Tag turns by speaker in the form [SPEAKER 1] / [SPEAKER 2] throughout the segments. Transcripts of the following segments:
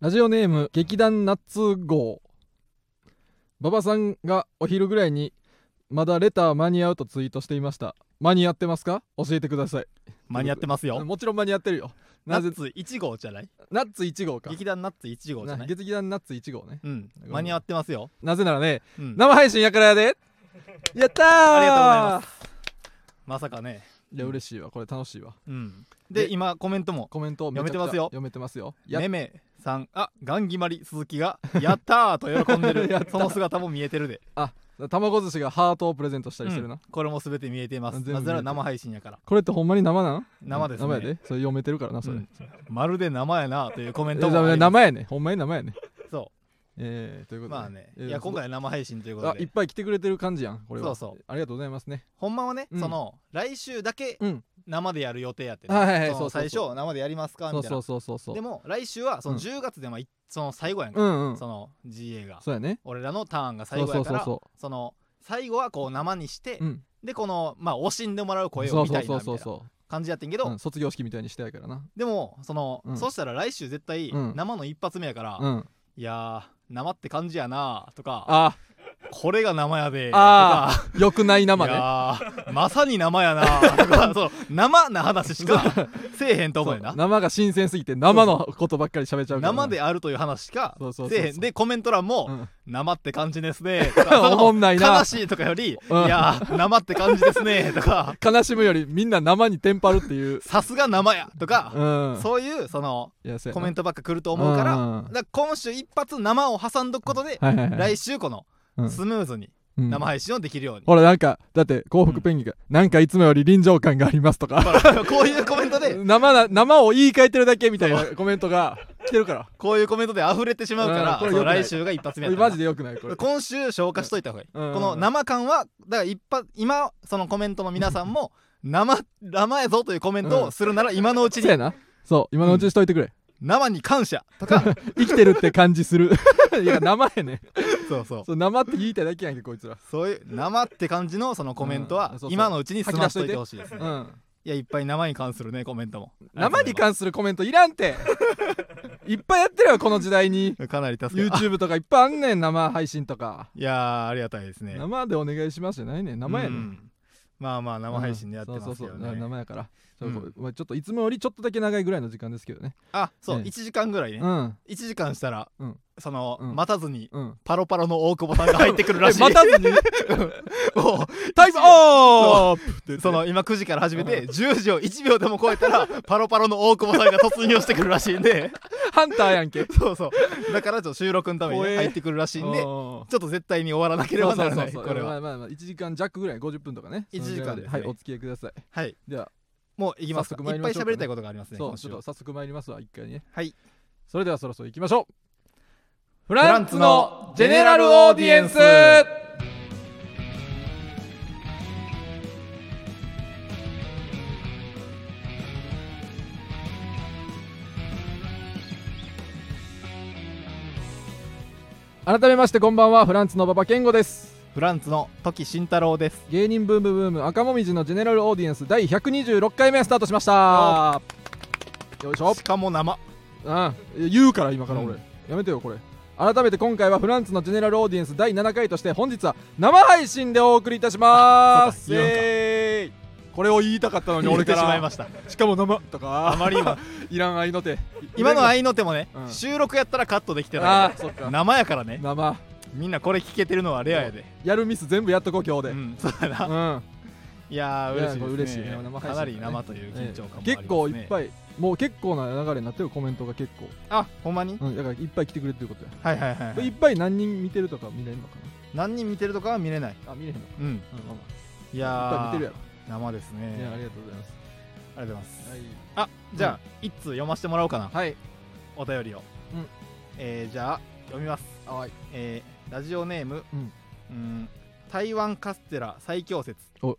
[SPEAKER 1] ラジオネーム劇団ナッツ号馬場さんがお昼ぐらいにまだレター間に合うとツイートしていました間に合ってますか教えてください
[SPEAKER 2] 間に合ってますよ
[SPEAKER 1] もちろん間に合ってるよ
[SPEAKER 2] ナ
[SPEAKER 1] なぜ
[SPEAKER 2] ッツ1号じゃない
[SPEAKER 1] ナッツ1号か
[SPEAKER 2] 劇団ナッツ1号じゃな
[SPEAKER 1] ない劇団ナッツ1号ね
[SPEAKER 2] うん間に合ってますよ、
[SPEAKER 1] なぜならね
[SPEAKER 2] うん、
[SPEAKER 1] 生配信やからやでやったー
[SPEAKER 2] ありがとうございますまさかね
[SPEAKER 1] いや嬉しいわこれ楽しいわ
[SPEAKER 2] うんで
[SPEAKER 1] で
[SPEAKER 2] 今コメントも
[SPEAKER 1] コメントをめちゃくちゃ
[SPEAKER 2] 読めてますよ
[SPEAKER 1] 読めてますよや
[SPEAKER 2] めめさんあガンギマリ鈴木が「やったー!」と喜んで
[SPEAKER 1] やっ
[SPEAKER 2] る
[SPEAKER 1] た
[SPEAKER 2] その姿も見えてるで、
[SPEAKER 1] 卵寿司がハートをプレゼントしたりしてるな、
[SPEAKER 2] うんこれも全て見えています
[SPEAKER 1] 全部
[SPEAKER 2] なぜ
[SPEAKER 1] 見えて
[SPEAKER 2] なら
[SPEAKER 1] る
[SPEAKER 2] 生配信やから
[SPEAKER 1] これってほんまに生なん
[SPEAKER 2] 生ですね
[SPEAKER 1] 生やでそれ読めてるからなそれ、
[SPEAKER 2] うんまるで生やなというコメ
[SPEAKER 1] え
[SPEAKER 2] ン
[SPEAKER 1] だ
[SPEAKER 2] ト
[SPEAKER 1] か
[SPEAKER 2] もあ
[SPEAKER 1] ら
[SPEAKER 2] ります
[SPEAKER 1] 生やねほんまに生やね
[SPEAKER 2] そ
[SPEAKER 1] えー、という
[SPEAKER 2] う
[SPEAKER 1] ことで
[SPEAKER 2] まあね
[SPEAKER 1] えー
[SPEAKER 2] いや今回は生配信ということ
[SPEAKER 1] あいっ
[SPEAKER 2] で
[SPEAKER 1] ぱい来てくれてる感じやんこれは
[SPEAKER 2] そうそう
[SPEAKER 1] ありがとうございますね
[SPEAKER 2] ほんまはね、
[SPEAKER 1] うん
[SPEAKER 2] その来週だけ
[SPEAKER 1] うん
[SPEAKER 2] 生でやる予定やってね、
[SPEAKER 1] はいはいはい
[SPEAKER 2] その
[SPEAKER 1] そうそうそう
[SPEAKER 2] 最初生でやりますかみた
[SPEAKER 1] そ
[SPEAKER 2] いうな
[SPEAKER 1] そうそうそうそう
[SPEAKER 2] でも来週はその
[SPEAKER 1] うん
[SPEAKER 2] 10月でまあいその最後やんか、
[SPEAKER 1] うんうん
[SPEAKER 2] その GA が
[SPEAKER 1] そうやね
[SPEAKER 2] 俺らのターンが最
[SPEAKER 1] そう
[SPEAKER 2] 後
[SPEAKER 1] そ
[SPEAKER 2] や
[SPEAKER 1] う
[SPEAKER 2] か
[SPEAKER 1] そう
[SPEAKER 2] ら
[SPEAKER 1] そ
[SPEAKER 2] その最後はこう生にして、
[SPEAKER 1] ううん
[SPEAKER 2] でこのまあ惜しんでもらう声
[SPEAKER 1] そ
[SPEAKER 2] を
[SPEAKER 1] う
[SPEAKER 2] 見
[SPEAKER 1] そ
[SPEAKER 2] た
[SPEAKER 1] う
[SPEAKER 2] い
[SPEAKER 1] そ
[SPEAKER 2] な
[SPEAKER 1] う
[SPEAKER 2] みた
[SPEAKER 1] そ
[SPEAKER 2] いうな
[SPEAKER 1] そ
[SPEAKER 2] 感じやってんけど、
[SPEAKER 1] う、うん、卒業式みたいにしたやからな
[SPEAKER 2] でもその、
[SPEAKER 1] うん
[SPEAKER 2] そしたら来週絶対
[SPEAKER 1] うん
[SPEAKER 2] 生の一発目やから、
[SPEAKER 1] うん
[SPEAKER 2] いやー生って感じやなとか
[SPEAKER 1] あ
[SPEAKER 2] これが生やでと
[SPEAKER 1] あ
[SPEAKER 2] か
[SPEAKER 1] よくない生
[SPEAKER 2] い
[SPEAKER 1] ね
[SPEAKER 2] やーまさに生やなと かそう生な話しかせえへんと思うよ
[SPEAKER 1] そう
[SPEAKER 2] な
[SPEAKER 1] 生が新鮮すぎて生のことばっかり喋っちゃうからな
[SPEAKER 2] 生であるという話しか
[SPEAKER 1] そうそう
[SPEAKER 2] せ
[SPEAKER 1] そう
[SPEAKER 2] えへんでコメント欄も、
[SPEAKER 1] うん
[SPEAKER 2] 生って感じで すねとか
[SPEAKER 1] おもんないな
[SPEAKER 2] その悲しいとかより、
[SPEAKER 1] うん
[SPEAKER 2] いやー生って感じですねと か
[SPEAKER 1] 悲しむよりみんな生にテンパるって いう
[SPEAKER 2] さすが生やとか、
[SPEAKER 1] うん
[SPEAKER 2] そういうその
[SPEAKER 1] いやそうや
[SPEAKER 2] コメン
[SPEAKER 1] ト
[SPEAKER 2] トばっか来ると思うから,、
[SPEAKER 1] うん
[SPEAKER 2] だから今週一発生を挟んどくことで、
[SPEAKER 1] はいはいはい
[SPEAKER 2] 来週この
[SPEAKER 1] うん
[SPEAKER 2] スムーズに
[SPEAKER 1] うん
[SPEAKER 2] 生配信をできるように、
[SPEAKER 1] ほらなんかだって幸福ペンギンが、なんかいつもより臨場感がありますとか
[SPEAKER 2] こういうコメントで
[SPEAKER 1] 生な生を言い換えてるだけみたいなコメントが来てるから
[SPEAKER 2] こういうコメントで溢れてしまうから、
[SPEAKER 1] うんこれ
[SPEAKER 2] そ
[SPEAKER 1] 良
[SPEAKER 2] の
[SPEAKER 1] くない
[SPEAKER 2] 来週が一発目
[SPEAKER 1] これ
[SPEAKER 2] やったら
[SPEAKER 1] マジでよくないこれ
[SPEAKER 2] 今週消化しといた方がいい、
[SPEAKER 1] うん
[SPEAKER 2] この生感はだから一発今そのコメントの皆さんも生生やぞというコメントをするなら今のうち
[SPEAKER 1] そうや
[SPEAKER 2] に
[SPEAKER 1] なそう今のうちにしといてくれ、
[SPEAKER 2] 生に感 謝とか
[SPEAKER 1] 生きてるって感じする いや生やね
[SPEAKER 2] そうそう
[SPEAKER 1] そう生って言いたいだけやんけこいつら
[SPEAKER 2] そういう生って感じのそのコメント
[SPEAKER 1] うん
[SPEAKER 2] は
[SPEAKER 1] そうそう
[SPEAKER 2] 今のうちに済ましといてほしいですね、
[SPEAKER 1] う
[SPEAKER 2] い
[SPEAKER 1] ん
[SPEAKER 2] やいっぱい生に関するねコメントも
[SPEAKER 1] 生に関するコメントいらん ていっぱいやってるよこの時代に
[SPEAKER 2] かなり助かるあ
[SPEAKER 1] YouTube とかいっぱいあんねん生配信とか
[SPEAKER 2] いやーありがたいですね
[SPEAKER 1] 生でお願いしますじゃないねん生やね
[SPEAKER 2] うんんまあまあ生配信でやってますけど
[SPEAKER 1] うんそうそうそうな
[SPEAKER 2] ね
[SPEAKER 1] 生やから、
[SPEAKER 2] うん
[SPEAKER 1] そうまあちょっといつもよりちょっとだけ長いぐらいの時間ですけどね
[SPEAKER 2] あそう
[SPEAKER 1] ええ
[SPEAKER 2] 1時間ぐらいね
[SPEAKER 1] うん
[SPEAKER 2] 1時間したら
[SPEAKER 1] うん
[SPEAKER 2] その
[SPEAKER 1] うん
[SPEAKER 2] 待たずに
[SPEAKER 1] うん
[SPEAKER 2] パロパロの大久保さんが入ってくるらしい
[SPEAKER 1] え待たずに
[SPEAKER 2] も
[SPEAKER 1] タイムオープって言っ
[SPEAKER 2] う
[SPEAKER 1] て
[SPEAKER 2] その今9時から始めて10時を1秒でも超えたらパロパロの大久保さんが突入してくるらしいんで
[SPEAKER 1] ハンターやんけ
[SPEAKER 2] そうそうだからちょっと収録のために
[SPEAKER 1] 怖え
[SPEAKER 2] ね入ってくるらしいんでちょ
[SPEAKER 1] おー
[SPEAKER 2] っと絶対に終わらなければならない
[SPEAKER 1] そうそうそう
[SPEAKER 2] これ
[SPEAKER 1] ま
[SPEAKER 2] は
[SPEAKER 1] あまあまあ1時間弱ぐらい50分とかね
[SPEAKER 2] 1時間ですね
[SPEAKER 1] そのぐらいまはいお付き合いください
[SPEAKER 2] はい
[SPEAKER 1] では
[SPEAKER 2] もういきますか
[SPEAKER 1] 早速参り
[SPEAKER 2] いっ
[SPEAKER 1] ま
[SPEAKER 2] ぱい
[SPEAKER 1] しょうかね
[SPEAKER 2] 喋りたいことがありますね
[SPEAKER 1] そう
[SPEAKER 2] 今
[SPEAKER 1] ち
[SPEAKER 2] 週
[SPEAKER 1] ょっと早速参りますわ一回ね
[SPEAKER 2] はい
[SPEAKER 1] それではそろそろ行きましょうフ
[SPEAKER 2] ランツのジェネラルオーディエンス
[SPEAKER 1] 改めましてこんばんはフランツの馬場健吾です
[SPEAKER 2] フランツの時慎太郎です
[SPEAKER 1] 芸人ブームブーム赤もみじのジェネラルオーディエンス第126回目スタートしましたよいしょ
[SPEAKER 2] しかも生
[SPEAKER 1] あ言うから今から俺、
[SPEAKER 2] うん
[SPEAKER 1] やめてよこれ改めて今回はフランスのジェネラルオーディエンス第7回として本日は生配信でお送りいたしま
[SPEAKER 2] あ
[SPEAKER 1] す
[SPEAKER 2] そうか言わんか
[SPEAKER 1] イエーイこれを言いたかったのに
[SPEAKER 2] 言
[SPEAKER 1] 俺
[SPEAKER 2] っ
[SPEAKER 1] か
[SPEAKER 2] てしまい
[SPEAKER 1] ら
[SPEAKER 2] ました
[SPEAKER 1] しかも生と
[SPEAKER 2] あ
[SPEAKER 1] か
[SPEAKER 2] まり今
[SPEAKER 1] いらん合いの手
[SPEAKER 2] 今の
[SPEAKER 1] い
[SPEAKER 2] 合いの手もね
[SPEAKER 1] うん
[SPEAKER 2] 収録やったらカットできて
[SPEAKER 1] あー
[SPEAKER 2] た
[SPEAKER 1] そっ
[SPEAKER 2] けど
[SPEAKER 1] か
[SPEAKER 2] 生やからね
[SPEAKER 1] 生
[SPEAKER 2] みんなこれ聞けてるのはレアやで
[SPEAKER 1] やるミス全部やっとこう今日で、
[SPEAKER 2] う
[SPEAKER 1] うん
[SPEAKER 2] ん そうやないいやー嬉しいですね
[SPEAKER 1] 嬉しいね生配信
[SPEAKER 2] かなり生という緊張感もありますね
[SPEAKER 1] 結構いっ
[SPEAKER 2] い
[SPEAKER 1] ぱいもう結構な流れになってるコメントが結
[SPEAKER 2] あほんまに
[SPEAKER 1] 構、うん、だからいっぱい来てくれてることや、
[SPEAKER 2] はいはいはいはい
[SPEAKER 1] い、っぱい何人見てるとか見れるのか
[SPEAKER 2] 何人見てるとかは見れない
[SPEAKER 1] なあ見れへんのか、
[SPEAKER 2] うん
[SPEAKER 1] うんまあま
[SPEAKER 2] い
[SPEAKER 1] あ、いっぱい見
[SPEAKER 2] や
[SPEAKER 1] てる
[SPEAKER 2] ー
[SPEAKER 1] や
[SPEAKER 2] 生です
[SPEAKER 1] ろ、
[SPEAKER 2] ね
[SPEAKER 1] いやありがとうございます
[SPEAKER 2] ありがとうございます
[SPEAKER 1] はい
[SPEAKER 2] あじゃあ一通読ませてもらおうかな
[SPEAKER 1] はい。
[SPEAKER 2] お便りを
[SPEAKER 1] うん
[SPEAKER 2] えーじゃあ読みます
[SPEAKER 1] はい。
[SPEAKER 2] えーラジオネーム、
[SPEAKER 1] うん
[SPEAKER 2] うん台湾カステラ最強説
[SPEAKER 1] お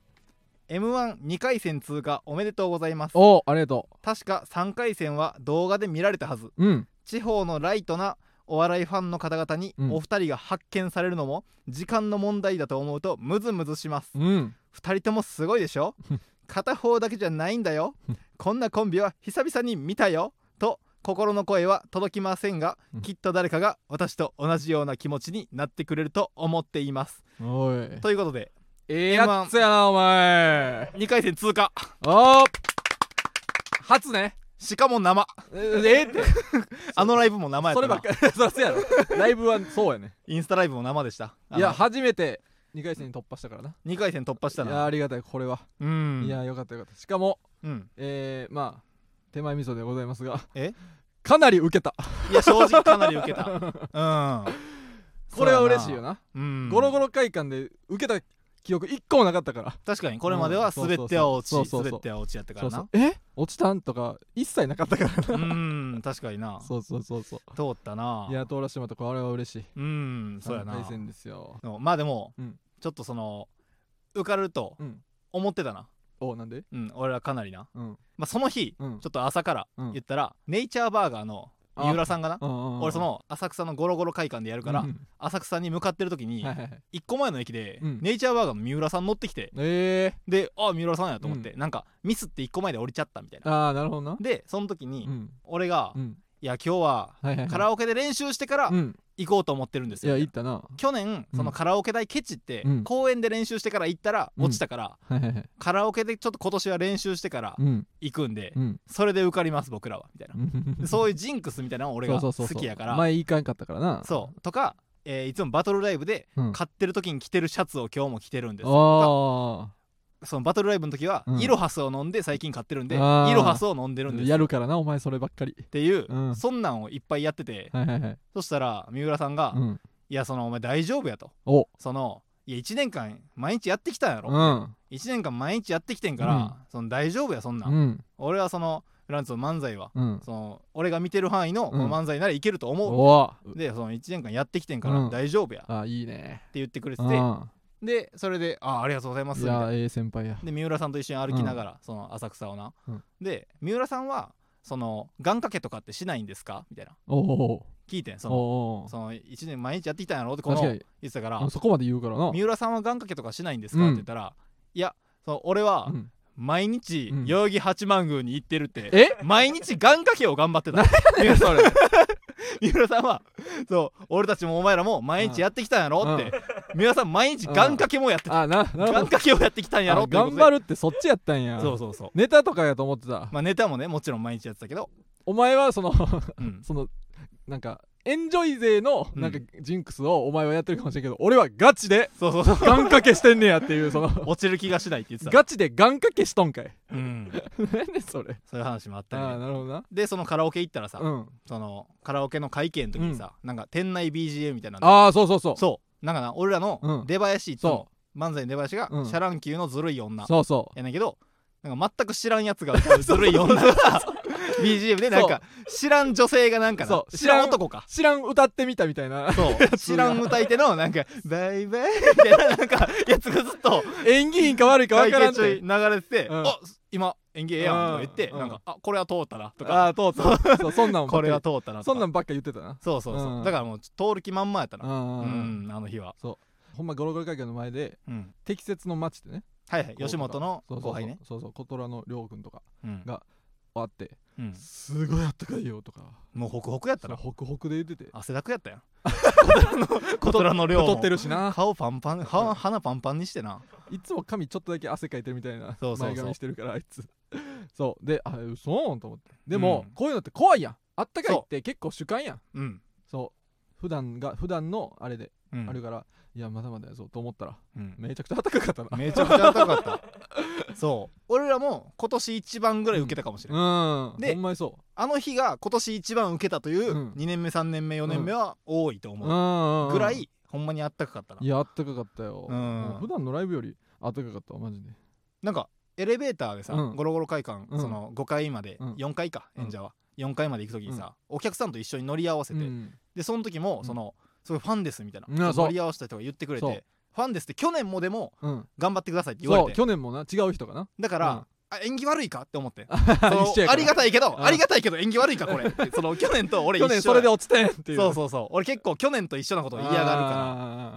[SPEAKER 2] m 1 2回戦通過おめでとうございます
[SPEAKER 1] おありがと
[SPEAKER 2] 確か3回戦は動画で見られたはず
[SPEAKER 1] う。うん。
[SPEAKER 2] 地方のライトなお笑いファンの方々に
[SPEAKER 1] うん
[SPEAKER 2] お二人が発見されるのも時間の問題だと思うとムズムズします
[SPEAKER 1] うん。
[SPEAKER 2] 二人ともすごいでし ょ片方だけじゃないんだよこんなコンビは久々に見たよと心の声は届きませんが、
[SPEAKER 1] うん
[SPEAKER 2] きっと誰かが私と同じような気持ちになってくれると思っています
[SPEAKER 1] おい
[SPEAKER 2] ということで
[SPEAKER 1] ええやつやなお前
[SPEAKER 2] 2回戦通過
[SPEAKER 1] おー初ね
[SPEAKER 2] しかも生
[SPEAKER 1] え えって
[SPEAKER 2] あのライブも生やっ
[SPEAKER 1] それ
[SPEAKER 2] た
[SPEAKER 1] ばっ
[SPEAKER 2] な
[SPEAKER 1] かり そりゃそうやろライブはそうやね
[SPEAKER 2] インスタライブも生でした
[SPEAKER 1] いや初めて2回戦に突破したからな
[SPEAKER 2] 2回戦突破した
[SPEAKER 1] いや
[SPEAKER 2] な
[SPEAKER 1] ありがたいこれは、
[SPEAKER 2] うん
[SPEAKER 1] いやよかったよかったしかも
[SPEAKER 2] うん
[SPEAKER 1] えー、まあ手前味噌でございますが
[SPEAKER 2] え
[SPEAKER 1] かなり受けた
[SPEAKER 2] いや正直かなり受 けたうん
[SPEAKER 1] これは嬉しいよな、
[SPEAKER 2] うん
[SPEAKER 1] ゴロゴロ会館で受けた記憶一個もなかったから
[SPEAKER 2] 確かにこれまでは滑っては落
[SPEAKER 1] うん
[SPEAKER 2] ち
[SPEAKER 1] そうそうそう
[SPEAKER 2] 滑っては落ちやったか
[SPEAKER 1] そ
[SPEAKER 2] ら
[SPEAKER 1] うそ
[SPEAKER 2] な
[SPEAKER 1] うえ落ちたんとか一切なかったから
[SPEAKER 2] う
[SPEAKER 1] な、
[SPEAKER 2] ん確かにな
[SPEAKER 1] そうそうそうそう
[SPEAKER 2] 通ったない
[SPEAKER 1] や通らしてもらったこれは嬉しい
[SPEAKER 2] うんそうやな
[SPEAKER 1] 対戦ですよ
[SPEAKER 2] のまあでも、
[SPEAKER 1] うん
[SPEAKER 2] ちょっとその受かると
[SPEAKER 1] うん
[SPEAKER 2] 思ってたな
[SPEAKER 1] おなんで
[SPEAKER 2] うん俺はかなりな、
[SPEAKER 1] うん
[SPEAKER 2] まあ、その日、
[SPEAKER 1] うん
[SPEAKER 2] ちょっと朝から
[SPEAKER 1] うん
[SPEAKER 2] 言ったら、ネイチャーバーガーの
[SPEAKER 1] あ
[SPEAKER 2] 三浦さんがな
[SPEAKER 1] 俺
[SPEAKER 2] 俺その浅草のゴロゴロ会館でやるから、
[SPEAKER 1] うん
[SPEAKER 2] 浅草に向かってる時に
[SPEAKER 1] はいはいはい
[SPEAKER 2] 一個前の駅で、
[SPEAKER 1] うん
[SPEAKER 2] ネイチャーバーガーの三浦さん乗ってきて
[SPEAKER 1] え
[SPEAKER 2] でああ三浦さんやと思って、
[SPEAKER 1] う
[SPEAKER 2] なんかミスって一個前で降りちゃったみたい
[SPEAKER 1] ー、
[SPEAKER 2] な
[SPEAKER 1] ああなるほどな
[SPEAKER 2] でその時に、
[SPEAKER 1] うん
[SPEAKER 2] 俺が、
[SPEAKER 1] う
[SPEAKER 2] い
[SPEAKER 1] ん
[SPEAKER 2] や今日は
[SPEAKER 1] はいはいはい
[SPEAKER 2] カラオケで練習してから
[SPEAKER 1] うん
[SPEAKER 2] 行こうと思ってるんです
[SPEAKER 1] い
[SPEAKER 2] よ、
[SPEAKER 1] や行ったなは
[SPEAKER 2] 去年
[SPEAKER 1] うん
[SPEAKER 2] そのカラオケ代ケチって、
[SPEAKER 1] うん
[SPEAKER 2] 公園で練習してから行ったら
[SPEAKER 1] うん
[SPEAKER 2] 落ちたから、
[SPEAKER 1] いはいはい
[SPEAKER 2] カラオケでちょっと今年は練習してから
[SPEAKER 1] うん
[SPEAKER 2] 行くんで、
[SPEAKER 1] うん
[SPEAKER 2] それで受かります僕らはみたいな、でそういうジンクスみたいなの俺が
[SPEAKER 1] そう
[SPEAKER 2] 好
[SPEAKER 1] そうそうそう
[SPEAKER 2] きやからそう
[SPEAKER 1] 前行かんかったからな
[SPEAKER 2] とか、えーいつもバトルライブで
[SPEAKER 1] うん
[SPEAKER 2] 買ってる時に着てるシャツを今日も着てるんですとか
[SPEAKER 1] あ
[SPEAKER 2] そのバトルライブの時は、
[SPEAKER 1] うん
[SPEAKER 2] イロハスを飲んで最近買ってるんでイロ
[SPEAKER 1] あー
[SPEAKER 2] ハスを飲んでるん
[SPEAKER 1] あ
[SPEAKER 2] です
[SPEAKER 1] や
[SPEAKER 2] っ
[SPEAKER 1] るからなお前そればっかり
[SPEAKER 2] ていう、
[SPEAKER 1] うん
[SPEAKER 2] そんなんをいっぱいやってて、
[SPEAKER 1] はいはいはい
[SPEAKER 2] そしたら三浦さんが「
[SPEAKER 1] うん
[SPEAKER 2] いやそのお前大丈夫や」と
[SPEAKER 1] お
[SPEAKER 2] 「そのいや1年間毎日やってきたんやろ」
[SPEAKER 1] うん
[SPEAKER 2] 1年間毎日やってきてんから、
[SPEAKER 1] うん
[SPEAKER 2] その大丈夫やそんなん、
[SPEAKER 1] うん
[SPEAKER 2] 俺はそのフランツの漫才は、
[SPEAKER 1] うん
[SPEAKER 2] その俺が見てる範囲のこの漫才ならいけると思う、
[SPEAKER 1] おわ
[SPEAKER 2] でその1年間やってきてんから
[SPEAKER 1] うん
[SPEAKER 2] 大丈夫やって
[SPEAKER 1] あいいね
[SPEAKER 2] 言ってくれて
[SPEAKER 1] うん
[SPEAKER 2] て、でそれで「あありがとうございます」
[SPEAKER 1] い
[SPEAKER 2] みたいな
[SPEAKER 1] やええ先輩や
[SPEAKER 2] で三浦さんと一緒に歩きながら、その浅草をな、
[SPEAKER 1] うん
[SPEAKER 2] で三浦さんはその願掛けとかってしないんですかみたいな
[SPEAKER 1] おお
[SPEAKER 2] 聞いてんその
[SPEAKER 1] おお
[SPEAKER 2] その1年毎日やってきたんやろってこの
[SPEAKER 1] 確か
[SPEAKER 2] 言
[SPEAKER 1] に
[SPEAKER 2] ってたから
[SPEAKER 1] あそこまで言うからな
[SPEAKER 2] 三浦さんは願掛けとかしないんですか、って言ったらいやその俺は、
[SPEAKER 1] うん
[SPEAKER 2] 毎日
[SPEAKER 1] うん
[SPEAKER 2] 代々木八幡宮に行ってるって、
[SPEAKER 1] え
[SPEAKER 2] 毎日願掛けを頑張っ てた
[SPEAKER 1] いやそれ
[SPEAKER 2] 三浦さんはそう俺たちもお前らも毎日やってきたんやろって、三浦さん毎日願掛けもやってた、
[SPEAKER 1] あなな
[SPEAKER 2] 願
[SPEAKER 1] るほど
[SPEAKER 2] 掛けをやってきたんや
[SPEAKER 1] あ
[SPEAKER 2] ろっていうこと
[SPEAKER 1] 頑
[SPEAKER 2] で
[SPEAKER 1] 張るってそっちやったんや
[SPEAKER 2] そうそうそう
[SPEAKER 1] ネタとかやと思ってた
[SPEAKER 2] まあネタもねもちろん毎日やってたけど、
[SPEAKER 1] お前はその
[SPEAKER 2] うん、
[SPEAKER 1] そのなんかエンジョイ勢の
[SPEAKER 2] うん
[SPEAKER 1] なんかジンクスをお前はやってるかもしれんけど、俺はガチで
[SPEAKER 2] そうそうそう
[SPEAKER 1] 願掛けしてんねやっていう その
[SPEAKER 2] 落ちる気がしないって言ってた、
[SPEAKER 1] ガチで願掛けしとんかい
[SPEAKER 2] うん、
[SPEAKER 1] 何でそれ
[SPEAKER 2] そういう話もあっ
[SPEAKER 1] あ
[SPEAKER 2] たりね、
[SPEAKER 1] あなるほどな
[SPEAKER 2] でそのカラオケ行ったらさ、
[SPEAKER 1] うん
[SPEAKER 2] そのカラオケの会計の時にさ、なんか店内 BGM みたいなの
[SPEAKER 1] ああそうそうそう
[SPEAKER 2] そうなんかな俺らの
[SPEAKER 1] うん
[SPEAKER 2] 出囃子いつも
[SPEAKER 1] そ
[SPEAKER 2] 漫才の出囃子が、
[SPEAKER 1] うん
[SPEAKER 2] シャラン級のずるい女
[SPEAKER 1] そうそう
[SPEAKER 2] やねんけどなんか全く知らんやつが歌うずるい 女が BGM でなんか知らん女性がなんかな
[SPEAKER 1] そう
[SPEAKER 2] 知ら
[SPEAKER 1] 知ら
[SPEAKER 2] ん
[SPEAKER 1] ん
[SPEAKER 2] 男か
[SPEAKER 1] 知らん歌ってみたみたい な
[SPEAKER 2] そう知らん歌い手のなんか「バイバイ」みたいななんかやつがずっと
[SPEAKER 1] 演技いいんか悪いか分
[SPEAKER 2] 会
[SPEAKER 1] から
[SPEAKER 2] 計
[SPEAKER 1] んて
[SPEAKER 2] 中に流れてて「
[SPEAKER 1] うん
[SPEAKER 2] あ今演芸ええやん」とか言って
[SPEAKER 1] うん
[SPEAKER 2] なんか「あこれは通ったな」と
[SPEAKER 1] あ
[SPEAKER 2] か
[SPEAKER 1] あとうとうそうそんなん
[SPEAKER 2] 「
[SPEAKER 1] ばっ
[SPEAKER 2] こ
[SPEAKER 1] か
[SPEAKER 2] れ
[SPEAKER 1] り
[SPEAKER 2] は通ったな」と
[SPEAKER 1] そんな
[SPEAKER 2] か
[SPEAKER 1] んばっか言ってたな
[SPEAKER 2] そうそうそううんだからもう通る気満々やった
[SPEAKER 1] う
[SPEAKER 2] なんう
[SPEAKER 1] うんうん
[SPEAKER 2] んあの日は
[SPEAKER 1] ほんまゴロゴロ会館の前で
[SPEAKER 2] うん
[SPEAKER 1] 適切の街ってね
[SPEAKER 2] はいはい吉本の後輩ね
[SPEAKER 1] そうそうそうそう小虎の亮君とか
[SPEAKER 2] うん
[SPEAKER 1] があって
[SPEAKER 2] うん
[SPEAKER 1] すごいあったかいよとか
[SPEAKER 2] もうホクホクやった
[SPEAKER 1] そう
[SPEAKER 2] な
[SPEAKER 1] ホクホクで言ってて
[SPEAKER 2] 汗だくやったや ん小虎の量
[SPEAKER 1] 太ってるしな
[SPEAKER 2] 顔パンパンは鼻パンパンにしてな い
[SPEAKER 1] つも髪ちょっとだけ汗かいてるみたいな
[SPEAKER 2] そうそうそう
[SPEAKER 1] 前髪してるからあいつ そうであそうと思ってでも、
[SPEAKER 2] うん
[SPEAKER 1] こういうのって怖いやんあったかいって結構主観やん
[SPEAKER 2] うん
[SPEAKER 1] そう普段が普段のあれで
[SPEAKER 2] うん
[SPEAKER 1] あるから、いやまだまだやぞと思ったら
[SPEAKER 2] うん
[SPEAKER 1] めちゃくちゃ暖かかったな
[SPEAKER 2] めちゃくちゃ高 かったそう俺らも今年一番ぐらい受けたかもしれない、
[SPEAKER 1] うん
[SPEAKER 2] で
[SPEAKER 1] ほんまにそ
[SPEAKER 2] あの日が今年一番受けたという
[SPEAKER 1] う
[SPEAKER 2] 2
[SPEAKER 1] ん
[SPEAKER 2] 年目3年目4年目は多いと
[SPEAKER 1] う
[SPEAKER 2] 思
[SPEAKER 1] うんう
[SPEAKER 2] うん
[SPEAKER 1] うん
[SPEAKER 2] ぐらいほんまにあったかかったない
[SPEAKER 1] やあったかかったよ、
[SPEAKER 2] うん
[SPEAKER 1] も普段のライブよりあったかかったわマジで
[SPEAKER 2] なんかエレベーターでさ、
[SPEAKER 1] うん
[SPEAKER 2] ゴロゴロ会館、
[SPEAKER 1] うん
[SPEAKER 2] その5階まで、
[SPEAKER 1] うん
[SPEAKER 2] 4階か演者は、4階まで行く時にさ、お客さんと一緒に乗り合わせて、
[SPEAKER 1] うん
[SPEAKER 2] でその時も
[SPEAKER 1] うん
[SPEAKER 2] その、すごいファンですみたいな、
[SPEAKER 1] うん
[SPEAKER 2] その
[SPEAKER 1] そう
[SPEAKER 2] 乗り合わせた人が言ってくれ
[SPEAKER 1] そ
[SPEAKER 2] て
[SPEAKER 1] う
[SPEAKER 2] ファンですって去年もでも
[SPEAKER 1] うん、
[SPEAKER 2] 頑張ってくださいって言わ
[SPEAKER 1] そう
[SPEAKER 2] れて
[SPEAKER 1] 去年もな違う人かな
[SPEAKER 2] だから、
[SPEAKER 1] うん
[SPEAKER 2] あ演技悪いかって 思って
[SPEAKER 1] 一
[SPEAKER 2] そ
[SPEAKER 1] 緒や
[SPEAKER 2] の
[SPEAKER 1] か
[SPEAKER 2] あ
[SPEAKER 1] ら
[SPEAKER 2] りがたいけど、
[SPEAKER 1] うん
[SPEAKER 2] ありがたいけど演技悪いかこれ その去年と俺一緒
[SPEAKER 1] 去年それで
[SPEAKER 2] っ
[SPEAKER 1] 落ちてんっていう
[SPEAKER 2] そうそうそう俺結構去年と一緒なことを嫌がるから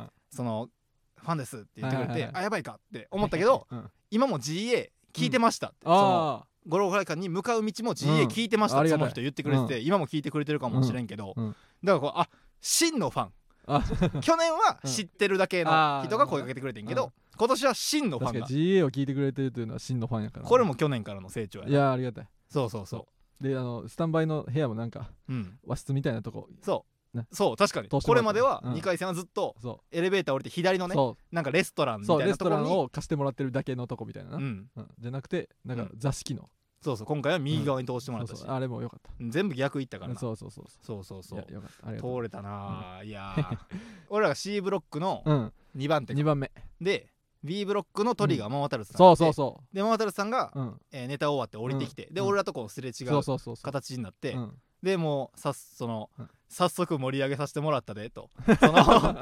[SPEAKER 1] ら
[SPEAKER 2] そのファンですって言ってくれて、
[SPEAKER 1] はいはいはい
[SPEAKER 2] あやばいかって思ったけど、今も GA 聞いてましたって、その
[SPEAKER 1] あ
[SPEAKER 2] 五郎会館に向かう道も GA
[SPEAKER 1] うん
[SPEAKER 2] 聞いてました、
[SPEAKER 1] あり
[SPEAKER 2] そ
[SPEAKER 1] がたい
[SPEAKER 2] の人言ってくれてて、今も聞いてくれてるかもしれんけど、
[SPEAKER 1] うんうん
[SPEAKER 2] だからこうあ真のファン
[SPEAKER 1] あ
[SPEAKER 2] 去年は
[SPEAKER 1] うん
[SPEAKER 2] 知ってるだけの人が声かけてくれてんけど、
[SPEAKER 1] うん
[SPEAKER 2] 今年は真のフ
[SPEAKER 1] 確
[SPEAKER 2] ァ
[SPEAKER 1] か
[SPEAKER 2] ン
[SPEAKER 1] に
[SPEAKER 2] が
[SPEAKER 1] GA を聞いてくれてるというのは真のファンやからな
[SPEAKER 2] これも去年からの成長や
[SPEAKER 1] い
[SPEAKER 2] な
[SPEAKER 1] やありがたい
[SPEAKER 2] そうそうそ
[SPEAKER 1] であのスタンバイの部屋もなんか
[SPEAKER 2] う、うん、
[SPEAKER 1] 和室みたいなとこ
[SPEAKER 2] そう、
[SPEAKER 1] ね
[SPEAKER 2] そう確かに
[SPEAKER 1] 通して
[SPEAKER 2] こ
[SPEAKER 1] もらっ
[SPEAKER 2] れ
[SPEAKER 1] た
[SPEAKER 2] までは
[SPEAKER 1] うん
[SPEAKER 2] 2回戦はずっと
[SPEAKER 1] そ
[SPEAKER 2] エレベーター降りて左の
[SPEAKER 1] う
[SPEAKER 2] ね
[SPEAKER 1] そ
[SPEAKER 2] なんかレストラン
[SPEAKER 1] う
[SPEAKER 2] み
[SPEAKER 1] そう
[SPEAKER 2] たい
[SPEAKER 1] レ
[SPEAKER 2] な
[SPEAKER 1] ス
[SPEAKER 2] と
[SPEAKER 1] ト
[SPEAKER 2] こ
[SPEAKER 1] ラ
[SPEAKER 2] ろ
[SPEAKER 1] ン
[SPEAKER 2] に
[SPEAKER 1] を貸してもらってるだけのとこみたいなな
[SPEAKER 2] うん、
[SPEAKER 1] うんじゃなくてなんか
[SPEAKER 2] う
[SPEAKER 1] 座敷の
[SPEAKER 2] そうそう今回は右側に通してもらっ
[SPEAKER 1] そ
[SPEAKER 2] た
[SPEAKER 1] う
[SPEAKER 2] し、
[SPEAKER 1] そうあれもよかっ
[SPEAKER 2] うん全部逆行ったか
[SPEAKER 1] た
[SPEAKER 2] ら
[SPEAKER 1] うん
[SPEAKER 2] な、
[SPEAKER 1] そうそうそう
[SPEAKER 2] そうそう
[SPEAKER 1] そ
[SPEAKER 2] そう
[SPEAKER 1] いうやよかったありがとう
[SPEAKER 2] 通れたなあ、い やー俺らが C ブロックの
[SPEAKER 1] うん
[SPEAKER 2] 2番手
[SPEAKER 1] 2番目
[SPEAKER 2] で B ブロックのトリガーママタルトさん
[SPEAKER 1] そうそう
[SPEAKER 2] う
[SPEAKER 1] そ
[SPEAKER 2] でママタルトさんが、
[SPEAKER 1] ううん
[SPEAKER 2] えーネタ終わって降りてきて、で
[SPEAKER 1] うん
[SPEAKER 2] 俺らとこうすれ違
[SPEAKER 1] そう
[SPEAKER 2] う
[SPEAKER 1] そうそうそう
[SPEAKER 2] 形になって、
[SPEAKER 1] うん
[SPEAKER 2] でもうさっその、
[SPEAKER 1] うん
[SPEAKER 2] 早速盛り上げさせてもらった でとその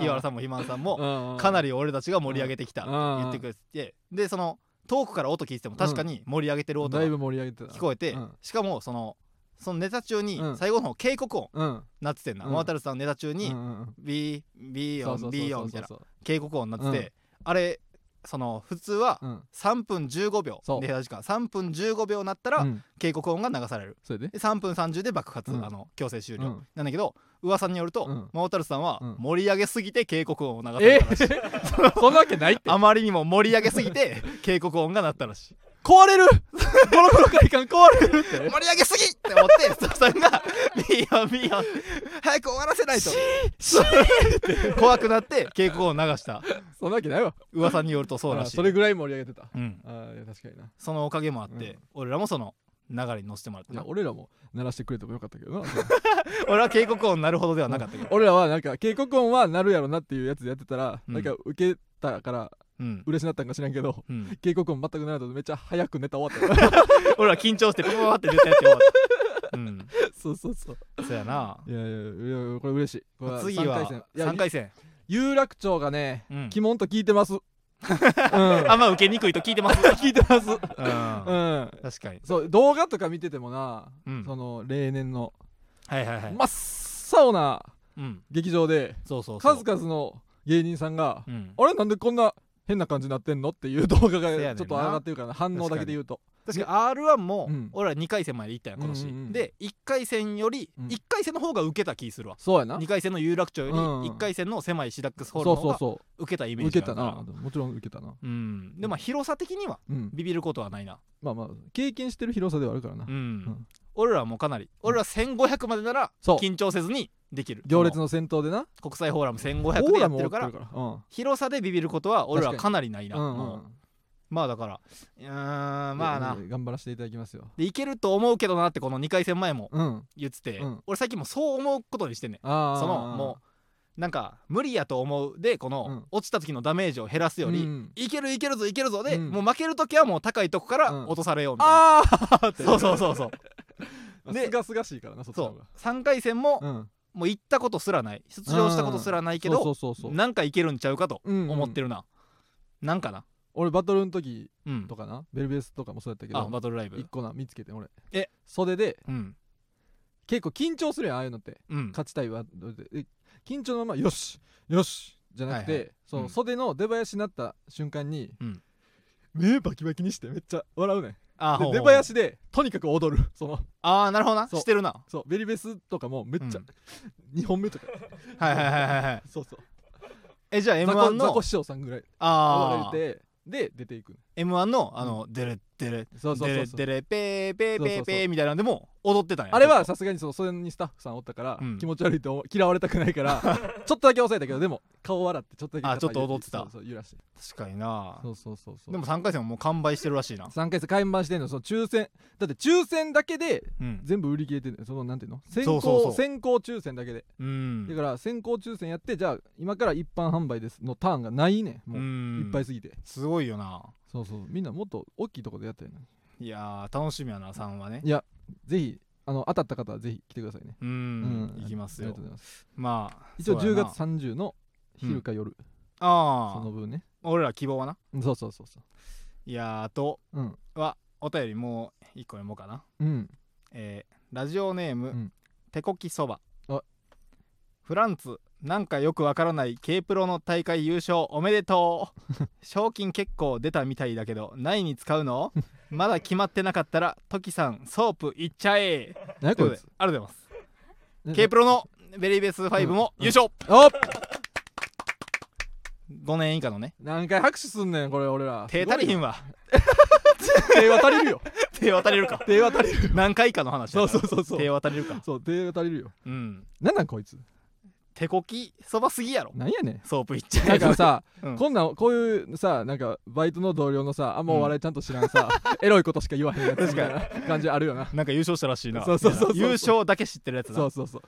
[SPEAKER 2] 岩原さんも肥満さんも、
[SPEAKER 1] うん
[SPEAKER 2] かな
[SPEAKER 1] り
[SPEAKER 2] り俺たちが盛り上げてきたって言ってくれてて、でその遠くから音聞いてても確かに盛り上げてる音
[SPEAKER 1] だ
[SPEAKER 2] が
[SPEAKER 1] い
[SPEAKER 2] 聞
[SPEAKER 1] ぶ盛り上げてたな
[SPEAKER 2] こえて、
[SPEAKER 1] うん
[SPEAKER 2] しかもそのそのネタ中に
[SPEAKER 1] うん
[SPEAKER 2] 最後の方警告音
[SPEAKER 1] うん
[SPEAKER 2] なっててんな、
[SPEAKER 1] うん
[SPEAKER 2] ママタルトさんのネタ中に、
[SPEAKER 1] うんうんうん
[SPEAKER 2] B, B
[SPEAKER 1] そうそ
[SPEAKER 2] 音
[SPEAKER 1] う
[SPEAKER 2] B
[SPEAKER 1] そ
[SPEAKER 2] 音
[SPEAKER 1] う
[SPEAKER 2] み
[SPEAKER 1] そ
[SPEAKER 2] たいうな
[SPEAKER 1] そう
[SPEAKER 2] 警告音になってて、あれその普通は
[SPEAKER 1] うん
[SPEAKER 2] 3分15秒
[SPEAKER 1] そう
[SPEAKER 2] で時間3分15秒なったら
[SPEAKER 1] うん
[SPEAKER 2] 警告音が流される
[SPEAKER 1] それで
[SPEAKER 2] で3分30で爆発、
[SPEAKER 1] うん
[SPEAKER 2] あの強制終
[SPEAKER 1] う
[SPEAKER 2] 了
[SPEAKER 1] ん
[SPEAKER 2] なんだけど噂によると、
[SPEAKER 1] うん
[SPEAKER 2] マオタルさんは
[SPEAKER 1] うん
[SPEAKER 2] 盛り上げすぎて警告音を流さ
[SPEAKER 1] え
[SPEAKER 2] れたらしい、
[SPEAKER 1] そんなわけないって
[SPEAKER 2] あまりにも盛り上げす ぎて警告音が鳴ったらしい
[SPEAKER 1] 壊 れるゴロゴロ会館壊れるっ
[SPEAKER 2] 盛
[SPEAKER 1] て
[SPEAKER 2] り上げすぎって思ってス タッフさんが「ビヨビヨ早く終わらせないと」怖くなって警告音を流した
[SPEAKER 1] そんなわけないわ
[SPEAKER 2] 噂によるとそうら
[SPEAKER 1] あ
[SPEAKER 2] しい
[SPEAKER 1] それぐらい盛り上げてた
[SPEAKER 2] うん
[SPEAKER 1] ああいや確かにな
[SPEAKER 2] そのおかげもあって、
[SPEAKER 1] うん
[SPEAKER 2] 俺らもその流れに乗せてもらった
[SPEAKER 1] いや
[SPEAKER 2] な
[SPEAKER 1] 俺らも鳴らしてくれてもよかったけどな
[SPEAKER 2] 俺は警告音なるほどではなかっ たけど、
[SPEAKER 1] 俺らはなんか警告音は鳴るやろなっていうやつでやってたら
[SPEAKER 2] うん
[SPEAKER 1] なんか受けたから
[SPEAKER 2] うん
[SPEAKER 1] 嬉しなったんか知らんけど
[SPEAKER 2] うん、
[SPEAKER 1] 警告音全くならずめっちゃ早くネタ終わ ったよ
[SPEAKER 2] 俺は緊張してパパパって出てやって終わったうん
[SPEAKER 1] そうそうそう
[SPEAKER 2] そうやない
[SPEAKER 1] やいやいやこれ嬉しいこれ
[SPEAKER 2] 次
[SPEAKER 1] 三回
[SPEAKER 2] は
[SPEAKER 1] 戦いや
[SPEAKER 2] 3回戦
[SPEAKER 1] 有楽町がね
[SPEAKER 2] うん
[SPEAKER 1] 鬼門と聞いてます うん聞
[SPEAKER 2] あんま受けにくいと聞 いてます、
[SPEAKER 1] いてます
[SPEAKER 2] う、
[SPEAKER 1] うんん
[SPEAKER 2] 確かに
[SPEAKER 1] そう動画とか見ててもな
[SPEAKER 2] うん
[SPEAKER 1] その例年の
[SPEAKER 2] はいはいはい、
[SPEAKER 1] 真っ青な
[SPEAKER 2] うん、
[SPEAKER 1] 劇場で
[SPEAKER 2] そうそうそう
[SPEAKER 1] 数々の芸人さんが
[SPEAKER 2] うん
[SPEAKER 1] 「あれなんでこんな変な感じになってんの?」っていう動画
[SPEAKER 2] せやねん
[SPEAKER 1] が
[SPEAKER 2] な
[SPEAKER 1] ちょっと上がってるから反応だけで言うと
[SPEAKER 2] 確かに r 1も
[SPEAKER 1] うん
[SPEAKER 2] 俺ら2回戦まで行ったやん今年、
[SPEAKER 1] うんうんうん
[SPEAKER 2] で1回戦より
[SPEAKER 1] うん
[SPEAKER 2] 1回戦の方が受けた気するわ、
[SPEAKER 1] そうやな
[SPEAKER 2] 2回戦の有楽町より
[SPEAKER 1] うん
[SPEAKER 2] 1回戦の狭いシダックスホ
[SPEAKER 1] そう
[SPEAKER 2] ールの方
[SPEAKER 1] そう
[SPEAKER 2] が
[SPEAKER 1] そ
[SPEAKER 2] 受けたイ
[SPEAKER 1] う
[SPEAKER 2] メー
[SPEAKER 1] 受
[SPEAKER 2] ジ
[SPEAKER 1] け
[SPEAKER 2] があ
[SPEAKER 1] た
[SPEAKER 2] るから
[SPEAKER 1] なもちろん受けたな
[SPEAKER 2] うんでもまあ広さ的には
[SPEAKER 1] うん
[SPEAKER 2] ビビることはないな
[SPEAKER 1] まあまあ経験してる広さではあるからな
[SPEAKER 2] うん、
[SPEAKER 1] ん
[SPEAKER 2] 俺らはもうかなり俺らは1500までなら
[SPEAKER 1] そう
[SPEAKER 2] 緊張せずにできる
[SPEAKER 1] 行列
[SPEAKER 2] の
[SPEAKER 1] の先頭でな
[SPEAKER 2] 国際フォーラム
[SPEAKER 1] オ
[SPEAKER 2] 1500でやっ
[SPEAKER 1] も
[SPEAKER 2] て
[SPEAKER 1] 追
[SPEAKER 2] るから
[SPEAKER 1] うん
[SPEAKER 2] 広さでビビることは俺らは
[SPEAKER 1] 確か
[SPEAKER 2] かなりないな
[SPEAKER 1] うんう
[SPEAKER 2] もうんまあだからうーんまあな
[SPEAKER 1] 頑張らせていただきますよ
[SPEAKER 2] でいけると思うけどなってこの2回戦前も
[SPEAKER 1] うん
[SPEAKER 2] 言ってて、
[SPEAKER 1] うん
[SPEAKER 2] 俺最近もうそう思うことにしてんねん
[SPEAKER 1] ああ
[SPEAKER 2] そのもうなんか無理やと思うでこの、
[SPEAKER 1] うん
[SPEAKER 2] 落ちた時のダメージを減らすより、
[SPEAKER 1] うん
[SPEAKER 2] いけるいけるぞいけるぞで、
[SPEAKER 1] うん
[SPEAKER 2] もう負ける時はもう高いとこから
[SPEAKER 1] うん
[SPEAKER 2] 落とされようみたいな、
[SPEAKER 1] ああって
[SPEAKER 2] そうそうそうそうです
[SPEAKER 1] がすがしいからなそっちの
[SPEAKER 2] そ
[SPEAKER 1] 方が
[SPEAKER 2] う3回戦も、
[SPEAKER 1] うん
[SPEAKER 2] もう行ったことすらない出場したことすらないけど、
[SPEAKER 1] そうそうそうそう
[SPEAKER 2] なんかいけるんちゃうかと
[SPEAKER 1] うんうん
[SPEAKER 2] 思ってるな、なんかな
[SPEAKER 1] 俺バトルの時
[SPEAKER 2] うん
[SPEAKER 1] とかなベルベースとかもそうやったけ
[SPEAKER 2] あ
[SPEAKER 1] ど
[SPEAKER 2] バトルライブ
[SPEAKER 1] 一個な見つけて俺
[SPEAKER 2] え
[SPEAKER 1] 袖で
[SPEAKER 2] うん
[SPEAKER 1] 結構緊張するやんああいうのって
[SPEAKER 2] うん
[SPEAKER 1] 勝ちたいわで緊張のままよしよしじゃなくて、
[SPEAKER 2] はいは
[SPEAKER 1] そう、
[SPEAKER 2] うん
[SPEAKER 1] 袖の出囃子になった瞬間に、
[SPEAKER 2] うん
[SPEAKER 1] 目バキバキにしてめっちゃ笑うねん
[SPEAKER 2] あ
[SPEAKER 1] で
[SPEAKER 2] ほう
[SPEAKER 1] 出
[SPEAKER 2] ほう
[SPEAKER 1] 囃子でとにかく踊るその
[SPEAKER 2] ああなるほどな
[SPEAKER 1] そう
[SPEAKER 2] してるな
[SPEAKER 1] そうベリベスとかもめっちゃ、
[SPEAKER 2] うん
[SPEAKER 1] 2本目とか
[SPEAKER 2] はいはいはいはいはい
[SPEAKER 1] そうそう
[SPEAKER 2] えじゃあ
[SPEAKER 1] ザ
[SPEAKER 2] M1
[SPEAKER 1] コザ
[SPEAKER 2] の
[SPEAKER 1] コ師匠さんぐらい
[SPEAKER 2] あ
[SPEAKER 1] 笑
[SPEAKER 2] あ
[SPEAKER 1] れてで出ていく
[SPEAKER 2] M1 のあのデレッデレ
[SPEAKER 1] そうそう
[SPEAKER 2] デレ
[SPEAKER 1] そうそう
[SPEAKER 2] ッデレペーペー
[SPEAKER 1] そう
[SPEAKER 2] ペ
[SPEAKER 1] そうそ
[SPEAKER 2] ー
[SPEAKER 1] う
[SPEAKER 2] ペーみたいなんでも踊ってたんや
[SPEAKER 1] あれはさすがにそのそれにスタッフさんおったから、
[SPEAKER 2] うん
[SPEAKER 1] 気持ち悪いと思う嫌われたくないから ちょっとだけ抑えたけどでも顔笑ってちょっとだけ
[SPEAKER 2] あちょっと踊ってた
[SPEAKER 1] そうそう揺らして
[SPEAKER 2] 確かにな
[SPEAKER 1] そうそうそうそう
[SPEAKER 2] でも3回戦ももう完売してるらしいな
[SPEAKER 1] 3回戦開盤してんのその抽選だって抽選だけで
[SPEAKER 2] うん、
[SPEAKER 1] 全部売り切れてるそのなんていうの先
[SPEAKER 2] そ
[SPEAKER 1] 行
[SPEAKER 2] うそうそう
[SPEAKER 1] 先行抽選だけで、
[SPEAKER 2] う
[SPEAKER 1] だ
[SPEAKER 2] ん
[SPEAKER 1] から先行抽選やってじゃあ今から一般販売ですのターンがないねんもう、
[SPEAKER 2] うん
[SPEAKER 1] いっぱいすぎて
[SPEAKER 2] すごいよな
[SPEAKER 1] そうそうみんなもっと大きいとこでやったらいいのに
[SPEAKER 2] いやー楽しみやな3はね
[SPEAKER 1] いやぜひあの当たった方はぜひ来てくださいね
[SPEAKER 2] う
[SPEAKER 1] うん
[SPEAKER 2] 行きま
[SPEAKER 1] あ
[SPEAKER 2] す
[SPEAKER 1] りが
[SPEAKER 2] よ
[SPEAKER 1] とうございます
[SPEAKER 2] まあ
[SPEAKER 1] 一応
[SPEAKER 2] そう
[SPEAKER 1] 10
[SPEAKER 2] やな
[SPEAKER 1] 月30の昼か夜、そ
[SPEAKER 2] あ
[SPEAKER 1] の分ね
[SPEAKER 2] あ俺ら希望はな
[SPEAKER 1] そうそうそうそ
[SPEAKER 2] いやーあと
[SPEAKER 1] ううん
[SPEAKER 2] はお便りもう1個読もうかな
[SPEAKER 1] うん
[SPEAKER 2] えーラジオネーム、
[SPEAKER 1] うん
[SPEAKER 2] 手こきそば
[SPEAKER 1] あ
[SPEAKER 2] フランツなんかよくわからない K プロの 大会優勝おめでとう賞金結構出たみたいだけど何に使うのまだ決まってなかったらトキさんソープいっちゃえ
[SPEAKER 1] 何や
[SPEAKER 2] とい
[SPEAKER 1] こ
[SPEAKER 2] うこ
[SPEAKER 1] い
[SPEAKER 2] とでありがとうございま
[SPEAKER 1] つ
[SPEAKER 2] す K プロのベリーベース5も優勝、
[SPEAKER 1] おっ
[SPEAKER 2] 5年以下のね
[SPEAKER 1] 何回拍手すんねんこれ俺ら
[SPEAKER 2] 手足りひん
[SPEAKER 1] わ
[SPEAKER 2] わ
[SPEAKER 1] 手は足りるよ
[SPEAKER 2] 手渡れるか
[SPEAKER 1] 手は足りる
[SPEAKER 2] 何回かの話
[SPEAKER 1] そうそう
[SPEAKER 2] う
[SPEAKER 1] そうそう
[SPEAKER 2] 手渡れるか
[SPEAKER 1] そう手が足りるよ
[SPEAKER 2] うん
[SPEAKER 1] なんなんこいつ
[SPEAKER 2] 手こきそばすぎやろ
[SPEAKER 1] なんやねん
[SPEAKER 2] ソープいっちゃえ
[SPEAKER 1] なんかさ、
[SPEAKER 2] うん
[SPEAKER 1] こんなんこういうさなんかバイトの同僚のさあんまお笑いちゃんと知らんさ、エロいことしか言わへんやつみたいな感じあるよな
[SPEAKER 2] なんか優勝したらしいな
[SPEAKER 1] そうそうそうそう
[SPEAKER 2] 優勝だけ知ってるやつな
[SPEAKER 1] そうそうそう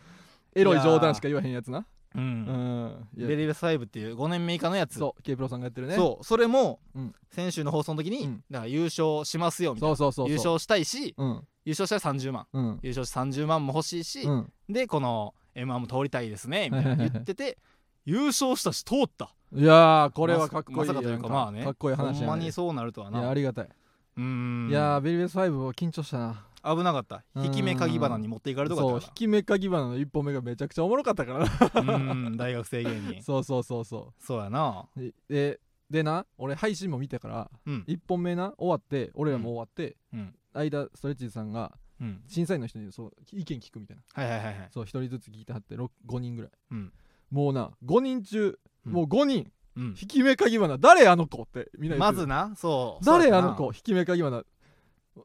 [SPEAKER 1] エロい冗談しか言わへんやつな
[SPEAKER 2] う
[SPEAKER 1] うんんいや
[SPEAKER 2] ベリーベース5っていう5年目以下のやつ
[SPEAKER 1] そう K プロさんがやってるね
[SPEAKER 2] そうそれも
[SPEAKER 1] うん
[SPEAKER 2] 先週の放送の時に、
[SPEAKER 1] うん
[SPEAKER 2] だから優勝しますよみたい
[SPEAKER 1] そうそうそう
[SPEAKER 2] な優勝したいし
[SPEAKER 1] うん
[SPEAKER 2] 優勝したら30万
[SPEAKER 1] うん
[SPEAKER 2] 優勝して30万も欲しいし、
[SPEAKER 1] うん
[SPEAKER 2] でこの m 1も通りたいですねみたいな言ってて優勝したし通った
[SPEAKER 1] いやーこれはかっこいい
[SPEAKER 2] まさかというかまあね
[SPEAKER 1] かっこいい話
[SPEAKER 2] ほん
[SPEAKER 1] や
[SPEAKER 2] ま
[SPEAKER 1] ね
[SPEAKER 2] にそうなるとはい
[SPEAKER 1] や
[SPEAKER 2] な
[SPEAKER 1] ありがたい、
[SPEAKER 2] うーん
[SPEAKER 1] いやーベリーベース5は緊張したな
[SPEAKER 2] 危なかった
[SPEAKER 1] うん
[SPEAKER 2] 引き目鍵花に持っていかれると
[SPEAKER 1] そ
[SPEAKER 2] か
[SPEAKER 1] う引き目かぎ花の一本目がめちゃくちゃおもろかった からな
[SPEAKER 2] だからうーん大学生芸人
[SPEAKER 1] そうそうそうそ
[SPEAKER 2] そうやな
[SPEAKER 1] うでででな俺配信も見たから
[SPEAKER 2] うん
[SPEAKER 1] 1本目な終わって俺らも終わって、
[SPEAKER 2] うん
[SPEAKER 1] 間ストレッチーズさんが
[SPEAKER 2] うん
[SPEAKER 1] 審査員の人にそう意見聞くみたいな
[SPEAKER 2] はいはいはいはい
[SPEAKER 1] そう1人ずつ聞いてはってろく5人ぐらい、
[SPEAKER 2] うん
[SPEAKER 1] もうな5人中
[SPEAKER 2] うん
[SPEAKER 1] もう5人、
[SPEAKER 2] うん
[SPEAKER 1] 引き目かぎ花誰あの子ってみんな言っ
[SPEAKER 2] ま
[SPEAKER 1] てる
[SPEAKER 2] ずなそう
[SPEAKER 1] 誰
[SPEAKER 2] そうや
[SPEAKER 1] あ
[SPEAKER 2] な
[SPEAKER 1] の子引き目かぎ花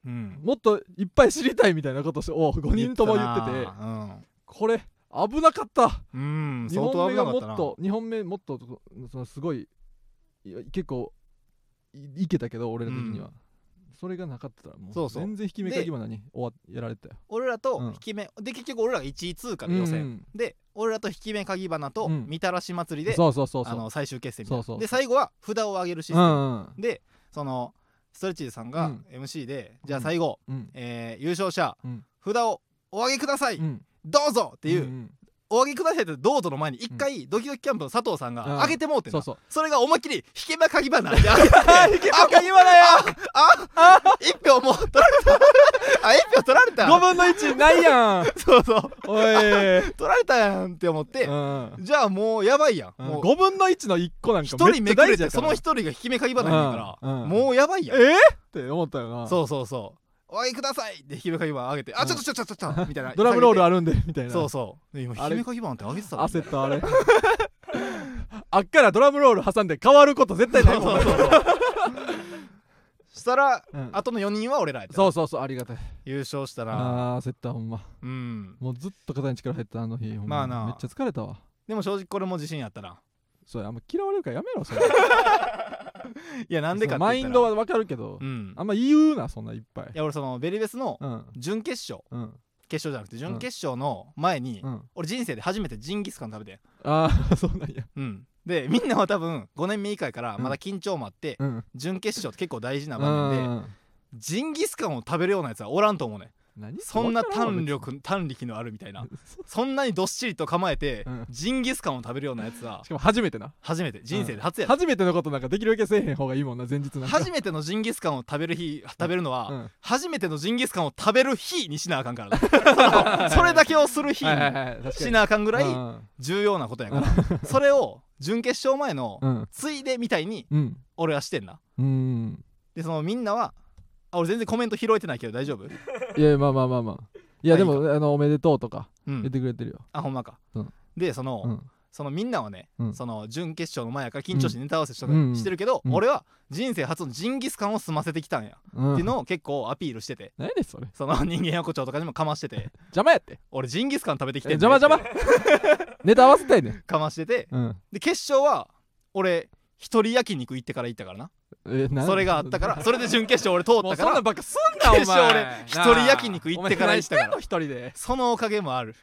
[SPEAKER 2] うん
[SPEAKER 1] もっといっぱい知りたいみたいなことしを5人とも言ってて
[SPEAKER 2] たな
[SPEAKER 1] これ危なかった
[SPEAKER 2] うんうん
[SPEAKER 1] 2
[SPEAKER 2] 相当
[SPEAKER 1] 本目
[SPEAKER 2] 危
[SPEAKER 1] が
[SPEAKER 2] なか
[SPEAKER 1] もっ
[SPEAKER 2] っ
[SPEAKER 1] た
[SPEAKER 2] な
[SPEAKER 1] と2本目もっとそのすごいいや結構いいけたけど俺ら的には、
[SPEAKER 2] うん
[SPEAKER 1] それがなかったらも
[SPEAKER 2] そううそう
[SPEAKER 1] 全然引き目かぎ花に終わやられてたよ
[SPEAKER 2] 俺ら
[SPEAKER 1] うん
[SPEAKER 2] と引き目で結局俺らが1位通過で予
[SPEAKER 1] う
[SPEAKER 2] 選
[SPEAKER 1] ん
[SPEAKER 2] で俺らと引き目鍵花と
[SPEAKER 1] うん
[SPEAKER 2] みたらし祭りで
[SPEAKER 1] そうそうそうそう
[SPEAKER 2] あの最終決戦みたいな
[SPEAKER 1] そうそう
[SPEAKER 2] で最後は札を上げるシ
[SPEAKER 1] う
[SPEAKER 2] ステム
[SPEAKER 1] んうん
[SPEAKER 2] でそのストレッチーズさん
[SPEAKER 1] う
[SPEAKER 2] が
[SPEAKER 1] ん
[SPEAKER 2] MC でじゃあ最後
[SPEAKER 1] うん
[SPEAKER 2] えー優勝者、
[SPEAKER 1] うん
[SPEAKER 2] 札をお上げください、
[SPEAKER 1] うんっ
[SPEAKER 2] どうぞってていう、
[SPEAKER 1] ん
[SPEAKER 2] お上げくださいってどうぞの前に一回ドキドキキャンプの佐藤さん
[SPEAKER 1] うん
[SPEAKER 2] が上げてもうてん
[SPEAKER 1] そ
[SPEAKER 2] な、
[SPEAKER 1] うそう
[SPEAKER 2] それが思いっきり引けば鍵 花って上げてあ鍵花やああ一票もう取られたあ一票取られた
[SPEAKER 1] 5分の1ないやん
[SPEAKER 2] そうそう
[SPEAKER 1] おい
[SPEAKER 2] 取られたやんって思って、
[SPEAKER 1] うん
[SPEAKER 2] じゃあもうやばいやん、
[SPEAKER 1] うん
[SPEAKER 2] もう
[SPEAKER 1] 5分の1の1個なんか
[SPEAKER 2] 一
[SPEAKER 1] めっ
[SPEAKER 2] 人
[SPEAKER 1] ちゃ
[SPEAKER 2] めく
[SPEAKER 1] 大
[SPEAKER 2] れ
[SPEAKER 1] 事やか
[SPEAKER 2] てそ
[SPEAKER 1] ら
[SPEAKER 2] の一人が引け目鍵花やから、
[SPEAKER 1] うんうん
[SPEAKER 2] もうやばい
[SPEAKER 1] え
[SPEAKER 2] やん、
[SPEAKER 1] ーって思ったよな
[SPEAKER 2] そうそうそうお上げくださいって引け目鍵花上げて、あちょっとちょっとちょっと ちょっとみたいな
[SPEAKER 1] ドラムロール
[SPEAKER 2] あ
[SPEAKER 1] あるんでみたいな
[SPEAKER 2] そうそうで今
[SPEAKER 1] あれ
[SPEAKER 2] 引け目鍵花って上げてたの
[SPEAKER 1] 焦ったあれ あっからドラムロール挟んで変わること絶対ないもん
[SPEAKER 2] そうそうそうしたら、
[SPEAKER 1] うん
[SPEAKER 2] あとの4人は俺らやった
[SPEAKER 1] そうそうそうありがたい
[SPEAKER 2] 優勝したら
[SPEAKER 1] あー焦ったほんま
[SPEAKER 2] うん
[SPEAKER 1] もうずっと肩に力入ったあの日ほん
[SPEAKER 2] まあな
[SPEAKER 1] めっちゃ疲れたわ
[SPEAKER 2] でも正直これも自信やったら
[SPEAKER 1] それあんま嫌われるからやめろそれ
[SPEAKER 2] い やなんでかって言ったら
[SPEAKER 1] マインドはわかるけど、
[SPEAKER 2] うん
[SPEAKER 1] あんま言うなそんないっぱい
[SPEAKER 2] いや俺そのベリベスの
[SPEAKER 1] うん
[SPEAKER 2] 準決勝
[SPEAKER 1] うん
[SPEAKER 2] 決勝じゃなくて準決勝の前に、
[SPEAKER 1] うん
[SPEAKER 2] 俺人生で初めてジンギスカン食べて
[SPEAKER 1] ああそうなんや
[SPEAKER 2] んうんでみんなは多分5年目以下やから
[SPEAKER 1] うん
[SPEAKER 2] まだ緊張もあって、
[SPEAKER 1] うん
[SPEAKER 2] 準決勝って結構大事な場面で
[SPEAKER 1] ん
[SPEAKER 2] ジンギスカンを食べるようなやつはおらんと思うねん
[SPEAKER 1] 何
[SPEAKER 2] そんな
[SPEAKER 1] わからわ
[SPEAKER 2] 胆力胆力のあるみ たいな
[SPEAKER 1] 別に
[SPEAKER 2] そんなにどっしりと構えて、
[SPEAKER 1] うん
[SPEAKER 2] ジンギスカンを食べるようなやつは
[SPEAKER 1] しかも初めてな
[SPEAKER 2] 初めて人生で初やった、
[SPEAKER 1] 初めてのことなんかできるだけせえへん方がいいもんな前日なんか
[SPEAKER 2] 初めてのジンギスカンを食べる日食べるのは、
[SPEAKER 1] うん
[SPEAKER 2] 初めてのジンギスカンを食べる日にしなあかんから なそのそれだけをする日に
[SPEAKER 1] はいはいはい確かに
[SPEAKER 2] しなあかんぐらい
[SPEAKER 1] うん
[SPEAKER 2] 重要なことやからそれを準決勝前の
[SPEAKER 1] うん
[SPEAKER 2] ついでみたいに
[SPEAKER 1] うん
[SPEAKER 2] 俺はしてんな
[SPEAKER 1] うん
[SPEAKER 2] でそのみんなはあ俺全然コメント拾えてないけど大丈夫、
[SPEAKER 1] いやまあまあまあまあいやでもあのおめでとうとか
[SPEAKER 2] う
[SPEAKER 1] 言っ
[SPEAKER 2] ん、
[SPEAKER 1] てくれてるよ
[SPEAKER 2] あほんまか、
[SPEAKER 1] うん
[SPEAKER 2] でその、
[SPEAKER 1] うん
[SPEAKER 2] そのみんなはね、
[SPEAKER 1] うん
[SPEAKER 2] その準決勝の前やから緊張してネタ合わせしとか
[SPEAKER 1] うん
[SPEAKER 2] してるけど、
[SPEAKER 1] うん
[SPEAKER 2] 俺は人生初のジンギスカンを済ませてきたんや、
[SPEAKER 1] うん
[SPEAKER 2] っていうのを結構アピールしてて
[SPEAKER 1] 何やねんそれ
[SPEAKER 2] その人間横丁とかにもかましてて
[SPEAKER 1] 邪魔やって
[SPEAKER 2] 俺ジンギスカン食べてきてんで
[SPEAKER 1] 邪魔邪魔ネタ合わせたいねん
[SPEAKER 2] かましてて
[SPEAKER 1] うん
[SPEAKER 2] で決勝は俺一人焼肉行ってから行ったからな
[SPEAKER 1] えなん
[SPEAKER 2] それがあったからそれで準決勝俺通
[SPEAKER 1] も
[SPEAKER 2] っ
[SPEAKER 1] うそ
[SPEAKER 2] た
[SPEAKER 1] ん
[SPEAKER 2] か
[SPEAKER 1] なん
[SPEAKER 2] ら
[SPEAKER 1] ばっかすんなお前
[SPEAKER 2] 決勝俺一人焼肉行ってから行ったから
[SPEAKER 1] お前何してんの一人で
[SPEAKER 2] そのおかげもある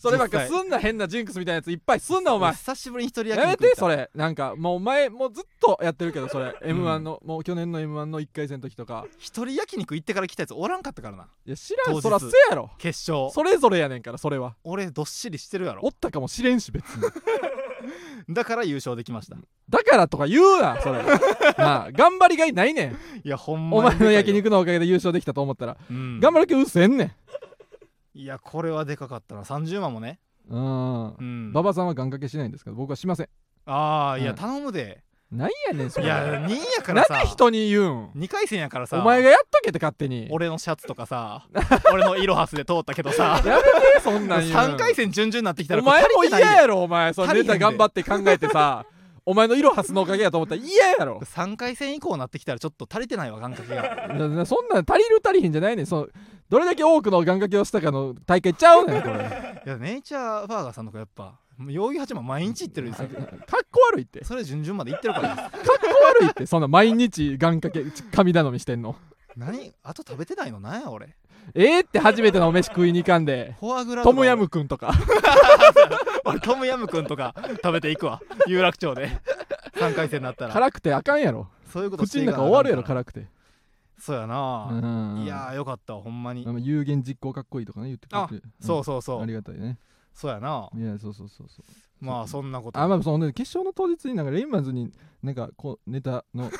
[SPEAKER 1] そればっかすんな変なジンクスみたいなやついっぱいすんなお前
[SPEAKER 2] 俺久しぶりに一人焼
[SPEAKER 1] や
[SPEAKER 2] 肉行
[SPEAKER 1] め
[SPEAKER 2] った
[SPEAKER 1] てそれなんかもうお前もうずっとやってるけどそれ m 1の、もう去年の m 1の1回戦の時とか
[SPEAKER 2] 一人焼肉行ってから来たやつおらんかったからない
[SPEAKER 1] や知ら
[SPEAKER 2] 当
[SPEAKER 1] ん
[SPEAKER 2] 日
[SPEAKER 1] そらせやろ
[SPEAKER 2] 決勝
[SPEAKER 1] それぞれやねんからそれは
[SPEAKER 2] 俺どっしりしてるやろ
[SPEAKER 1] おったかもしれんし別に
[SPEAKER 2] だから優勝できました
[SPEAKER 1] だからとか言うな それなあ頑張りがいないねん
[SPEAKER 2] いやほんま
[SPEAKER 1] お
[SPEAKER 2] に
[SPEAKER 1] 前の焼
[SPEAKER 2] でかいよ、
[SPEAKER 1] 肉のおかげで優勝できたと思ったら、
[SPEAKER 2] うん
[SPEAKER 1] 頑張る気うせんねん
[SPEAKER 2] いやこれはでかかったな30万もね
[SPEAKER 1] うん
[SPEAKER 2] うん
[SPEAKER 1] 馬場さんは願掛けしないんですけど僕はしません
[SPEAKER 2] ああいや
[SPEAKER 1] うん
[SPEAKER 2] 頼むで
[SPEAKER 1] なんやねんそ
[SPEAKER 2] い
[SPEAKER 1] れ
[SPEAKER 2] や2位やか
[SPEAKER 1] な
[SPEAKER 2] ら
[SPEAKER 1] ん
[SPEAKER 2] さ
[SPEAKER 1] で人に言うん
[SPEAKER 2] 2回戦やから
[SPEAKER 1] お
[SPEAKER 2] さ
[SPEAKER 1] 前がやっとけって勝手に
[SPEAKER 2] 俺のシャツとかさ俺のイロハスで通ったけどさ
[SPEAKER 1] やめてそんなん言うの
[SPEAKER 2] 3回戦順々になってきたら
[SPEAKER 1] お前も
[SPEAKER 2] これ足りてない
[SPEAKER 1] 嫌やろお前その
[SPEAKER 2] 足りへ
[SPEAKER 1] ネ
[SPEAKER 2] んで
[SPEAKER 1] タ頑張って考えてさ お前の色はすのおかげやと思ったら嫌やろ
[SPEAKER 2] 3回戦以降になってきたらちょっと足りてないわ感覚が
[SPEAKER 1] ななそんなん足りる足りへんじゃないねんそのどれだけ多くの願掛けをしたかの大会ちゃうねんこれか
[SPEAKER 2] いやネイチャーバーガーさんとかやっぱもう代々木八幡毎日行ってるんですよ
[SPEAKER 1] っこ悪いってか
[SPEAKER 2] それ順々まで行って るからです
[SPEAKER 1] っこ悪いってそんな毎日願掛けち神頼みしてんの
[SPEAKER 2] 何あと食べてないのなんや俺
[SPEAKER 1] ええって初めてのお飯食いに行かんで
[SPEAKER 2] フォアグラとか
[SPEAKER 1] トムヤムくんと か
[SPEAKER 2] 俺 トムヤムくんとか食べていくわ有楽町で3回戦になったら
[SPEAKER 1] 辛くてあかんやろ
[SPEAKER 2] そういうことして
[SPEAKER 1] 口
[SPEAKER 2] い
[SPEAKER 1] の
[SPEAKER 2] かな
[SPEAKER 1] 中終わるやろ
[SPEAKER 2] あかん
[SPEAKER 1] 辛くて
[SPEAKER 2] らそうやな、
[SPEAKER 1] うん
[SPEAKER 2] いやーよかったわほんまに、
[SPEAKER 1] あの有言実行かっこいいとかね言ってくれて
[SPEAKER 2] そううそうそ
[SPEAKER 1] ん
[SPEAKER 2] う、
[SPEAKER 1] ありがたいね
[SPEAKER 2] そうやない
[SPEAKER 1] やそうそうそうそう
[SPEAKER 2] まあそんなこと
[SPEAKER 1] あまあそのね決勝の当日になんかレインマンズになんかこうネタ の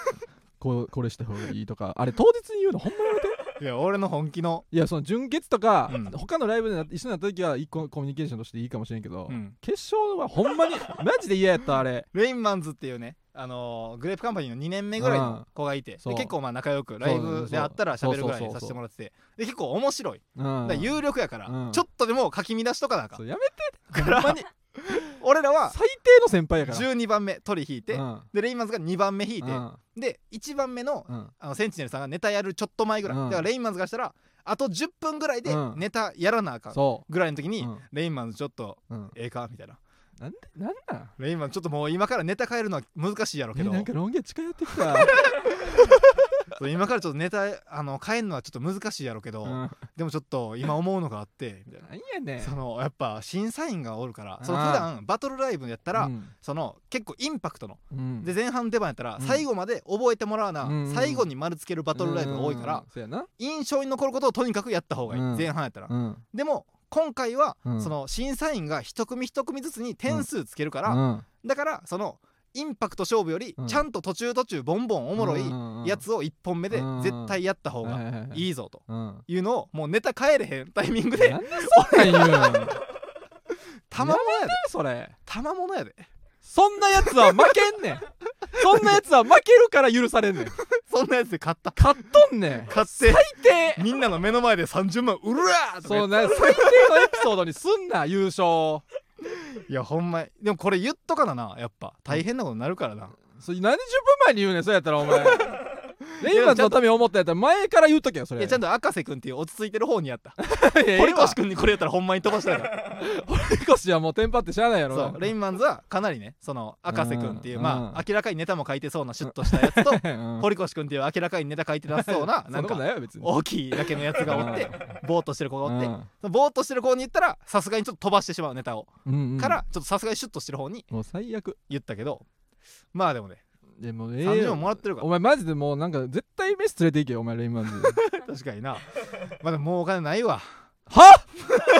[SPEAKER 1] こうこれした方がいいとかあれ当日に言うのほんまやめて
[SPEAKER 2] いや俺の本気の、
[SPEAKER 1] いやその純潔とか、
[SPEAKER 2] うん
[SPEAKER 1] 他のライブでな一緒になった時は一個コミュニケーションとしていいかもしれんけど、
[SPEAKER 2] うん
[SPEAKER 1] 決勝はほんまに マジで嫌やったあれ
[SPEAKER 2] レインマンズっていうねあのーグレープカンパニーの2年目ぐらいの子がいて、
[SPEAKER 1] そう
[SPEAKER 2] で結構まあ仲良くライブで会ったら喋るぐらいにさせてもらっててで結構面白い、
[SPEAKER 1] うん
[SPEAKER 2] だから有力やから、
[SPEAKER 1] うん
[SPEAKER 2] ちょっとでもかき乱しとかなあか
[SPEAKER 1] そ
[SPEAKER 2] ん
[SPEAKER 1] うやめ
[SPEAKER 2] か
[SPEAKER 1] てほんま
[SPEAKER 2] ら
[SPEAKER 1] に
[SPEAKER 2] 俺らは
[SPEAKER 1] 最低の先輩やから
[SPEAKER 2] 12番目取り引いて、
[SPEAKER 1] うん
[SPEAKER 2] でレインマンズが2番目引いて、
[SPEAKER 1] うん
[SPEAKER 2] で1番目の
[SPEAKER 1] うん
[SPEAKER 2] あのセンチネルさんがネタやるちょっと前ぐらい、
[SPEAKER 1] うん
[SPEAKER 2] だからレインマンズがしたらあと10分ぐらいで
[SPEAKER 1] うん
[SPEAKER 2] ネタやらなあかん
[SPEAKER 1] そ
[SPEAKER 2] ぐらいの時
[SPEAKER 1] う、
[SPEAKER 2] に、
[SPEAKER 1] うん
[SPEAKER 2] レインマンズちょっと
[SPEAKER 1] うん、
[SPEAKER 2] ええかみたいな
[SPEAKER 1] なんでなんなん
[SPEAKER 2] レインマンズちょっともう今からネタ変えるのは難しいやろうけ
[SPEAKER 1] え
[SPEAKER 2] ど
[SPEAKER 1] なんかロン毛近寄ってき た、
[SPEAKER 2] そう今からちょっとネタあの変えるのはちょっと難しいやろうけど、
[SPEAKER 1] うん、なん
[SPEAKER 2] でもちょっと今思うのがあってみたいな。
[SPEAKER 1] やねん
[SPEAKER 2] そのやっぱ審査員がおるから
[SPEAKER 1] あー
[SPEAKER 2] その普段バトルライブやったら、
[SPEAKER 1] うん
[SPEAKER 2] その結構インパクトの、
[SPEAKER 1] うん
[SPEAKER 2] で前半出番やったら
[SPEAKER 1] うん
[SPEAKER 2] 最後まで覚えてもらわな、
[SPEAKER 1] うん
[SPEAKER 2] 最後に丸つけるバトルライブが多いから、
[SPEAKER 1] うんそうやな、
[SPEAKER 2] 印象に残ることをとにかくやった方がいい、
[SPEAKER 1] うん
[SPEAKER 2] 前半やったら、
[SPEAKER 1] うん、
[SPEAKER 2] でも今回は、
[SPEAKER 1] うん
[SPEAKER 2] その審査員が一組一組ずつに点数つけるから、
[SPEAKER 1] うん
[SPEAKER 2] だからそのインパクト勝負より、
[SPEAKER 1] うん
[SPEAKER 2] ちゃんと途中途中ボンボンおもろいやつを1本目で
[SPEAKER 1] うん
[SPEAKER 2] 絶対やった方が
[SPEAKER 1] い、
[SPEAKER 2] いいぞと
[SPEAKER 1] うん、
[SPEAKER 2] いうのをもうネタ変えれへんタイミン
[SPEAKER 1] な
[SPEAKER 2] グで
[SPEAKER 1] んでそんなん言うん
[SPEAKER 2] たまものやで
[SPEAKER 1] それ
[SPEAKER 2] たまものやで
[SPEAKER 1] そんなやつは負けんねんそんなやつは負けるから許されんねん
[SPEAKER 2] そんなやつで買った
[SPEAKER 1] 勝っとんねん
[SPEAKER 2] 買って
[SPEAKER 1] 最低
[SPEAKER 2] みんなの目の前で30万うるわーとか
[SPEAKER 1] そ
[SPEAKER 2] 言
[SPEAKER 1] う
[SPEAKER 2] って
[SPEAKER 1] な最低のエピソードにすんな優勝
[SPEAKER 2] いやほんまでもこれ言っとかななやっぱ大変なことになるからな
[SPEAKER 1] それ何十分前に言うねんそうやったらお前レイマンズのために思ったんやったら前から言うとけよそ
[SPEAKER 2] い
[SPEAKER 1] れ
[SPEAKER 2] やちゃん
[SPEAKER 1] ん
[SPEAKER 2] と赤瀬君っていう落ち着いてる方にやった
[SPEAKER 1] と
[SPEAKER 2] 堀越君にこれやったらほんまに飛ばしたから
[SPEAKER 1] 堀越はもうテンパってしゃあないやろ
[SPEAKER 2] そうレインマンズはかなりねその赤瀬君っていう
[SPEAKER 1] う
[SPEAKER 2] まあ明らかにネタも書いてそうなシュッとしたやつ と
[SPEAKER 1] うん
[SPEAKER 2] 堀越君っていう明らかにネタ書いてなさそうな
[SPEAKER 1] そん な
[SPEAKER 2] な
[SPEAKER 1] んこと
[SPEAKER 2] か
[SPEAKER 1] ないよ別に
[SPEAKER 2] 大きいだけのやつがおってぼーっとしてる子がおって
[SPEAKER 1] うん
[SPEAKER 2] そのぼーっとしてる子に言ったらさすがにちょっと飛ばしてしまうネタを、
[SPEAKER 1] うんうん
[SPEAKER 2] からちょっとさすがにシュッとしてる方に
[SPEAKER 1] もう最悪
[SPEAKER 2] 言ったけどまあでもね
[SPEAKER 1] でもええ
[SPEAKER 2] 30万もらってるか
[SPEAKER 1] お
[SPEAKER 2] ら
[SPEAKER 1] 前マジでもうなんか絶対飯連れて行けよお前レイン マンズ
[SPEAKER 2] 確かになまあでももうお金ないわ
[SPEAKER 1] は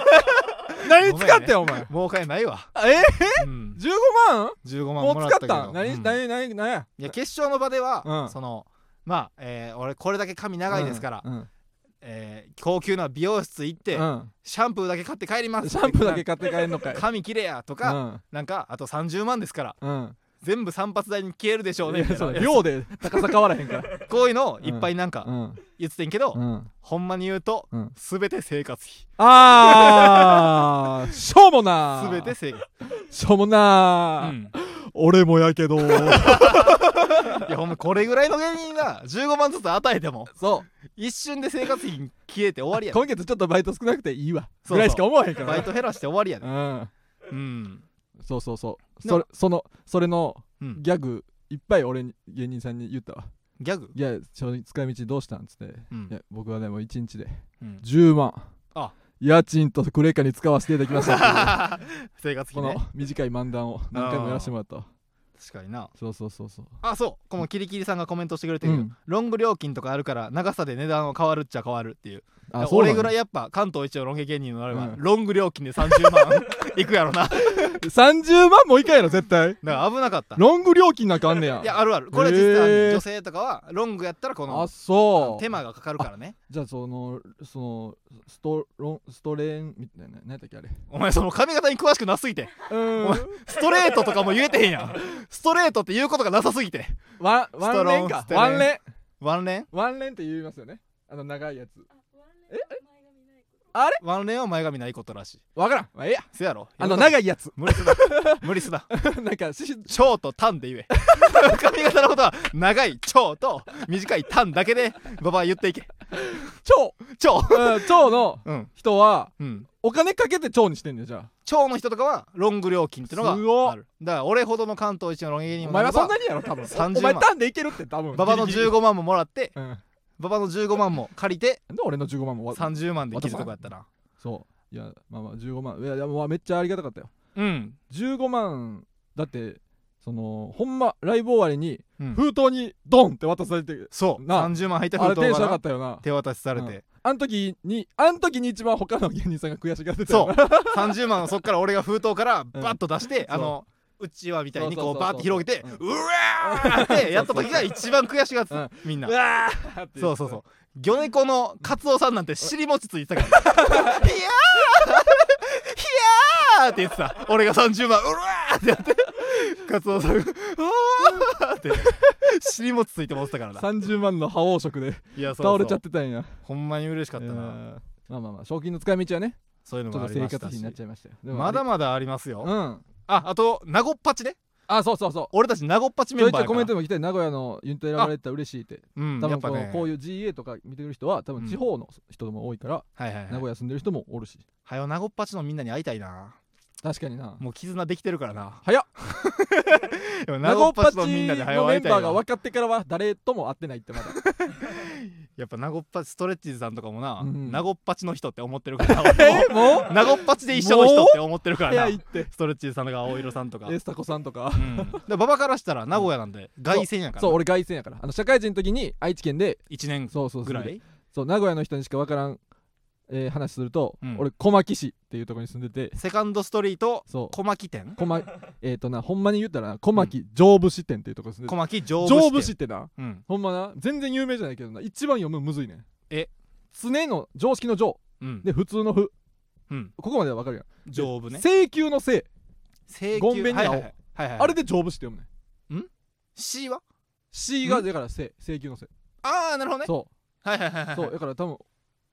[SPEAKER 1] 何使ってんお前
[SPEAKER 2] もうお金ないわ、
[SPEAKER 1] え
[SPEAKER 2] うん、
[SPEAKER 1] 15万
[SPEAKER 2] 15万
[SPEAKER 1] も
[SPEAKER 2] も
[SPEAKER 1] う
[SPEAKER 2] らっ
[SPEAKER 1] 使っ
[SPEAKER 2] たけど
[SPEAKER 1] た何
[SPEAKER 2] うん
[SPEAKER 1] 何何何や
[SPEAKER 2] いや決勝の場では、
[SPEAKER 1] うん
[SPEAKER 2] そのまあ、えー俺これだけ髪長いですから、
[SPEAKER 1] うんうん
[SPEAKER 2] えー高級な美容室行って、
[SPEAKER 1] うん
[SPEAKER 2] シャンプーだけ買って帰ります
[SPEAKER 1] シャンプーだけ買って帰んのかい
[SPEAKER 2] 髪きれやとか、なんかあと30万ですから
[SPEAKER 1] うんうん
[SPEAKER 2] 全部散髪代に消えるでしょう
[SPEAKER 1] い
[SPEAKER 2] ねみた
[SPEAKER 1] や
[SPEAKER 2] い
[SPEAKER 1] そ
[SPEAKER 2] な
[SPEAKER 1] う量で高さ変わらへんから
[SPEAKER 2] こういうのをいっぱいなん
[SPEAKER 1] う
[SPEAKER 2] か
[SPEAKER 1] ん
[SPEAKER 2] 言ってんけど、
[SPEAKER 1] うん
[SPEAKER 2] ほんまに言うと、
[SPEAKER 1] うん
[SPEAKER 2] すべて生活費
[SPEAKER 1] あーしょうもな
[SPEAKER 2] すべて生活
[SPEAKER 1] しょうも
[SPEAKER 2] 費、う
[SPEAKER 1] なん俺もやけど
[SPEAKER 2] いやほんまこれぐらいの芸人が15万ずつ与えても
[SPEAKER 1] そ
[SPEAKER 2] 一瞬で生活費消えて終わり
[SPEAKER 1] う
[SPEAKER 2] やで
[SPEAKER 1] 今月ちょっとバイト少なくていいわ
[SPEAKER 2] そうそう
[SPEAKER 1] ぐらいしか思わへんから
[SPEAKER 2] バイト減らして終わりやで
[SPEAKER 1] うん
[SPEAKER 2] うん
[SPEAKER 1] そうそうそう
[SPEAKER 2] で
[SPEAKER 1] そ
[SPEAKER 2] も
[SPEAKER 1] れそのそれの
[SPEAKER 2] うん
[SPEAKER 1] ギャグいっぱい俺に芸人さんに言ったわ
[SPEAKER 2] ギャグ
[SPEAKER 1] 「いや正直使い道どうしたん?」っつって、
[SPEAKER 2] うん
[SPEAKER 1] いや僕はねもう一日で
[SPEAKER 2] うん
[SPEAKER 1] 10万
[SPEAKER 2] あ
[SPEAKER 1] 家賃とクレカに使わせていただきましたっていう
[SPEAKER 2] 生活
[SPEAKER 1] こ
[SPEAKER 2] 費
[SPEAKER 1] の
[SPEAKER 2] ね
[SPEAKER 1] 短い漫談を何回もやらせてもらったわ
[SPEAKER 2] 確かにな
[SPEAKER 1] そうそうそうそう
[SPEAKER 2] あそうこのキリキリさんがコメントしてくれてるけど、
[SPEAKER 1] うん
[SPEAKER 2] ロング料金とかあるから長さで値段は変わるっちゃ変わるっていう
[SPEAKER 1] あそう
[SPEAKER 2] 俺ぐら
[SPEAKER 1] い
[SPEAKER 2] いやっぱ関東一のロン毛芸人になれば、
[SPEAKER 1] うん
[SPEAKER 2] ロング料金で30万 いくやろなだか
[SPEAKER 1] 30万もいかんやろ絶 対
[SPEAKER 2] ら危なかった
[SPEAKER 1] ロング料金なんかあんねや
[SPEAKER 2] いやあるあるこれ実際ある
[SPEAKER 1] へー
[SPEAKER 2] 女性とかはロングやったらこ
[SPEAKER 1] あ
[SPEAKER 2] の
[SPEAKER 1] そう
[SPEAKER 2] 手間がかかるからね
[SPEAKER 1] じゃあそのそのストロンストレーンみたいな何やったっけあれ
[SPEAKER 2] お前その髪型に詳しくなすぎて
[SPEAKER 1] うん
[SPEAKER 2] お前ストレートとかも言えてへんやんストレートって言うことがなさすぎて
[SPEAKER 1] ワンワンレン
[SPEAKER 2] ス
[SPEAKER 1] か
[SPEAKER 2] トロンスト
[SPEAKER 1] ワン
[SPEAKER 2] レーン
[SPEAKER 1] レン
[SPEAKER 2] ワンレン
[SPEAKER 1] ワンレンって言いますよねあの長いやつ
[SPEAKER 3] え
[SPEAKER 2] ワンレンは前髪ないことらしい
[SPEAKER 1] わからんまあええや
[SPEAKER 2] せやろ
[SPEAKER 1] あの長
[SPEAKER 2] い
[SPEAKER 1] いやつ
[SPEAKER 2] 無理すな無理すな
[SPEAKER 1] なんかし
[SPEAKER 2] ショート短で言え 髪型のことは長い長と短い短だけでババア言っていけ
[SPEAKER 1] 蝶
[SPEAKER 2] 長
[SPEAKER 1] うん蝶の
[SPEAKER 2] うん
[SPEAKER 1] 人は
[SPEAKER 2] うん
[SPEAKER 1] お金かけて蝶にしてんねんじゃ
[SPEAKER 2] 長の人とかはロング料金っての
[SPEAKER 1] すご
[SPEAKER 2] が
[SPEAKER 1] っ
[SPEAKER 2] あるだから俺ほどの関東一のロン毛芸
[SPEAKER 1] あお
[SPEAKER 2] 人も
[SPEAKER 1] 前はそん
[SPEAKER 2] ば
[SPEAKER 1] なにやろ多分
[SPEAKER 2] 30万
[SPEAKER 1] お前タンでいけるって多分
[SPEAKER 2] ババの
[SPEAKER 1] ギリギリ
[SPEAKER 2] 15万ももらって
[SPEAKER 1] うんな
[SPEAKER 2] ババの15万も借りて
[SPEAKER 1] んで俺の15万もわ
[SPEAKER 2] 30万で生きるとこやったな
[SPEAKER 1] そういやまあまあ15万いやいやまあめっちゃありがたかったよ
[SPEAKER 2] うん、
[SPEAKER 1] 15万だってそのほんまライブ終わりに
[SPEAKER 2] うん
[SPEAKER 1] 封筒にドンって渡されて
[SPEAKER 2] そう
[SPEAKER 1] なあ
[SPEAKER 2] 30万入った
[SPEAKER 1] あ
[SPEAKER 2] 封
[SPEAKER 1] れ
[SPEAKER 2] 筒
[SPEAKER 1] テンション上が
[SPEAKER 2] が
[SPEAKER 1] ったよな
[SPEAKER 2] 手渡しされて、
[SPEAKER 1] あん時にあん時に一番他の芸人さんが悔しがってたよ
[SPEAKER 2] そ
[SPEAKER 1] な
[SPEAKER 2] う30万をそっから俺が封筒からバッと出して、あのうちわみたいにこう
[SPEAKER 1] そうそうそうそう
[SPEAKER 2] バーって広げて
[SPEAKER 1] うん
[SPEAKER 2] うわーってやった時が一番悔しがって
[SPEAKER 1] うん
[SPEAKER 2] たみんな
[SPEAKER 1] うわーって
[SPEAKER 2] そうそうそう魚猫のカツオさんなんて尻餅ついて たからいやーいやーって言ってた俺が30万うわーってやってカツオさんがうわーって尻餅ついて持ってたからな
[SPEAKER 1] 30万の覇王色で
[SPEAKER 2] いやそうそう
[SPEAKER 1] 倒れちゃってたんや
[SPEAKER 2] ほんまに嬉しかった
[SPEAKER 1] いや
[SPEAKER 2] な
[SPEAKER 1] ーまあまあまあ賞金の使い道はね
[SPEAKER 2] そういうの
[SPEAKER 1] ちょ
[SPEAKER 2] も
[SPEAKER 1] っ
[SPEAKER 2] あ
[SPEAKER 1] と生
[SPEAKER 2] りま
[SPEAKER 1] 活
[SPEAKER 2] し
[SPEAKER 1] 費
[SPEAKER 2] た
[SPEAKER 1] に
[SPEAKER 2] し
[SPEAKER 1] なっちゃいましたよでも
[SPEAKER 2] まだまだありますよ、
[SPEAKER 1] うん
[SPEAKER 2] ああと名護っぱちね
[SPEAKER 1] あそうそうそう
[SPEAKER 2] 俺たち名護っぱち
[SPEAKER 1] ち
[SPEAKER 2] メ
[SPEAKER 1] ょ
[SPEAKER 2] ン
[SPEAKER 1] いち
[SPEAKER 2] バ
[SPEAKER 1] ょ
[SPEAKER 2] ー
[SPEAKER 1] い
[SPEAKER 2] や
[SPEAKER 1] コ
[SPEAKER 2] か
[SPEAKER 1] メン
[SPEAKER 2] ら
[SPEAKER 1] トでも来て名古屋のユニット選ばれたら嬉しいって
[SPEAKER 2] うん
[SPEAKER 1] 多
[SPEAKER 2] や
[SPEAKER 1] 分
[SPEAKER 2] っぱ
[SPEAKER 1] こ
[SPEAKER 2] ね
[SPEAKER 1] うこういう GA とか見てる人は多
[SPEAKER 2] う
[SPEAKER 1] 分
[SPEAKER 2] ん
[SPEAKER 1] 地方の人も多いから
[SPEAKER 2] はいはい
[SPEAKER 1] 名
[SPEAKER 2] はい
[SPEAKER 1] 古屋住んでる人もおるし
[SPEAKER 2] はよ名護っぱちのみんなに会いたいな
[SPEAKER 1] 確かにな
[SPEAKER 2] もう絆できてるからな
[SPEAKER 1] 早っ
[SPEAKER 2] でも名
[SPEAKER 1] 名
[SPEAKER 2] 護
[SPEAKER 1] 護
[SPEAKER 2] っ
[SPEAKER 1] っ
[SPEAKER 2] ぱ
[SPEAKER 1] ぱ
[SPEAKER 2] ち
[SPEAKER 1] ち
[SPEAKER 2] の
[SPEAKER 1] の
[SPEAKER 2] み
[SPEAKER 1] メ
[SPEAKER 2] ん
[SPEAKER 1] ン
[SPEAKER 2] な
[SPEAKER 1] バ
[SPEAKER 2] にはよ会いたい
[SPEAKER 1] ーが
[SPEAKER 2] な
[SPEAKER 1] 分かってからは誰とも会ってないってまだ
[SPEAKER 2] やっぱ名護っぱちストレッチーズさんとかもな、
[SPEAKER 1] うん
[SPEAKER 2] 名護っぱちの人って思ってるから
[SPEAKER 1] えもう
[SPEAKER 2] 名護っぱちで一緒の人って思ってるから
[SPEAKER 1] 早 い
[SPEAKER 2] な
[SPEAKER 1] って
[SPEAKER 2] ストレッチーズさんとか青色さんとか、
[SPEAKER 1] エスタコさんとか
[SPEAKER 2] うん、で馬場からしたら名古屋なんで凱旋やから
[SPEAKER 1] そう俺凱旋やからあの社会人の時に愛知県で
[SPEAKER 2] 1年
[SPEAKER 1] そうそう
[SPEAKER 2] ぐら
[SPEAKER 1] そう
[SPEAKER 2] い
[SPEAKER 1] そう名古屋の人にしか分からん、えー話すると、
[SPEAKER 2] うん
[SPEAKER 1] 俺小牧市っていうところに住んでて
[SPEAKER 2] セカンドストリート
[SPEAKER 1] そう
[SPEAKER 2] 小牧店
[SPEAKER 1] 小牧えっ、となほんまに言ったらな小牧上武支店っていうところに住んで
[SPEAKER 2] 小
[SPEAKER 1] て
[SPEAKER 2] 牧上部
[SPEAKER 1] 上武支ってな
[SPEAKER 2] うん
[SPEAKER 1] ほんまな全然有名じゃないけどな一番読むのむずいねん
[SPEAKER 2] え
[SPEAKER 1] 常の常識の常
[SPEAKER 2] うん
[SPEAKER 1] で普通のふ
[SPEAKER 2] うん
[SPEAKER 1] ここまでは分かるやん
[SPEAKER 2] 上部ね
[SPEAKER 1] 請求の請、
[SPEAKER 2] 請求
[SPEAKER 1] ゴンベニ
[SPEAKER 2] はい
[SPEAKER 1] アを
[SPEAKER 2] はいはいはいはい
[SPEAKER 1] あれで上武支って読むねん
[SPEAKER 2] C は
[SPEAKER 1] C がだから請請求の請
[SPEAKER 2] ああなるほどね
[SPEAKER 1] そ
[SPEAKER 2] はいはいはいは
[SPEAKER 1] う
[SPEAKER 2] い
[SPEAKER 1] そうだから多分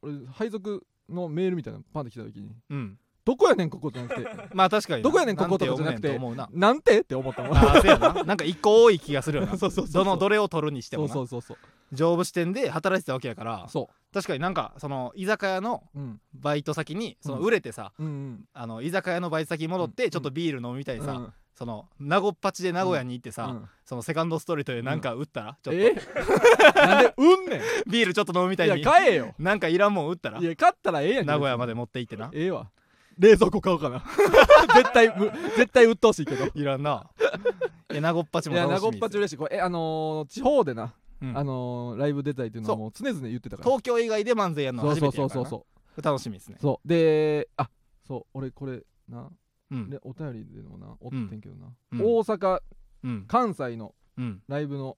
[SPEAKER 1] 俺配属のメールみたいなのパンって来た時に
[SPEAKER 2] うん
[SPEAKER 1] どこやねんここじゃな くて
[SPEAKER 2] まあ確かに
[SPEAKER 1] どこやねんこことか
[SPEAKER 2] なんて読むねん
[SPEAKER 1] じゃなくて
[SPEAKER 2] と思うな
[SPEAKER 1] なんてって思ったもん
[SPEAKER 2] あーせや ななんか一個多い気がするよな
[SPEAKER 1] そうそうそうそう
[SPEAKER 2] どのどれを取るにして
[SPEAKER 1] そ
[SPEAKER 2] も
[SPEAKER 1] う
[SPEAKER 2] な
[SPEAKER 1] そうそうそう
[SPEAKER 2] 上部視点で働いてたわけやから
[SPEAKER 1] そ
[SPEAKER 2] 確かになんかその居酒屋の
[SPEAKER 1] ううん
[SPEAKER 2] バイト先にその
[SPEAKER 1] うん
[SPEAKER 2] 売れてさ、
[SPEAKER 1] うんうん
[SPEAKER 2] あの居酒屋のバイト先に戻っ
[SPEAKER 1] う
[SPEAKER 2] て
[SPEAKER 1] ん
[SPEAKER 2] ちょっとビール飲みたいさ、
[SPEAKER 1] うん
[SPEAKER 2] その名護っぱちで名古屋に行ってさ、
[SPEAKER 1] うん
[SPEAKER 2] そのセカンドストリートでなんか売ったら、ちょっと
[SPEAKER 1] え なんでうんねん
[SPEAKER 2] ビールちょっと飲みた
[SPEAKER 1] い
[SPEAKER 2] い
[SPEAKER 1] や
[SPEAKER 2] に
[SPEAKER 1] 買えよ
[SPEAKER 2] なんかいらんもん売ったら
[SPEAKER 1] いや買ったらええやん
[SPEAKER 2] 名古屋まで持って行ってな
[SPEAKER 1] ええわ冷蔵庫買おうかな 絶対む絶対鬱陶しいけど
[SPEAKER 2] いら んないや名護っぱち
[SPEAKER 1] い
[SPEAKER 2] も
[SPEAKER 1] や
[SPEAKER 2] 楽し
[SPEAKER 1] 名古っ
[SPEAKER 2] みです
[SPEAKER 1] ぱち嬉しいこれえあのー地方でな、
[SPEAKER 2] うん
[SPEAKER 1] あのーライブ出たいっていうの
[SPEAKER 2] そ
[SPEAKER 1] は
[SPEAKER 2] う
[SPEAKER 1] もう常々言ってたから
[SPEAKER 2] 東京以外で漫才やるの
[SPEAKER 1] そう
[SPEAKER 2] 初
[SPEAKER 1] そ
[SPEAKER 2] め
[SPEAKER 1] う
[SPEAKER 2] て
[SPEAKER 1] そ
[SPEAKER 2] や
[SPEAKER 1] う
[SPEAKER 2] から
[SPEAKER 1] そう
[SPEAKER 2] な
[SPEAKER 1] そ
[SPEAKER 2] 楽しみですね
[SPEAKER 1] う、そうであそう俺これな、
[SPEAKER 2] うん
[SPEAKER 1] でお便りでもなおってんけどな、
[SPEAKER 2] うん
[SPEAKER 1] 大阪
[SPEAKER 2] うん
[SPEAKER 1] 関西の
[SPEAKER 2] うん
[SPEAKER 1] ライブの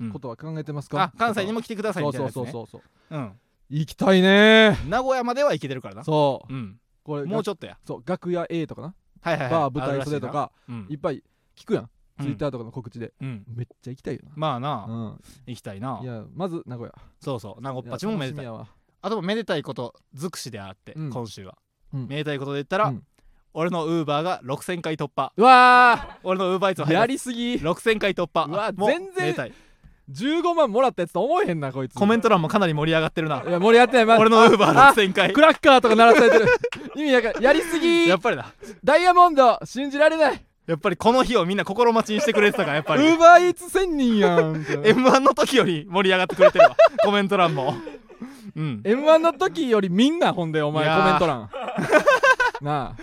[SPEAKER 2] うん
[SPEAKER 1] ことは考えてますか、
[SPEAKER 2] あ関西にも来てください
[SPEAKER 1] そ
[SPEAKER 2] み
[SPEAKER 1] う
[SPEAKER 2] たいな
[SPEAKER 1] そう
[SPEAKER 2] やつ
[SPEAKER 1] そう
[SPEAKER 2] ね
[SPEAKER 1] そうそう
[SPEAKER 2] うん
[SPEAKER 1] 行きたいね
[SPEAKER 2] 名古屋までは行けてるからな
[SPEAKER 1] そううんこれ
[SPEAKER 2] もう
[SPEAKER 1] ょ
[SPEAKER 2] ちょっとや
[SPEAKER 1] そう楽屋 A とかな、
[SPEAKER 2] はいはいはい
[SPEAKER 1] バー舞台袖とか
[SPEAKER 2] あるらし
[SPEAKER 1] い
[SPEAKER 2] い
[SPEAKER 1] っぱい聞くやん、
[SPEAKER 2] なうん
[SPEAKER 1] ツイッターとかの告知で
[SPEAKER 2] うん
[SPEAKER 1] めっちゃ行きたいよ
[SPEAKER 2] まあ
[SPEAKER 1] な、
[SPEAKER 2] な
[SPEAKER 1] うん、
[SPEAKER 2] 行きたいない
[SPEAKER 1] やまず名古屋
[SPEAKER 2] そうそう名護っ
[SPEAKER 1] いや
[SPEAKER 2] ぱちもめで
[SPEAKER 1] 楽し
[SPEAKER 2] たい
[SPEAKER 1] みやわ
[SPEAKER 2] あともめでたいこと尽くしであって
[SPEAKER 1] うん
[SPEAKER 2] 今週は
[SPEAKER 1] うん
[SPEAKER 2] めでたいことで言ったら
[SPEAKER 1] うん
[SPEAKER 2] 俺のウーバーが6000回突破
[SPEAKER 1] うわ
[SPEAKER 2] 俺のウーバーイーツ
[SPEAKER 1] ーやりすぎ
[SPEAKER 2] 6000回突破
[SPEAKER 1] うわ
[SPEAKER 2] も
[SPEAKER 1] 全然
[SPEAKER 2] めでたい
[SPEAKER 1] 15万もらったやつと思えへんなこいつ
[SPEAKER 2] コメント欄もかなり盛り上がってるない
[SPEAKER 1] や盛り上がってない、ま
[SPEAKER 2] 俺のウーバー
[SPEAKER 1] あ
[SPEAKER 2] 6000回
[SPEAKER 1] クラッカーとか鳴らされて る意味やからんやりすぎ
[SPEAKER 2] やっぱりだ
[SPEAKER 1] ダイヤモンド信じられない
[SPEAKER 2] やっぱりこの日をみんな心待ちにしてくれてたからやっ
[SPEAKER 1] ウ
[SPEAKER 2] ぱ り
[SPEAKER 1] ーバーイーツ1000人やんみたいな
[SPEAKER 2] m 1の時より盛り上がってくれてるわ コメント欄もうん、
[SPEAKER 1] M1 の時よりみんなほんでお前
[SPEAKER 2] いやー
[SPEAKER 1] コメント欄 な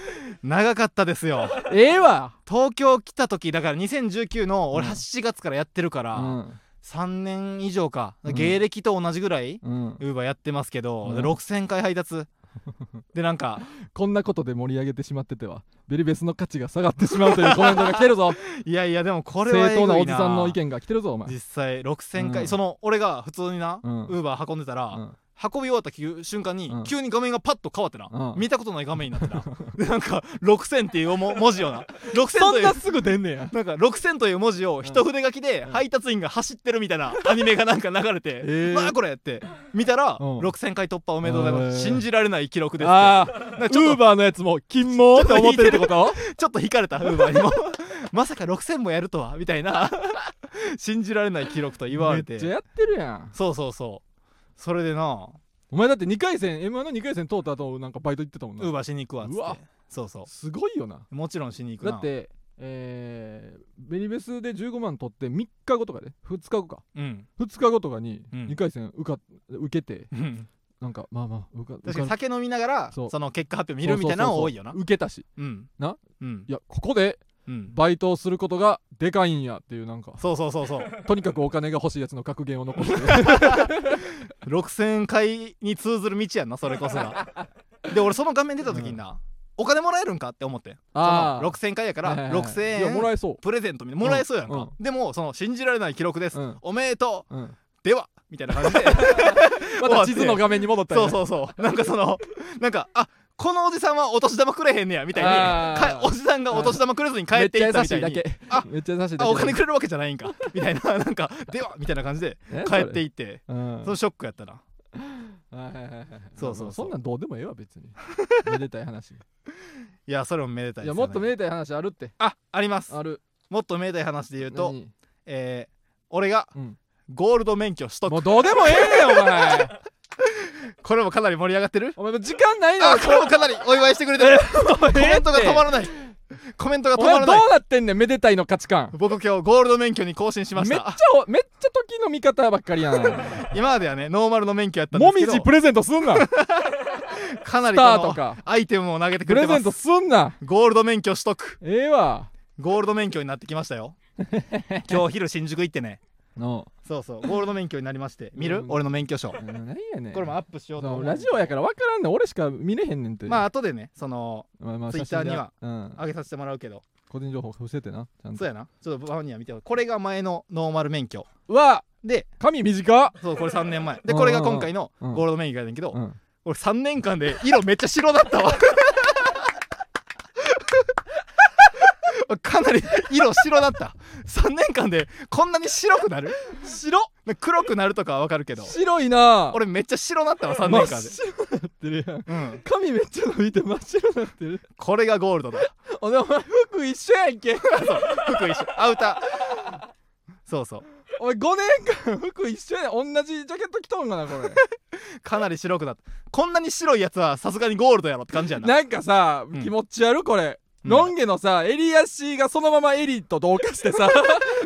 [SPEAKER 2] 長かったですよ
[SPEAKER 1] あええわ
[SPEAKER 2] 東京来た時だから2019の俺
[SPEAKER 1] うん
[SPEAKER 2] 8月からやってるか
[SPEAKER 1] う
[SPEAKER 2] ら、
[SPEAKER 1] ん
[SPEAKER 2] 3年以上か、
[SPEAKER 1] うん
[SPEAKER 2] 芸歴と同じぐらい
[SPEAKER 1] うん、
[SPEAKER 2] ウーバーやってますけど、
[SPEAKER 1] うん
[SPEAKER 2] で6000回配達 でなんか
[SPEAKER 1] こんなことで盛り上げてしまっててはベリベスの価値が下がってしまうというコメントが来てるぞ
[SPEAKER 2] いやいやでもこれは
[SPEAKER 1] 正当な
[SPEAKER 2] えぐ
[SPEAKER 1] お
[SPEAKER 2] い
[SPEAKER 1] じさんの意見が来てるぞお前、
[SPEAKER 2] 実際6000回、
[SPEAKER 1] うん
[SPEAKER 2] その俺が普通にな、
[SPEAKER 1] うん
[SPEAKER 2] ウーバー運んでたら、
[SPEAKER 1] うん
[SPEAKER 2] 運び終わった急瞬間に、
[SPEAKER 1] うん
[SPEAKER 2] 急に画面がパッと変わってな、
[SPEAKER 1] うん
[SPEAKER 2] 見たことない画面になってな でなんか6000っていうも文字 をな6000
[SPEAKER 1] そ
[SPEAKER 2] と
[SPEAKER 1] ん
[SPEAKER 2] いう
[SPEAKER 1] なすぐ出んねや
[SPEAKER 2] なんか6000という文字を一筆書きで
[SPEAKER 1] うん、
[SPEAKER 2] 配達員が走ってるみたいなアニメがなんか流れて
[SPEAKER 1] えー
[SPEAKER 2] わあこれって見たら
[SPEAKER 1] うん
[SPEAKER 2] 6000回突破おめでとうございます
[SPEAKER 1] えー
[SPEAKER 2] 信じられない記録ですって
[SPEAKER 1] ああウ
[SPEAKER 2] ちょっと
[SPEAKER 1] ーバーのやつも金もって思ってるってこと
[SPEAKER 2] ちょっと引かれたウーバーにも まさか6000もやるとはみたいな 信じられない記録と言わ
[SPEAKER 1] め
[SPEAKER 2] れ
[SPEAKER 1] ってちゃやってるやん
[SPEAKER 2] そうそうそうそれでな
[SPEAKER 1] お前だって2回戦 m 1の2回戦通った後なんかバイト行ってたもんな
[SPEAKER 2] ウーバーしに行くわっつ
[SPEAKER 1] うわ
[SPEAKER 2] ってそうそ
[SPEAKER 1] すごいよな
[SPEAKER 2] うもちろんしに行く
[SPEAKER 1] だ
[SPEAKER 2] な
[SPEAKER 1] ってえー、ベリベスで15万取って3日後とかで2日後か
[SPEAKER 2] うん
[SPEAKER 1] 2日後とかに
[SPEAKER 2] うん
[SPEAKER 1] 2回戦受か、受けて
[SPEAKER 2] うん
[SPEAKER 1] なんかまあまあ受か
[SPEAKER 2] 確かに
[SPEAKER 1] 受か
[SPEAKER 2] 酒飲みながら
[SPEAKER 1] そう
[SPEAKER 2] その結果発表見るみたいなの多いよな
[SPEAKER 1] そうそうそうそう受けたし
[SPEAKER 2] うん
[SPEAKER 1] な
[SPEAKER 2] うん
[SPEAKER 1] いやここで
[SPEAKER 2] うん
[SPEAKER 1] バイトをすることがでかいんやっていう なんか
[SPEAKER 2] そうそうそうそう
[SPEAKER 1] とにかくお金が欲しいやつの格言を残して
[SPEAKER 2] 6000回に通ずる道やんなそれこそがで俺その画面出た時にな、お金もらえるんかって思ってん
[SPEAKER 1] あー
[SPEAKER 2] その6000回やから、
[SPEAKER 1] はいはいはいいや
[SPEAKER 2] 6000
[SPEAKER 1] も
[SPEAKER 2] 円
[SPEAKER 1] らえそ
[SPEAKER 2] プレゼントみたいなもらえそうやんか、
[SPEAKER 1] うんうん
[SPEAKER 2] でもその信じられない記録です、
[SPEAKER 1] うん
[SPEAKER 2] おめでと
[SPEAKER 1] う、うん、
[SPEAKER 2] うではみたい な感じで
[SPEAKER 1] また地図の画面に戻ったりな
[SPEAKER 2] そうそうそうなんかそのなんかあこのおじさんはお年玉くれへんねやみたいに
[SPEAKER 1] あー
[SPEAKER 2] かおじさんがお年玉くれずに帰っていった
[SPEAKER 1] めっ
[SPEAKER 2] み
[SPEAKER 1] ち
[SPEAKER 2] た
[SPEAKER 1] ゃ優し
[SPEAKER 2] い
[SPEAKER 1] いだ
[SPEAKER 2] に
[SPEAKER 1] け
[SPEAKER 2] あ
[SPEAKER 1] めっちゃ優しいだ
[SPEAKER 2] あ
[SPEAKER 1] け
[SPEAKER 2] お金くれるわけじゃない んかみたいななんかではみたいな感じで
[SPEAKER 1] え
[SPEAKER 2] 帰っていって
[SPEAKER 1] それうん
[SPEAKER 2] そのショックやったな
[SPEAKER 1] はいはいはいはい
[SPEAKER 2] そうそうそう
[SPEAKER 1] まあそんなんどうでもええわ別 にめでたい話
[SPEAKER 2] いやそれもめでたい
[SPEAKER 1] い
[SPEAKER 2] です
[SPEAKER 1] やも
[SPEAKER 2] よね
[SPEAKER 1] っとめでたい話あるって
[SPEAKER 2] ああります
[SPEAKER 1] ある
[SPEAKER 2] もっとめでたい話で言うと、
[SPEAKER 1] 何
[SPEAKER 2] えー俺が
[SPEAKER 1] うん
[SPEAKER 2] ゴールド免許取
[SPEAKER 1] もう
[SPEAKER 2] 得
[SPEAKER 1] どうでもええよお前
[SPEAKER 2] これもかなり盛り上がってる
[SPEAKER 1] お前もう時間ないの
[SPEAKER 2] あこれもかなりお祝いしてくれてる コメントが止まらないコメントが止
[SPEAKER 1] お
[SPEAKER 2] ま
[SPEAKER 1] 前ど
[SPEAKER 2] ら
[SPEAKER 1] う
[SPEAKER 2] ない
[SPEAKER 1] なってんねんめでたいの価値観
[SPEAKER 2] 僕今日ゴールド免許に更新しまし
[SPEAKER 1] めっちゃ
[SPEAKER 2] た
[SPEAKER 1] おめっちゃ時の味方ばっかりや ん
[SPEAKER 2] 今まではねノーマルの免許やったんで
[SPEAKER 1] も
[SPEAKER 2] すけ
[SPEAKER 1] み
[SPEAKER 2] ど
[SPEAKER 1] じプレゼント すんな
[SPEAKER 2] かな
[SPEAKER 1] ス
[SPEAKER 2] り
[SPEAKER 1] ター
[SPEAKER 2] こ
[SPEAKER 1] と
[SPEAKER 2] の
[SPEAKER 1] か
[SPEAKER 2] アイテムを投げてく
[SPEAKER 1] プ
[SPEAKER 2] れ
[SPEAKER 1] レゼ
[SPEAKER 2] てま
[SPEAKER 1] ント
[SPEAKER 2] す
[SPEAKER 1] すんな
[SPEAKER 2] ゴールド免許取得
[SPEAKER 1] ええわ
[SPEAKER 2] ゴールド免許になってきまし たよ今日昼新宿行ってね
[SPEAKER 1] の
[SPEAKER 2] そうそうゴールド免許になりまして見る、
[SPEAKER 1] うん
[SPEAKER 2] 俺の免許証こ
[SPEAKER 1] 何やねん
[SPEAKER 2] れもアップしようと
[SPEAKER 1] そう
[SPEAKER 2] 思う
[SPEAKER 1] ラジオやから分からんねん俺しか見れへんねんて
[SPEAKER 2] まあ後でねその
[SPEAKER 1] まあまあ
[SPEAKER 2] Twitter には
[SPEAKER 1] 写真で
[SPEAKER 2] 上げさせてもらうけど
[SPEAKER 1] うん個人情報伏せてなちゃん
[SPEAKER 2] そ
[SPEAKER 1] と
[SPEAKER 2] うやなちょっとバファンには見てこれが前のノーマル免許
[SPEAKER 1] うわ
[SPEAKER 2] で
[SPEAKER 1] 髪短っ
[SPEAKER 2] そうこれ3年前
[SPEAKER 1] う
[SPEAKER 2] で
[SPEAKER 1] ん
[SPEAKER 2] これが今回の
[SPEAKER 1] う
[SPEAKER 2] ゴ
[SPEAKER 1] ん
[SPEAKER 2] ールド免許やねんけど、
[SPEAKER 1] うん
[SPEAKER 2] 俺3年間で色めっちゃ白だったわかなり色白だった3年間でこんなに白くなる白黒くなるとかはわかるけど
[SPEAKER 1] 白いな
[SPEAKER 2] 俺めっちゃ白だったわ3
[SPEAKER 1] 真っ
[SPEAKER 2] 年間で、
[SPEAKER 1] 白になってるやん
[SPEAKER 2] うん、
[SPEAKER 1] 髪めっちゃ伸びて真っ白になってる
[SPEAKER 2] これがゴールドだ
[SPEAKER 1] お前服一緒やんけ
[SPEAKER 2] 服一緒アウターそうそう
[SPEAKER 1] お前5年間服一緒やん同じジャケット着とんかなこれ
[SPEAKER 2] かなり白くなったこんなに白いやつはさすがにゴールドやろって感じやな
[SPEAKER 1] なんかさ、
[SPEAKER 2] うん
[SPEAKER 1] 気持ち悪これ、
[SPEAKER 2] うん
[SPEAKER 1] ロン毛のさ襟足がそのまま襟と同化して さ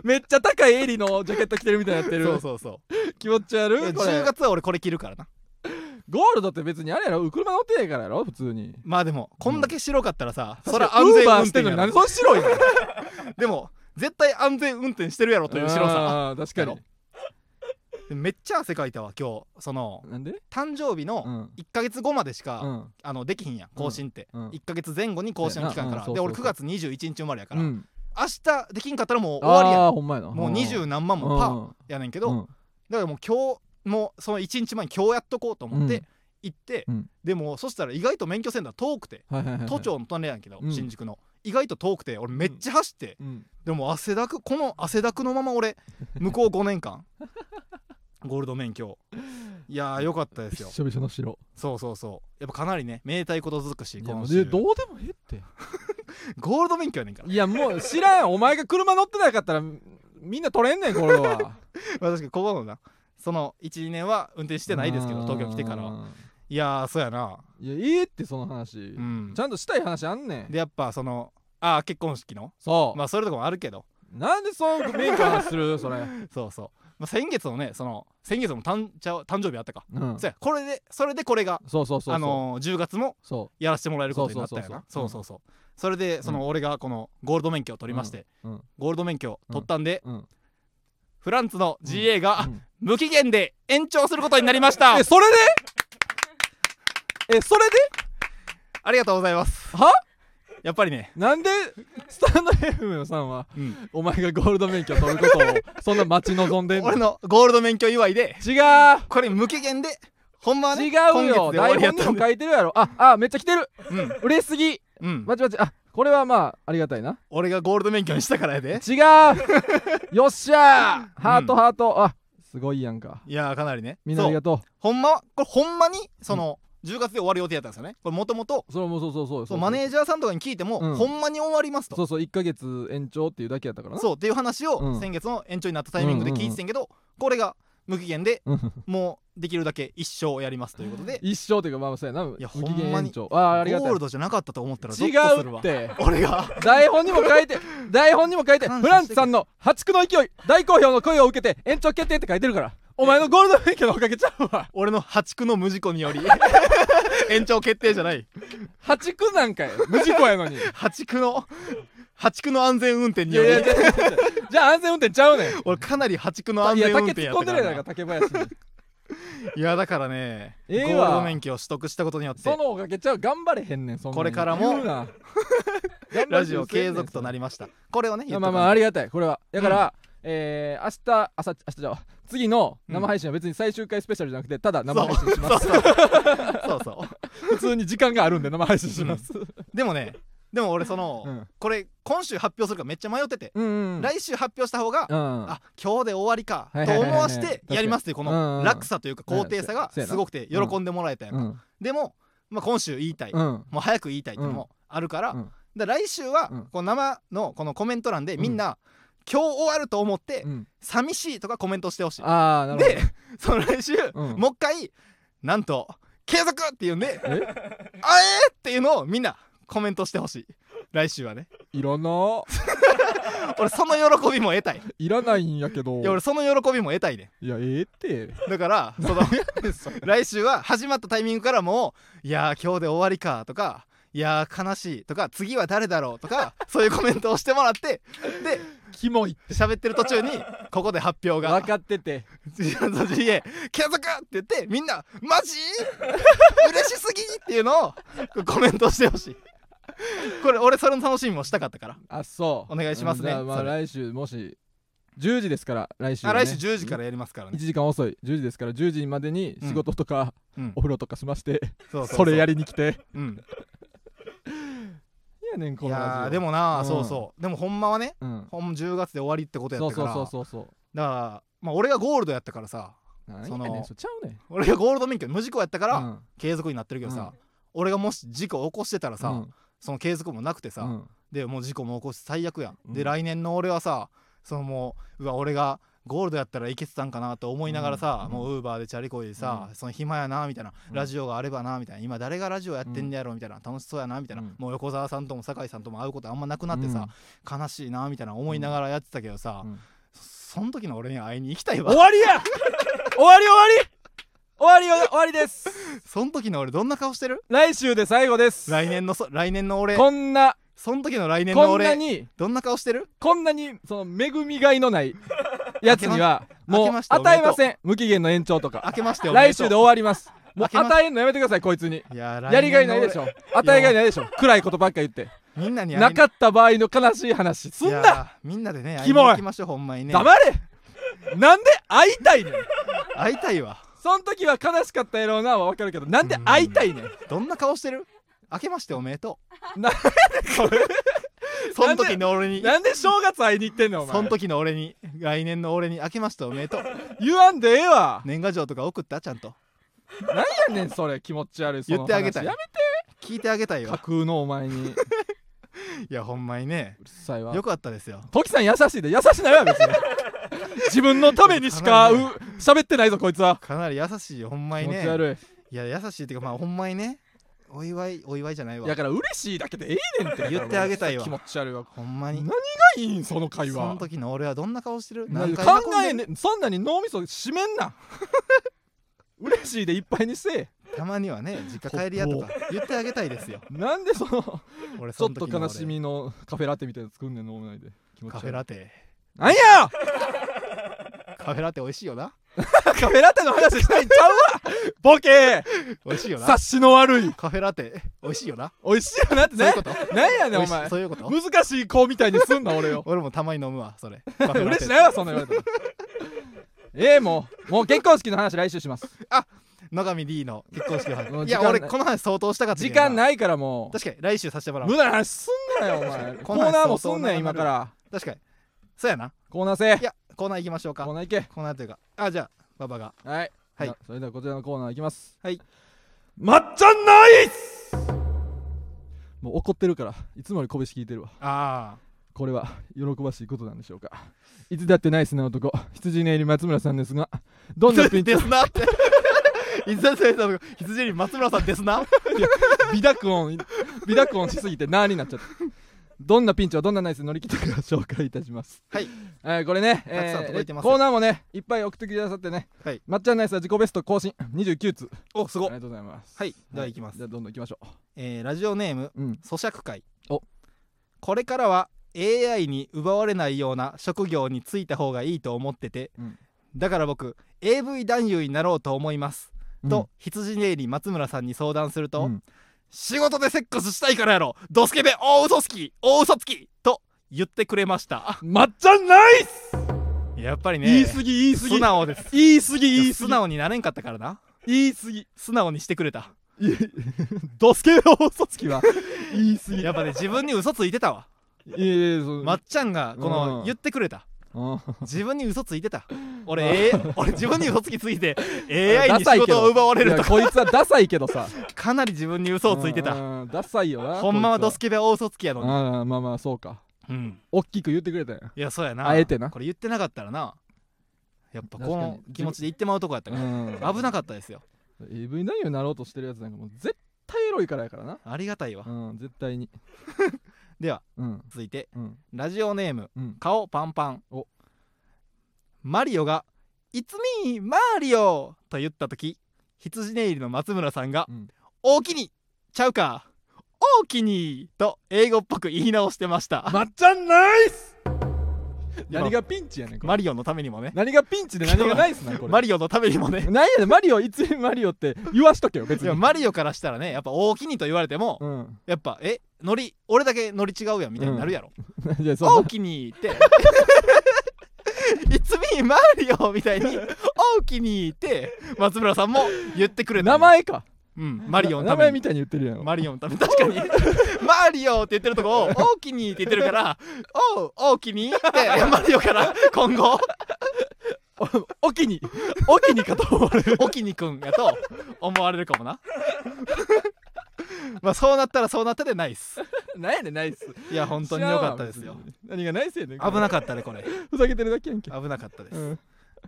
[SPEAKER 1] めっちゃ高い襟のジャケット着てるみたいになってる
[SPEAKER 2] そうそうそう
[SPEAKER 1] 気持ち
[SPEAKER 2] い
[SPEAKER 1] 悪
[SPEAKER 2] や
[SPEAKER 1] いこれ
[SPEAKER 2] 10月は俺これ着るからな
[SPEAKER 1] ゴールドって別にあれやろ車乗ってないからやろ普通に
[SPEAKER 2] まあでもこんだけ白かったらさ、そ
[SPEAKER 1] れ
[SPEAKER 2] りゃ安全
[SPEAKER 1] ウー
[SPEAKER 2] 運
[SPEAKER 1] バーして
[SPEAKER 2] 転
[SPEAKER 1] んのに
[SPEAKER 2] や
[SPEAKER 1] 何
[SPEAKER 2] ろ
[SPEAKER 1] その白いの
[SPEAKER 2] でも絶対安全運転してるやろという白さ
[SPEAKER 1] あー確か
[SPEAKER 2] でめっちゃ汗かいたわ今日その
[SPEAKER 1] になんで
[SPEAKER 2] 誕生日
[SPEAKER 1] う
[SPEAKER 2] の
[SPEAKER 1] ん
[SPEAKER 2] 1ヶ月後までしか、
[SPEAKER 1] うん
[SPEAKER 2] あのできひんやん更新って、
[SPEAKER 1] うんうん
[SPEAKER 2] 1ヶ月前後に更新の期間から、
[SPEAKER 1] そう
[SPEAKER 2] で
[SPEAKER 1] やなう
[SPEAKER 2] 俺
[SPEAKER 1] んそ
[SPEAKER 2] 9
[SPEAKER 1] うそう
[SPEAKER 2] 月21日生まれやか
[SPEAKER 1] う
[SPEAKER 2] ら、
[SPEAKER 1] ん
[SPEAKER 2] 明日できんかったらもう終わりや
[SPEAKER 1] ああーほんまやなん
[SPEAKER 2] もう二十何万もパーやねんけど、だからもう今日もうその1日前に今日やっとこうと思っ
[SPEAKER 1] う
[SPEAKER 2] て
[SPEAKER 1] ん
[SPEAKER 2] 行って、
[SPEAKER 1] うん
[SPEAKER 2] でもそしたら意外と免許センター遠くて都庁の隣やんけど、
[SPEAKER 1] うん
[SPEAKER 2] 新宿の意外と遠くて俺めっちゃ走って、
[SPEAKER 1] うん
[SPEAKER 2] でも汗だくこの汗だくのまま 俺向こう5年間ゴールド免許いやーよかったで
[SPEAKER 1] び
[SPEAKER 2] す
[SPEAKER 1] っ
[SPEAKER 2] よ
[SPEAKER 1] しょびしょの白
[SPEAKER 2] そうそうそうやっぱかなりねめでたいこと尽くし
[SPEAKER 1] い
[SPEAKER 2] こ
[SPEAKER 1] やも
[SPEAKER 2] の
[SPEAKER 1] う
[SPEAKER 2] 週
[SPEAKER 1] でどうでもええって
[SPEAKER 2] ゴールド免許やねんから
[SPEAKER 1] いやもう知らんお前が車乗ってなかったらみんな取れんねんこれは
[SPEAKER 2] まあ確かにここのなその12年は運転してないですけど東京来てからは
[SPEAKER 1] う
[SPEAKER 2] いやーそうやない
[SPEAKER 1] やええってその話、
[SPEAKER 2] うん
[SPEAKER 1] ちゃんとしたい話あんねん
[SPEAKER 2] でやっぱそのああ結婚式の
[SPEAKER 1] そう、
[SPEAKER 2] まあそういうとこもあるけど
[SPEAKER 1] なんでそうメイクの話するそれ、う
[SPEAKER 2] そうそう、まあ、先月のねその先月も誕ちゃう誕生日あったか、
[SPEAKER 1] ん、
[SPEAKER 2] そうやこれでそれでこれが
[SPEAKER 1] そうそうそうそう、
[SPEAKER 2] あのー10月も
[SPEAKER 1] そ
[SPEAKER 2] やらせてもらえることになったよな
[SPEAKER 1] そ
[SPEAKER 2] そうう
[SPEAKER 1] そ
[SPEAKER 2] そううそうそれでその俺がこのゴールド免許を取りまして、
[SPEAKER 1] ううん
[SPEAKER 2] ゴールド免許取ったんで、
[SPEAKER 1] うん
[SPEAKER 2] フランツの GA が
[SPEAKER 1] うん
[SPEAKER 2] 無期限で延長することになりました
[SPEAKER 1] えそれでえそれで
[SPEAKER 2] ありがとうございます
[SPEAKER 1] は
[SPEAKER 2] やっぱりね、
[SPEAKER 1] なんでスタンド FM さんは
[SPEAKER 2] うん
[SPEAKER 1] お前がゴールド免許取ることをそんな待ち望んでんの
[SPEAKER 2] 俺のゴールド免許祝いで
[SPEAKER 1] 違う
[SPEAKER 2] これ無期限でほんまは
[SPEAKER 1] 違
[SPEAKER 2] ね
[SPEAKER 1] う
[SPEAKER 2] 今
[SPEAKER 1] よ
[SPEAKER 2] 月で終わ
[SPEAKER 1] 台
[SPEAKER 2] りや
[SPEAKER 1] 本
[SPEAKER 2] っ
[SPEAKER 1] に
[SPEAKER 2] た
[SPEAKER 1] も
[SPEAKER 2] んで
[SPEAKER 1] 書いてるやろああめっちゃ来てる
[SPEAKER 2] うん
[SPEAKER 1] 嬉しすぎ
[SPEAKER 2] うん
[SPEAKER 1] まちまちあこれはまあありがたいな
[SPEAKER 2] 俺がゴールド免許にしたからやで
[SPEAKER 1] 違うよっしゃーハートハートあすごいやんか
[SPEAKER 2] いやーかなりね
[SPEAKER 1] みんなありがと
[SPEAKER 2] ほんまはこれほんまにその、10月で終わる予定やったんですよねこれもともと
[SPEAKER 1] うそれもそうそうそう
[SPEAKER 2] そうマネージャーさんとかに聞いても、
[SPEAKER 1] うん
[SPEAKER 2] ほんまに終わりますと
[SPEAKER 1] そうそう1ヶ月延長っていうだけやったからな
[SPEAKER 2] そうっていう話
[SPEAKER 1] う
[SPEAKER 2] を
[SPEAKER 1] ん
[SPEAKER 2] 先月の延長になったタイミングで聞いてたんやけど、これが無期限で
[SPEAKER 1] うん
[SPEAKER 2] もうできるだけ一生やりますということで
[SPEAKER 1] 一生というかまあそうやな
[SPEAKER 2] や
[SPEAKER 1] 無期
[SPEAKER 2] ほん
[SPEAKER 1] 限
[SPEAKER 2] まに
[SPEAKER 1] 延長あーありが
[SPEAKER 2] ゴ
[SPEAKER 1] た
[SPEAKER 2] ー
[SPEAKER 1] い
[SPEAKER 2] ルドじゃなかったと思ったらゾッ
[SPEAKER 1] 違
[SPEAKER 2] とする
[SPEAKER 1] う
[SPEAKER 2] わ
[SPEAKER 1] って
[SPEAKER 2] 俺が
[SPEAKER 1] 台本にも書いて 台本にも書いて
[SPEAKER 2] 感謝して
[SPEAKER 1] フランツさんの破竹の勢い大好評の声を受けて延長決定って書いてるからお前のゴールド免許のおかげちゃうわ
[SPEAKER 2] 俺の破竹の無事故により 延長決定じゃない
[SPEAKER 1] 破竹なんかや無事故やのにい
[SPEAKER 2] 破竹の破竹の安全運転に
[SPEAKER 1] や
[SPEAKER 2] よ
[SPEAKER 1] い
[SPEAKER 2] り
[SPEAKER 1] や違う違う違うじゃあ安全運転ちゃうねん
[SPEAKER 2] 俺かなり破竹の安
[SPEAKER 1] いや
[SPEAKER 2] 全運
[SPEAKER 1] 竹
[SPEAKER 2] 転
[SPEAKER 1] 突
[SPEAKER 2] や
[SPEAKER 1] っ
[SPEAKER 2] っ
[SPEAKER 1] 込
[SPEAKER 2] た
[SPEAKER 1] んで
[SPEAKER 2] か
[SPEAKER 1] るやない
[SPEAKER 2] ら
[SPEAKER 1] か
[SPEAKER 2] な
[SPEAKER 1] 竹 林に
[SPEAKER 2] いやだからね、
[SPEAKER 1] ええわ
[SPEAKER 2] ゴールド免許を取得したことによって
[SPEAKER 1] そのおかげちゃう頑張れへんねんそんなに
[SPEAKER 2] これからも
[SPEAKER 1] 言う な
[SPEAKER 2] ラジオ継続とな
[SPEAKER 1] り
[SPEAKER 2] りましたこれをね言っ
[SPEAKER 1] まあ
[SPEAKER 2] とか
[SPEAKER 1] ま
[SPEAKER 2] な
[SPEAKER 1] あありがたいこれはだから、えー、明日明後日明日じゃあ次の生配信は別に最終回スペシャルじゃなくてただ生配信します
[SPEAKER 2] そうそうそうそ う
[SPEAKER 1] 普通に時間があるんで生配信します、
[SPEAKER 2] でもねでも俺その、
[SPEAKER 1] うん
[SPEAKER 2] これ今週発表するかめっちゃ迷ってて、
[SPEAKER 1] うんうん
[SPEAKER 2] 来週発表した方が、
[SPEAKER 1] うん
[SPEAKER 2] あ今日で終わりか
[SPEAKER 1] はいはい
[SPEAKER 2] と
[SPEAKER 1] はいはい
[SPEAKER 2] 思わしてやりますっていうこ
[SPEAKER 1] うんう
[SPEAKER 2] の
[SPEAKER 1] ん
[SPEAKER 2] 落差というか高低差が
[SPEAKER 1] そうやな
[SPEAKER 2] すごくて喜んでもらえたやん、
[SPEAKER 1] うん
[SPEAKER 2] でも、まあ、今週言いたい、
[SPEAKER 1] うん
[SPEAKER 2] もう早く言いたいっていうのもあるから,、
[SPEAKER 1] うん
[SPEAKER 2] で来週は
[SPEAKER 1] うん
[SPEAKER 2] こう生のこのコメント欄でみんな、今日終わると思って
[SPEAKER 1] うん
[SPEAKER 2] 寂しいとかコメントしてほしい
[SPEAKER 1] ああなるほど
[SPEAKER 2] で その来週、
[SPEAKER 1] うん
[SPEAKER 2] もう一回なんと継続っていうん であえ
[SPEAKER 1] え
[SPEAKER 2] ーっていうのをみんなコメントしてほしい来週はね
[SPEAKER 1] いらな
[SPEAKER 2] 俺その喜びも得たいい
[SPEAKER 1] いらないんやけ ど
[SPEAKER 2] や俺その喜びも得たいね
[SPEAKER 1] いやええって
[SPEAKER 2] だ からその来週は始まったタイミングからもういやー今日で終わりかとかいやー悲しいとか次は誰だろうとかそういうコメントをしてもらってで
[SPEAKER 1] キモい
[SPEAKER 2] 喋ってる途中にここで発表が
[SPEAKER 1] 分かってて
[SPEAKER 2] ジアンと GA 継続って言ってみんなマジ嬉しすぎっていうのをコメントしてほしいこれ俺それの楽しみもしたかったから
[SPEAKER 1] あそう
[SPEAKER 2] お願いしますね
[SPEAKER 1] うんじゃあま
[SPEAKER 2] そ
[SPEAKER 1] あ
[SPEAKER 2] れ
[SPEAKER 1] 来週もし10時ですから来週は
[SPEAKER 2] あ
[SPEAKER 1] ね、
[SPEAKER 2] 来週10時からやりますから
[SPEAKER 1] 1
[SPEAKER 2] ね、
[SPEAKER 1] 時間遅い10時ですから10時までに仕事とか
[SPEAKER 2] うん
[SPEAKER 1] お、風呂とかしまして、
[SPEAKER 2] そう
[SPEAKER 1] それや
[SPEAKER 2] り、
[SPEAKER 1] りに来て
[SPEAKER 2] うん、
[SPEAKER 1] いやねん
[SPEAKER 2] い
[SPEAKER 1] このラジ
[SPEAKER 2] やー
[SPEAKER 1] オ
[SPEAKER 2] で、もなあ、
[SPEAKER 1] うん
[SPEAKER 2] そうそうでもほんまはね
[SPEAKER 1] うん、
[SPEAKER 2] ほんま10月で終わりってことや
[SPEAKER 1] そ
[SPEAKER 2] っ
[SPEAKER 1] う
[SPEAKER 2] たか
[SPEAKER 1] そう
[SPEAKER 2] ら
[SPEAKER 1] そうそうそう
[SPEAKER 2] だからまあ俺がゴールドやったからさ
[SPEAKER 1] 何
[SPEAKER 2] その
[SPEAKER 1] やねんそれちゃうねん
[SPEAKER 2] 俺がゴールド免許無事故やったから、
[SPEAKER 1] うん
[SPEAKER 2] 継続になってるけどさ、
[SPEAKER 1] うん
[SPEAKER 2] 俺がもし事故起こしてたらさ、
[SPEAKER 1] うん
[SPEAKER 2] その継続もなくてさ、
[SPEAKER 1] うん
[SPEAKER 2] でもう事故も起こして最悪やん、
[SPEAKER 1] うん
[SPEAKER 2] で来年の俺はさそのもううわ俺がゴールドやったらいけてたんかなと思いながらさ、
[SPEAKER 1] うん
[SPEAKER 2] もうウーバーでチャリこいでさ、
[SPEAKER 1] うん
[SPEAKER 2] その暇やなみたいな、
[SPEAKER 1] うん
[SPEAKER 2] ラジオがあればなみたいな今誰がラジオやってんねやろみたいな楽しそうやなみたいな、
[SPEAKER 1] うん
[SPEAKER 2] もう横澤さんとも酒井さんとも会うことあんまなくなってさ、悲しいなみたいな思いながらやってたけどさ、
[SPEAKER 1] うん
[SPEAKER 2] そその時の俺に会いに行きたいわ
[SPEAKER 1] 終わりや終わり終わり終わり終わりです
[SPEAKER 2] その時の俺どんな顔してる
[SPEAKER 1] 来週で最後です
[SPEAKER 2] 来年のそ来年の俺
[SPEAKER 1] こんな
[SPEAKER 2] その時の来年の
[SPEAKER 1] こんな
[SPEAKER 2] 俺
[SPEAKER 1] に
[SPEAKER 2] どんな顔してる
[SPEAKER 1] こんなにその恵みがいの ないやつには
[SPEAKER 2] 明け
[SPEAKER 1] も
[SPEAKER 2] ま明
[SPEAKER 1] う
[SPEAKER 2] けましておめでとう
[SPEAKER 1] 与えません無期限の延長と
[SPEAKER 2] 明
[SPEAKER 1] か
[SPEAKER 2] けましてお
[SPEAKER 1] 来
[SPEAKER 2] めでとう
[SPEAKER 1] 週で終わりますもう
[SPEAKER 2] 明けま
[SPEAKER 1] 与えんのやめてくださいこいつに
[SPEAKER 2] いや
[SPEAKER 1] やりがいないでし
[SPEAKER 2] ょ
[SPEAKER 1] ょ与えがいないでしょ暗いことばっか言って
[SPEAKER 2] みんなに会いに
[SPEAKER 1] なかった場合の悲しい話すん
[SPEAKER 2] い
[SPEAKER 1] な
[SPEAKER 2] やーみんなでね会
[SPEAKER 1] キ
[SPEAKER 2] いに
[SPEAKER 1] モい
[SPEAKER 2] 行きましょうほんまにね
[SPEAKER 1] 黙れなんで会いたいねん
[SPEAKER 2] 会いたいわ
[SPEAKER 1] そん時は悲しかったやろうなはわかるけどなんで会いたいねん
[SPEAKER 2] どんな顔してる明けましておめでとう
[SPEAKER 1] な
[SPEAKER 2] その時の俺に
[SPEAKER 1] なんで正月会いに行ってんのお前
[SPEAKER 2] その時の俺に来年の俺に明けましておめでとう
[SPEAKER 1] 言わんでええわ
[SPEAKER 2] 年賀状とか送ったちゃんと
[SPEAKER 1] なんやねんそれ気持ち悪いその
[SPEAKER 2] 言ってあげたい
[SPEAKER 1] 話や
[SPEAKER 2] 聞いてあげたい
[SPEAKER 1] め架
[SPEAKER 2] よ
[SPEAKER 1] 空のお前に うる
[SPEAKER 2] いやほんまにね
[SPEAKER 1] さいわ
[SPEAKER 2] よかったですよ
[SPEAKER 1] トキさん優しいで優しないわ別 に自分のためにしかう喋ってないぞこいつは
[SPEAKER 2] かなり優しいよほんま
[SPEAKER 1] 気
[SPEAKER 2] に
[SPEAKER 1] 持
[SPEAKER 2] ね
[SPEAKER 1] ち悪
[SPEAKER 2] いや優しいっていうかまあほんまにねお祝いお祝いじゃない
[SPEAKER 1] い
[SPEAKER 2] わ
[SPEAKER 1] だから嬉しいだけでええねんって
[SPEAKER 2] 言ってあげたいわ
[SPEAKER 1] 気持ち悪いわ
[SPEAKER 2] ほんま
[SPEAKER 1] 何
[SPEAKER 2] に
[SPEAKER 1] がいいんその会
[SPEAKER 2] その
[SPEAKER 1] 話
[SPEAKER 2] 時の俺はどんな顔してる
[SPEAKER 1] なん
[SPEAKER 2] 何
[SPEAKER 1] か
[SPEAKER 2] 回
[SPEAKER 1] 考
[SPEAKER 2] 喜んで
[SPEAKER 1] え
[SPEAKER 2] る
[SPEAKER 1] ねそんなに脳みそ締めんな 嬉しいでいっぱいにせえ
[SPEAKER 2] たまにはね実家帰りやとか言ってあげたいですよ
[SPEAKER 1] なんでその
[SPEAKER 2] 俺
[SPEAKER 1] ちょ
[SPEAKER 2] そ
[SPEAKER 1] っ
[SPEAKER 2] の
[SPEAKER 1] と
[SPEAKER 2] 時の
[SPEAKER 1] 悲
[SPEAKER 2] 俺
[SPEAKER 1] しみのカフェラテみたいなの作んねんのないで気持ち
[SPEAKER 2] カ
[SPEAKER 1] 悪
[SPEAKER 2] フェ
[SPEAKER 1] い
[SPEAKER 2] ラテ
[SPEAKER 1] なんや
[SPEAKER 2] カフェラテ美味しいよな
[SPEAKER 1] カフェラテの話したいんちゃうわボケ
[SPEAKER 2] 美味しいよな
[SPEAKER 1] 察しの悪い
[SPEAKER 2] カフェラテ美味しいよな
[SPEAKER 1] 美味しいよなって
[SPEAKER 2] そうい
[SPEAKER 1] ね
[SPEAKER 2] うこと
[SPEAKER 1] なんやねん
[SPEAKER 2] 美
[SPEAKER 1] お
[SPEAKER 2] 味しい
[SPEAKER 1] 前
[SPEAKER 2] そういうこと
[SPEAKER 1] 難しい子みたいにすんな俺を
[SPEAKER 2] 俺もたまに飲むわそれカフェラ
[SPEAKER 1] 嬉
[SPEAKER 2] テ
[SPEAKER 1] しないわそんな言われたら ええもうもう結婚式の話来週します
[SPEAKER 2] 野上 D の結婚式の
[SPEAKER 1] もう
[SPEAKER 2] 話い
[SPEAKER 1] 時間
[SPEAKER 2] や俺この話相当したかったけ
[SPEAKER 1] 時
[SPEAKER 2] ど
[SPEAKER 1] 間ないからも
[SPEAKER 2] 確かに来週させてもら
[SPEAKER 1] う
[SPEAKER 2] う
[SPEAKER 1] 無駄な話すんなよお前コ
[SPEAKER 2] こん
[SPEAKER 1] ー
[SPEAKER 2] なん
[SPEAKER 1] ナーもすんねん
[SPEAKER 2] 相当長な
[SPEAKER 1] 今
[SPEAKER 2] る
[SPEAKER 1] から
[SPEAKER 2] 確かにそうやな
[SPEAKER 1] コーナーせ
[SPEAKER 2] いやコーナー行きましょうか
[SPEAKER 1] コーナー行け
[SPEAKER 2] コーナーというかあじゃあ馬場が
[SPEAKER 1] はい、
[SPEAKER 2] はい
[SPEAKER 1] じゃあそれではこちらのコーナーいきます
[SPEAKER 2] はい
[SPEAKER 1] まっちゃんナイスもう怒ってるからいつもより拳聞いてるわ
[SPEAKER 2] あ
[SPEAKER 1] これは喜ばしいことなんでしょうかいつだってナイスな男羊ネイリ松村さんですがど
[SPEAKER 2] あ
[SPEAKER 1] んなピンチ
[SPEAKER 2] で
[SPEAKER 1] も
[SPEAKER 2] すなって伊沢先生の羊に松村さんですな
[SPEAKER 1] 美濁音美濁音しすぎてなーになっちゃったどんなピンチをどんなナイスに乗り切ったか紹介いたします
[SPEAKER 2] はい、
[SPEAKER 1] えーこれね、
[SPEAKER 2] たくさん届いてますよ
[SPEAKER 1] コーナーもねいっぱい送ってくださってね、
[SPEAKER 2] はい
[SPEAKER 1] まっちゃんナイスは自己ベスト更新29通
[SPEAKER 2] おす
[SPEAKER 1] あり
[SPEAKER 2] ごい
[SPEAKER 1] がとうございます
[SPEAKER 2] はいでは行きます
[SPEAKER 1] じゃあどんどん行きましょう
[SPEAKER 2] えーラジオネーム
[SPEAKER 1] うん
[SPEAKER 2] 咀嚼会
[SPEAKER 1] お
[SPEAKER 2] これからは AI に奪われないような職業に就いた方がいいと思ってて、
[SPEAKER 1] うん
[SPEAKER 2] だから僕 AV 男優になろうと思います、と羊ネイリ松村さんに相談すると、
[SPEAKER 1] うん
[SPEAKER 2] 仕事でセックスしたいからやろドスケベ大嘘つき大嘘つきと言ってくれました
[SPEAKER 1] まっちゃんナイス、
[SPEAKER 2] やっぱりね
[SPEAKER 1] 言い過ぎ言い過ぎ
[SPEAKER 2] 素直です
[SPEAKER 1] 言い過ぎ言い過
[SPEAKER 2] 素
[SPEAKER 1] ぎ
[SPEAKER 2] 直になれんかったからな
[SPEAKER 1] 言い過ぎ
[SPEAKER 2] 素直にしてくれた
[SPEAKER 1] いや
[SPEAKER 2] ドスケベ大嘘つき
[SPEAKER 1] は言い過ぎ
[SPEAKER 2] やっぱね自分に嘘ついてたわ
[SPEAKER 1] いやいやそう
[SPEAKER 2] まっちゃんがこ
[SPEAKER 1] う
[SPEAKER 2] の
[SPEAKER 1] ん
[SPEAKER 2] 言ってくれた
[SPEAKER 1] うん
[SPEAKER 2] 自分に嘘ついてた俺、えー俺自分に嘘つきす ぎて AI
[SPEAKER 1] ダ
[SPEAKER 2] に
[SPEAKER 1] サ
[SPEAKER 2] 仕
[SPEAKER 1] いけど
[SPEAKER 2] 事を奪われる
[SPEAKER 1] い
[SPEAKER 2] と
[SPEAKER 1] や
[SPEAKER 2] か
[SPEAKER 1] こいつはダサいけどさ
[SPEAKER 2] かなり自分に嘘をついてた
[SPEAKER 1] うんうんダサいよな
[SPEAKER 2] ほんまはドス
[SPEAKER 1] ケ
[SPEAKER 2] ケベ大嘘つきやのに
[SPEAKER 1] ああまあまあそうか
[SPEAKER 2] うん
[SPEAKER 1] 大きく言ってくれたよ
[SPEAKER 2] いやそうやな
[SPEAKER 1] あえてな
[SPEAKER 2] これ言ってなかったらなやっぱこの
[SPEAKER 1] 確かに
[SPEAKER 2] 気持ちで言ってまうとこやったから
[SPEAKER 1] 危
[SPEAKER 2] 危なかったですよ
[SPEAKER 1] AV 男優になろうとしてるやつなんかもう絶対エロいからやからな
[SPEAKER 2] ありがたいわ
[SPEAKER 1] うん絶対に
[SPEAKER 2] では
[SPEAKER 1] うん
[SPEAKER 2] 続いて
[SPEAKER 1] うん
[SPEAKER 2] ラジオネーム
[SPEAKER 1] うん
[SPEAKER 2] 顔パンパン
[SPEAKER 1] お
[SPEAKER 2] マリオが「いつみマリオ!」と言った時羊ネイリの松村さんが
[SPEAKER 1] うん
[SPEAKER 2] 「大きにちゃうか大きに!」と英語っぽく言い直してました、
[SPEAKER 1] まっちゃんナイス
[SPEAKER 2] 今
[SPEAKER 1] 何がピンチやねんこれ
[SPEAKER 2] マリオのためにもね
[SPEAKER 1] 何がピンチで何がナイスなんこれ
[SPEAKER 2] マリオのためにも ね
[SPEAKER 1] なんやねんマリオいつマリオって言わしとけよ別
[SPEAKER 2] いや
[SPEAKER 1] に
[SPEAKER 2] マリオからしたらねやっぱ「大きに」と言われても、
[SPEAKER 1] うん
[SPEAKER 2] やっぱ「えノリ俺だけノリ違うやん」みたいになるやろ
[SPEAKER 1] いや
[SPEAKER 2] 「
[SPEAKER 1] そ
[SPEAKER 2] 大
[SPEAKER 1] う
[SPEAKER 2] きに」っていつみマリオみたいに「大きに」って松村さんも言ってくれた
[SPEAKER 1] 名前か
[SPEAKER 2] うん、マリオの
[SPEAKER 1] 名
[SPEAKER 2] た
[SPEAKER 1] 前
[SPEAKER 2] めに
[SPEAKER 1] みたいに言ってるやん
[SPEAKER 2] マリオのため確かに マリオって言ってるとこを「大きに」って言ってるから「おう大きに」ってマリオから今後
[SPEAKER 1] おきにおきにかと思われる
[SPEAKER 2] 「おきにくん」やと思われるか もなまあそうなったらそうなったでないっす
[SPEAKER 1] なんやねんナイス
[SPEAKER 2] いや本当に良かったですよ
[SPEAKER 1] 何がナイスやねん
[SPEAKER 2] 危
[SPEAKER 1] い
[SPEAKER 2] なかったねこれ
[SPEAKER 1] ふざけてるだけやんけ
[SPEAKER 2] 危なかったです、
[SPEAKER 1] うん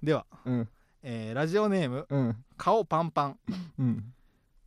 [SPEAKER 2] では、
[SPEAKER 1] うん
[SPEAKER 2] えーラジオネーム
[SPEAKER 1] うん
[SPEAKER 2] 顔パンパン
[SPEAKER 1] うん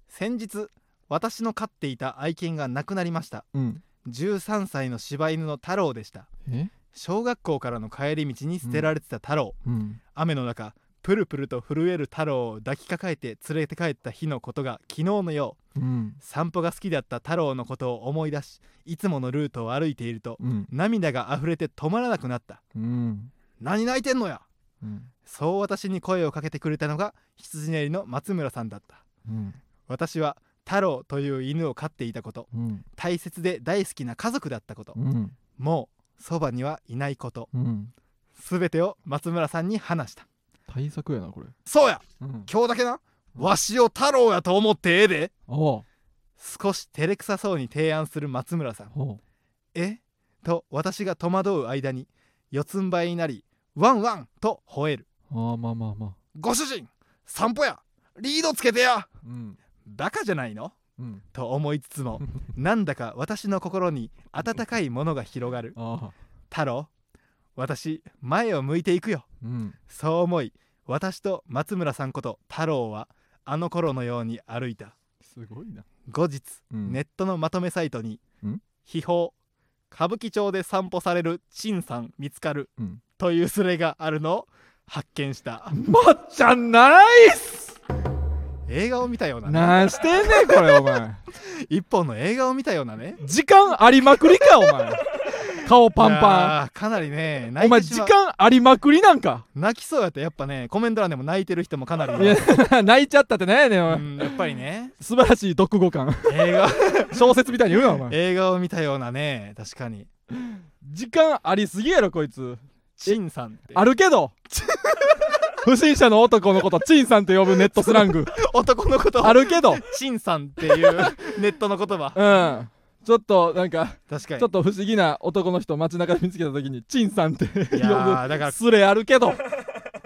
[SPEAKER 2] 先日私の飼っていた愛犬が亡くなりました
[SPEAKER 1] うん
[SPEAKER 2] 13歳の柴犬の太郎でした
[SPEAKER 1] え
[SPEAKER 2] 小学校からの帰り道に捨てられてた太郎、
[SPEAKER 1] うん
[SPEAKER 2] 雨の中プルプルと震える太郎を抱きかかえて連れて帰った日のことが昨日のよう
[SPEAKER 1] うん
[SPEAKER 2] 散歩が好きだった太郎のことを思い出しいつものルートを歩いていると
[SPEAKER 1] うん
[SPEAKER 2] 涙が溢れて止まらなくなった
[SPEAKER 1] うん
[SPEAKER 2] 何泣いてんのや
[SPEAKER 1] うん
[SPEAKER 2] そう私に声をかけてくれたのが羊ねりの松村さんだった
[SPEAKER 1] うん
[SPEAKER 2] 私は太郎という犬を飼っていたこと
[SPEAKER 1] うん
[SPEAKER 2] 大切で大好きな家族だったこと
[SPEAKER 1] うん
[SPEAKER 2] もうそばにはいないこと
[SPEAKER 1] うん
[SPEAKER 2] 全てを松村さんに話した
[SPEAKER 1] 対策やなこれ
[SPEAKER 2] そうや
[SPEAKER 1] うん
[SPEAKER 2] 今日だけなわしを太郎やと思ってええで
[SPEAKER 1] おう
[SPEAKER 2] 少し照れくさそうに提案する松村さん
[SPEAKER 1] おう
[SPEAKER 2] えと私が戸惑う間に四つん這いになりワンワンと吠える
[SPEAKER 1] ああまあまあまあ
[SPEAKER 2] ご主人散歩やリードつけてや
[SPEAKER 1] うん
[SPEAKER 2] バカじゃないの
[SPEAKER 1] うん
[SPEAKER 2] と思いつ つもなんだか私の心に温かいものが広がる
[SPEAKER 1] ああ
[SPEAKER 2] 太郎私前を向いていくよ
[SPEAKER 1] うん
[SPEAKER 2] そう思い私と松村さんこと太郎はあの頃のように歩いた
[SPEAKER 1] すごいな
[SPEAKER 2] 後日
[SPEAKER 1] うん
[SPEAKER 2] ネットのまとめサイトに
[SPEAKER 1] うん
[SPEAKER 2] 「秘宝歌舞伎町で散歩される陳さん見つかる
[SPEAKER 1] うん」
[SPEAKER 2] というスレがあるのを発見した
[SPEAKER 1] まっちゃんナイス
[SPEAKER 2] 映画を見たようなね
[SPEAKER 1] なんしてんねんこれお前
[SPEAKER 2] 一本の映画を見たようなね
[SPEAKER 1] 時間ありまくりかお前顔パンパ
[SPEAKER 2] ンかなりね
[SPEAKER 1] ンお
[SPEAKER 2] 泣い
[SPEAKER 1] 前
[SPEAKER 2] てし
[SPEAKER 1] 時
[SPEAKER 2] まう
[SPEAKER 1] 間ありまくりなんか
[SPEAKER 2] 泣きそうやったやっぱねコメント欄でも泣いてる人もかないり
[SPEAKER 1] や泣いちゃったってなんやねんお
[SPEAKER 2] う
[SPEAKER 1] 前
[SPEAKER 2] んやっぱりね
[SPEAKER 1] 素晴らしい読語 感
[SPEAKER 2] 映画
[SPEAKER 1] 小説みたいに言うなお前
[SPEAKER 2] 映画を見たようなね確かに
[SPEAKER 1] 時間ありすぎやろこいつ
[SPEAKER 2] チンさんって
[SPEAKER 1] あるけ ど不審者の男のことチンさんと呼ぶネットスラン グ
[SPEAKER 2] 男のことを
[SPEAKER 1] ある けどうん
[SPEAKER 2] チンさんっていう ネットの言葉
[SPEAKER 1] ちょっとなんか
[SPEAKER 2] 確かに
[SPEAKER 1] ちょっと不思議な男の人街中で見つけた時にチンさんって呼
[SPEAKER 2] いやーだか
[SPEAKER 1] ぶ
[SPEAKER 2] ら
[SPEAKER 1] すれあるけど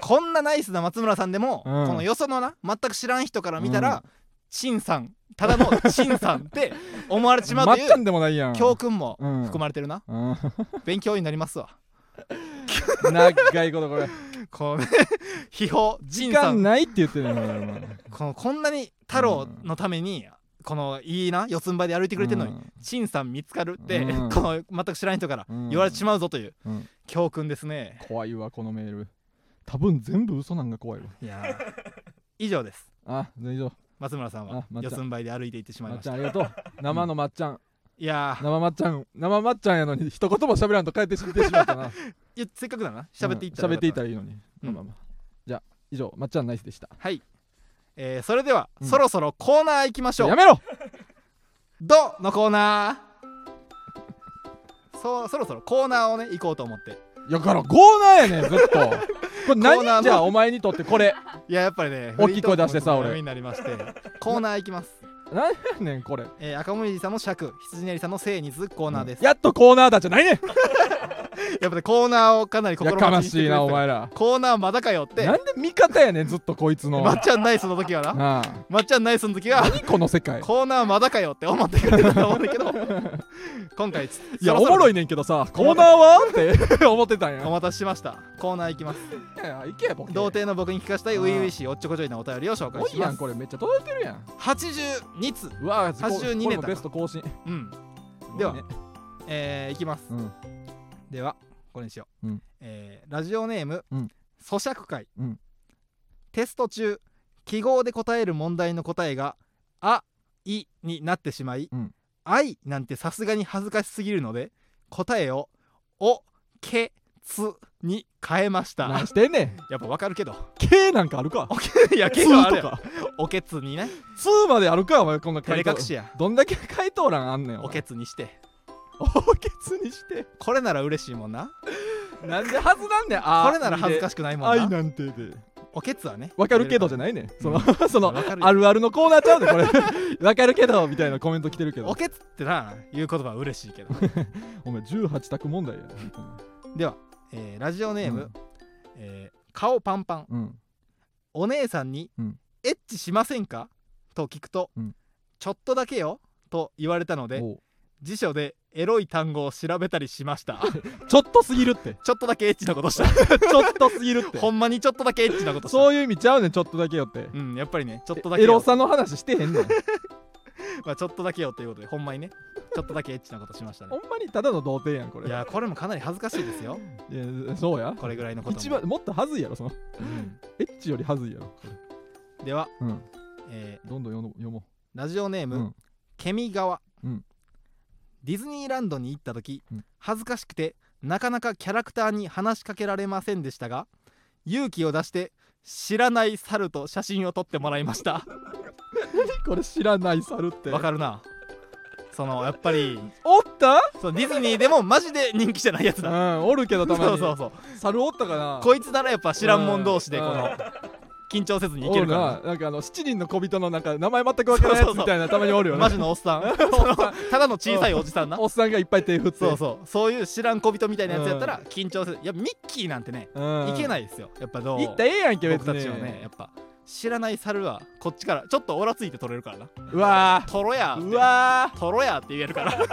[SPEAKER 2] こんなナイスな松村さんでも、
[SPEAKER 1] うん
[SPEAKER 2] このよそのな全く知らん人から見た
[SPEAKER 1] うん
[SPEAKER 2] ら、陳さんただの陳さんって思われてしまう
[SPEAKER 1] まっ
[SPEAKER 2] とい
[SPEAKER 1] ちゃ
[SPEAKER 2] うん
[SPEAKER 1] でもないやん
[SPEAKER 2] 教訓も
[SPEAKER 1] うん
[SPEAKER 2] 含まれてるな、
[SPEAKER 1] うん
[SPEAKER 2] 勉強になりますわ
[SPEAKER 1] 長いことこれ
[SPEAKER 2] この秘宝
[SPEAKER 1] 時
[SPEAKER 2] 陳さ
[SPEAKER 1] 間
[SPEAKER 2] ん
[SPEAKER 1] ないって言ってるのよお前
[SPEAKER 2] このこんなに太郎のために、このいいな四つん這いで歩いてくれてるのに、
[SPEAKER 1] うん
[SPEAKER 2] 陳さん見つかるって、
[SPEAKER 1] うん
[SPEAKER 2] この全く知らん人から
[SPEAKER 1] うん
[SPEAKER 2] 言われてしまうぞという
[SPEAKER 1] うん
[SPEAKER 2] 教訓ですね、
[SPEAKER 1] 怖いわこのメール多分全部嘘なんが怖いわ
[SPEAKER 2] いやー 以上です
[SPEAKER 1] あ大丈夫
[SPEAKER 2] 松村さんは
[SPEAKER 1] あまっちゃ
[SPEAKER 2] 四
[SPEAKER 1] ん
[SPEAKER 2] つん這いで歩いていってしまい
[SPEAKER 1] まっ
[SPEAKER 2] まし
[SPEAKER 1] ちゃ
[SPEAKER 2] た
[SPEAKER 1] んありがとう生のまっちゃん
[SPEAKER 2] いやー
[SPEAKER 1] 生まっちゃん生まっちゃんやのに一言も喋らんと帰ってしまってしまったな
[SPEAKER 2] いやせっかくだな 喋っていった
[SPEAKER 1] うん
[SPEAKER 2] ら
[SPEAKER 1] 喋
[SPEAKER 2] よか
[SPEAKER 1] っていった
[SPEAKER 2] な
[SPEAKER 1] らいいのに、ま
[SPEAKER 2] うん
[SPEAKER 1] あまあまあじゃあ以上まっちゃんナイスでした
[SPEAKER 2] はい、えーそれでは、
[SPEAKER 1] うん
[SPEAKER 2] そろそろコーナー行きましょ
[SPEAKER 1] や
[SPEAKER 2] う
[SPEAKER 1] めろ
[SPEAKER 2] ドのコーナーそうそろそろコーナーをね行こうと思って
[SPEAKER 1] いやからコーナーやねんずっとこれ
[SPEAKER 2] コーナー
[SPEAKER 1] 何
[SPEAKER 2] の
[SPEAKER 1] じゃあお前にとってこれ
[SPEAKER 2] いややっぱりね
[SPEAKER 1] 大きい声出してさ俺
[SPEAKER 2] フリートークもダメになりましてコーナー行きます、
[SPEAKER 1] 何やねんこれ
[SPEAKER 2] えー赤森さんの尺羊ねりさんの性に続くコーナーです、
[SPEAKER 1] やっとコーナーだじゃないねん
[SPEAKER 2] やっぱりコーナーをかなり
[SPEAKER 1] や
[SPEAKER 2] 心
[SPEAKER 1] かま
[SPEAKER 2] 待ちにして
[SPEAKER 1] し
[SPEAKER 2] く
[SPEAKER 1] い
[SPEAKER 2] れて
[SPEAKER 1] な
[SPEAKER 2] た
[SPEAKER 1] お前ら
[SPEAKER 2] コーナーまだかよって
[SPEAKER 1] なんで味方やねんずっとこいつの
[SPEAKER 2] まっちゃんナイスの時はな
[SPEAKER 1] な
[SPEAKER 2] まっちゃんナイスの時
[SPEAKER 1] あ
[SPEAKER 2] は
[SPEAKER 1] 何この世界
[SPEAKER 2] コーナーまだかよって思ってくれてたと思うんだ けど今回
[SPEAKER 1] いやお
[SPEAKER 2] そろそ
[SPEAKER 1] も
[SPEAKER 2] ろ
[SPEAKER 1] ろいねんけどさコーナーはって思ってたんや
[SPEAKER 2] お待たせしましたコーナー行きます
[SPEAKER 1] いやいけやボケ
[SPEAKER 2] 童貞の僕に聞かしたい初々しいおっちょこちょいなお便りを紹介
[SPEAKER 1] 多
[SPEAKER 2] し
[SPEAKER 1] いや
[SPEAKER 2] ま
[SPEAKER 1] ん
[SPEAKER 2] す
[SPEAKER 1] これめっちゃ届いてるやん
[SPEAKER 2] 82通
[SPEAKER 1] うわ
[SPEAKER 2] 82
[SPEAKER 1] これ
[SPEAKER 2] ネタ
[SPEAKER 1] も
[SPEAKER 2] か
[SPEAKER 1] ベスト更新
[SPEAKER 2] うんでは
[SPEAKER 1] ね
[SPEAKER 2] えー、いきます
[SPEAKER 1] うん
[SPEAKER 2] ではこれにしよう、
[SPEAKER 1] うん
[SPEAKER 2] えーラジオネーム、
[SPEAKER 1] うん
[SPEAKER 2] 咀嚼会、
[SPEAKER 1] うん
[SPEAKER 2] テスト中記号で答える問題の答えが「あ」「い」になってしまい
[SPEAKER 1] うん
[SPEAKER 2] 「あい」なんてさすがに恥ずかしすぎるので答えを「お」「け」「つ」に変えました
[SPEAKER 1] 何してんねん
[SPEAKER 2] やっぱわかる けど
[SPEAKER 1] K なんかあるか
[SPEAKER 2] いや
[SPEAKER 1] 2
[SPEAKER 2] けどあ
[SPEAKER 1] と
[SPEAKER 2] れ
[SPEAKER 1] か
[SPEAKER 2] おけつ にね
[SPEAKER 1] 2まであるかお前こんな
[SPEAKER 2] 照
[SPEAKER 1] 回
[SPEAKER 2] れ
[SPEAKER 1] 答
[SPEAKER 2] 隠しや
[SPEAKER 1] どんだけ回答欄あんねんお前
[SPEAKER 2] おけつにして
[SPEAKER 1] おけつにして
[SPEAKER 2] これなら嬉しいもんな
[SPEAKER 1] なんではずなんねんあ
[SPEAKER 2] これなら恥ずか
[SPEAKER 1] し
[SPEAKER 2] しくない
[SPEAKER 1] い
[SPEAKER 2] もんな
[SPEAKER 1] 愛なんてで
[SPEAKER 2] おけつはね
[SPEAKER 1] わかるけどじゃ
[SPEAKER 2] ない
[SPEAKER 1] ないねんそ
[SPEAKER 2] うん
[SPEAKER 1] の その
[SPEAKER 2] わかるよ
[SPEAKER 1] あるあるのコーナーちゃうでこれ わかるけどみたいなコメント来てるけ
[SPEAKER 2] お
[SPEAKER 1] ど
[SPEAKER 2] けつってないう言葉は嬉しい けど
[SPEAKER 1] お前18択問題や
[SPEAKER 2] では、えーラジオネーム、
[SPEAKER 1] うん
[SPEAKER 2] えー顔パンパン
[SPEAKER 1] うん
[SPEAKER 2] お姉さんに、
[SPEAKER 1] うん
[SPEAKER 2] エッチしませんか?」と聞くと、
[SPEAKER 1] うん
[SPEAKER 2] ちょっとだけよ」と言われたので
[SPEAKER 1] おう
[SPEAKER 2] 辞書でエロい単語を調べたりしました
[SPEAKER 1] ちょっとすぎるって
[SPEAKER 2] ちょっとだけエッチなことした
[SPEAKER 1] ちょっとすぎるって
[SPEAKER 2] ほんまにちょっとだけエッチなことした
[SPEAKER 1] そういう意味ちゃうねんちょっとだけよって
[SPEAKER 2] うんやっぱりねちょっとだけ
[SPEAKER 1] エ
[SPEAKER 2] よ
[SPEAKER 1] ロさの話してへんねん
[SPEAKER 2] まあ、ちょっとだけよということでほんまにねちょっとだけエッチなことしましたね
[SPEAKER 1] ほんまにただの童貞やんこれ
[SPEAKER 2] いやーこれもかなり恥ずかしいですよ
[SPEAKER 1] いやそうや
[SPEAKER 2] これぐらいのことも
[SPEAKER 1] 一番もっとはずいやろその
[SPEAKER 2] うん
[SPEAKER 1] エッチよりはずいやろ
[SPEAKER 2] では、
[SPEAKER 1] うん
[SPEAKER 2] え
[SPEAKER 1] どんどん読もう読も
[SPEAKER 2] ーラジオネー
[SPEAKER 1] う
[SPEAKER 2] ム、
[SPEAKER 1] うん
[SPEAKER 2] ケミ川、
[SPEAKER 1] うん
[SPEAKER 2] ディズニーランドに行った時、
[SPEAKER 1] うん
[SPEAKER 2] 恥ずかしくてなかなかキャラクターに話しかけられませんでしたが勇気を出して知らない猿と写真を撮ってもらいま した
[SPEAKER 1] これ知らない猿って
[SPEAKER 2] わかるなそのやっぱり
[SPEAKER 1] おった
[SPEAKER 2] そうディズニーでもマジで人気じゃないやつ
[SPEAKER 1] う
[SPEAKER 2] だ
[SPEAKER 1] んおるけどたまに
[SPEAKER 2] そうそうそう
[SPEAKER 1] 猿おったかな
[SPEAKER 2] こいつならやっぱ知らんもん同士で
[SPEAKER 1] う
[SPEAKER 2] こ
[SPEAKER 1] ん
[SPEAKER 2] の
[SPEAKER 1] うん
[SPEAKER 2] 緊張せずにい
[SPEAKER 1] お
[SPEAKER 2] け
[SPEAKER 1] る
[SPEAKER 2] るか
[SPEAKER 1] ななんかあの7人の小人のなんか名前全く分からないやつみたいなたまにおる
[SPEAKER 2] ら
[SPEAKER 1] よ
[SPEAKER 2] マ
[SPEAKER 1] ね
[SPEAKER 2] ジのおっさん そのただの小さいおじさんな
[SPEAKER 1] おっさんがいっぱい手振って
[SPEAKER 2] そうそうそういう知らん小人みたいなやつやったら緊張せずいやミッキーなんてね
[SPEAKER 1] うん
[SPEAKER 2] いけないいですよやっぱどう
[SPEAKER 1] 行ったらええやんけ別
[SPEAKER 2] 僕
[SPEAKER 1] に
[SPEAKER 2] たちはねやっぱ知らない猿はこっちからちょっとオラついて取れるからな
[SPEAKER 1] うわ
[SPEAKER 2] トロ
[SPEAKER 1] ー
[SPEAKER 2] やー
[SPEAKER 1] う
[SPEAKER 2] って
[SPEAKER 1] わ
[SPEAKER 2] トロやーって言えるから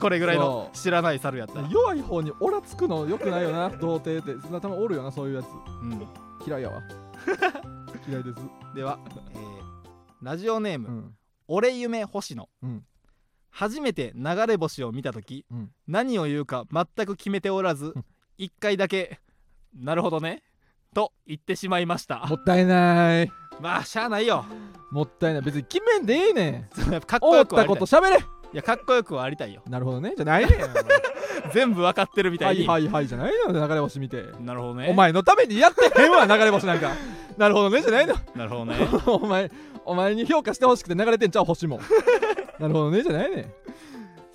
[SPEAKER 2] これぐらいの知らない猿やったら
[SPEAKER 1] ー、弱い方にオラつくのよくないよな 童貞ってそんなたまおるよなそういうやつ
[SPEAKER 2] うん
[SPEAKER 1] 嫌い やわ嫌いです、
[SPEAKER 2] では、えーラジオネーム、
[SPEAKER 1] うん、
[SPEAKER 2] 俺夢星野、
[SPEAKER 1] うん
[SPEAKER 2] 初めて流れ星を見た時、
[SPEAKER 1] うん
[SPEAKER 2] 何を言うか全く決めておらず
[SPEAKER 1] うん
[SPEAKER 2] 一回だけ「なるほどね」と言ってしまいました
[SPEAKER 1] もったいない
[SPEAKER 2] まあしゃあないよ
[SPEAKER 1] もったいない別に決めんでいいねん
[SPEAKER 2] やっぱかっこ
[SPEAKER 1] 思
[SPEAKER 2] よ
[SPEAKER 1] っ
[SPEAKER 2] くは
[SPEAKER 1] た
[SPEAKER 2] あり
[SPEAKER 1] こ
[SPEAKER 2] た
[SPEAKER 1] と喋
[SPEAKER 2] い
[SPEAKER 1] れ
[SPEAKER 2] いやかっこよくはありたいよ
[SPEAKER 1] なるほどねじゃないねん
[SPEAKER 2] 全部わかってるみた
[SPEAKER 1] はいい
[SPEAKER 2] に、
[SPEAKER 1] はいはいじゃないのよ流れ星見て
[SPEAKER 2] なるほどね
[SPEAKER 1] お前のためにや ってへんわ流れ星なんかなるほどねじゃないの
[SPEAKER 2] なるほど ね
[SPEAKER 1] お前お前に評価してほしくて流れてんちゃう星 もなるほどねじゃないねん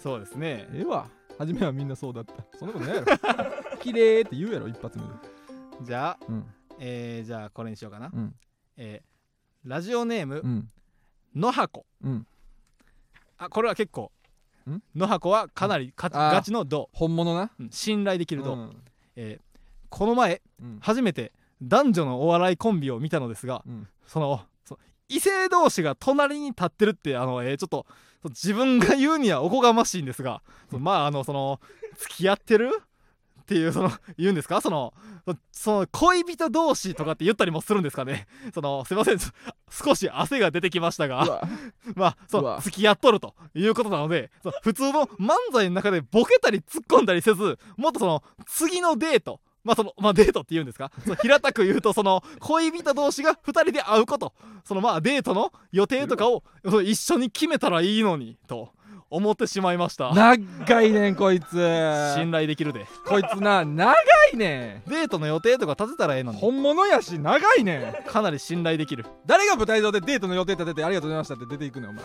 [SPEAKER 2] そうですね
[SPEAKER 1] ええわ初めはみんなそうだったそんなことないやろ 綺麗って言うやろ一発目で
[SPEAKER 2] じゃあ
[SPEAKER 1] うん
[SPEAKER 2] えー、じゃあこれにしようかな、
[SPEAKER 1] うん
[SPEAKER 2] えーラジオネーム
[SPEAKER 1] うん
[SPEAKER 2] 野箱
[SPEAKER 1] うん
[SPEAKER 2] あこれは結構
[SPEAKER 1] ん
[SPEAKER 2] 野箱はかなりか
[SPEAKER 1] あー
[SPEAKER 2] ガチのど
[SPEAKER 1] 本物な
[SPEAKER 2] う、うん信頼できるどう、
[SPEAKER 1] うん
[SPEAKER 2] えーこの前
[SPEAKER 1] うん
[SPEAKER 2] 初めて男女のお笑いコンビを見たのですが
[SPEAKER 1] うん
[SPEAKER 2] そのそ異性同士が隣に立ってるってあの、えーちょっとそ自分が言うにはおこがましいんですがそまああのその付き合ってるっていうその言うんですかそのそその恋人同士とかって言ったりもするんですかねそのすいませんち ょ少し汗が出てきましたが
[SPEAKER 1] うわ
[SPEAKER 2] まあそうう
[SPEAKER 1] わ
[SPEAKER 2] 付き合っとるということなのでそう普通の漫才の中でボケたり突っ込んだりせずもっとその次のデートまあそのまあデートって言うんですかそう平たく言うとその恋人同士が2人で会うことそのまあデートの予定とかをそう一緒に決めたらいいのにと思ってしまいました
[SPEAKER 1] 長いねんこいつ
[SPEAKER 2] 信頼できるで
[SPEAKER 1] こいつな長いね
[SPEAKER 2] デートの予定とか立てたらええの
[SPEAKER 1] ん
[SPEAKER 2] に
[SPEAKER 1] 本物やし長いねん
[SPEAKER 2] かなり信頼できる
[SPEAKER 1] 誰が舞台上でデートの予定立ててありがとうございましたって出ていくねんお前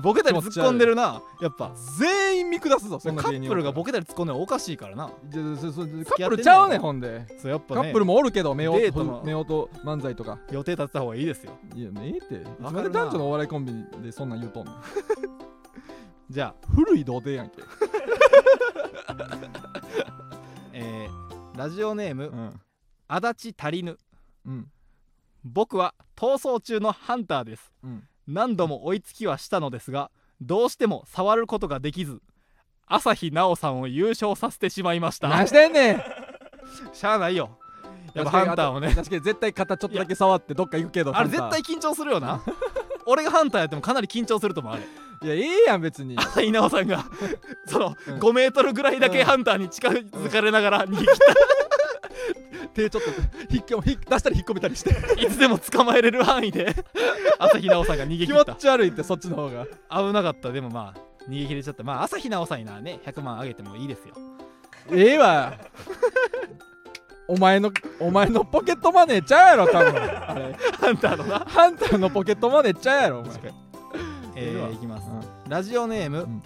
[SPEAKER 2] ボケたり突っ込んでるなやっぱ
[SPEAKER 1] 全員見下すぞそんな
[SPEAKER 2] カ
[SPEAKER 1] 芸人
[SPEAKER 2] ップルがボ
[SPEAKER 1] ケ
[SPEAKER 2] ケたり突っ込んでるのおかしいからな
[SPEAKER 1] カップルちゃうねんほんで
[SPEAKER 2] そうやっぱ
[SPEAKER 1] カ
[SPEAKER 2] ね
[SPEAKER 1] ップルもおるけど目
[SPEAKER 2] デートの
[SPEAKER 1] 音目音漫才とか
[SPEAKER 2] 予定立てた方がいいですよ
[SPEAKER 1] いやねえっていつ
[SPEAKER 2] わ
[SPEAKER 1] ま
[SPEAKER 2] か
[SPEAKER 1] で
[SPEAKER 2] るな
[SPEAKER 1] 男女のお笑いコンビでそんなん言うとんの
[SPEAKER 2] じゃあ
[SPEAKER 1] 古い童貞やんけ
[SPEAKER 2] えーラジオネーム、
[SPEAKER 1] うん
[SPEAKER 2] 足立足りぬ
[SPEAKER 1] うん
[SPEAKER 2] 僕は逃走中のハンターです
[SPEAKER 1] うん
[SPEAKER 2] 何度も追いつきはしたのですがどうしても触ることができず朝日奈央さんを優勝させてしまいました
[SPEAKER 1] 何してんねん
[SPEAKER 2] しゃあないよやっぱハンターもね
[SPEAKER 1] 確かに絶対肩ちょっとだけ触ってどっか行くけど
[SPEAKER 2] あれ絶
[SPEAKER 1] ハン
[SPEAKER 2] 対緊張するよな俺がハンターやってもかなり緊張すると思うあれ
[SPEAKER 1] ターいやええやん別に
[SPEAKER 2] 朝日奈央さ んがその
[SPEAKER 1] うん
[SPEAKER 2] 5メートルぐらいだ
[SPEAKER 1] う
[SPEAKER 2] け
[SPEAKER 1] ん
[SPEAKER 2] ハンターに近づかれながら逃げ切った
[SPEAKER 1] 手ちょっとひっけひっ出したり引っ込めたりして
[SPEAKER 2] いつでも捕まえれる範 囲で朝日奈央さんが逃げ
[SPEAKER 1] 気
[SPEAKER 2] 切っ
[SPEAKER 1] 持
[SPEAKER 2] た
[SPEAKER 1] ち悪いってそっちの方が
[SPEAKER 2] 危なかったでもまあ逃げ切れちゃったまあ朝日奈央さんにならね100万あげてもいいで すよ
[SPEAKER 1] ええわお前のお前のポケットマネーちゃうやろ多分あれ
[SPEAKER 2] ハンターのな
[SPEAKER 1] ハンターのポケットマネーちゃうやろお前
[SPEAKER 2] 確かに
[SPEAKER 1] いい
[SPEAKER 2] え
[SPEAKER 1] わ
[SPEAKER 2] ー、いきます、
[SPEAKER 1] うん
[SPEAKER 2] ラジオネーム、
[SPEAKER 1] ん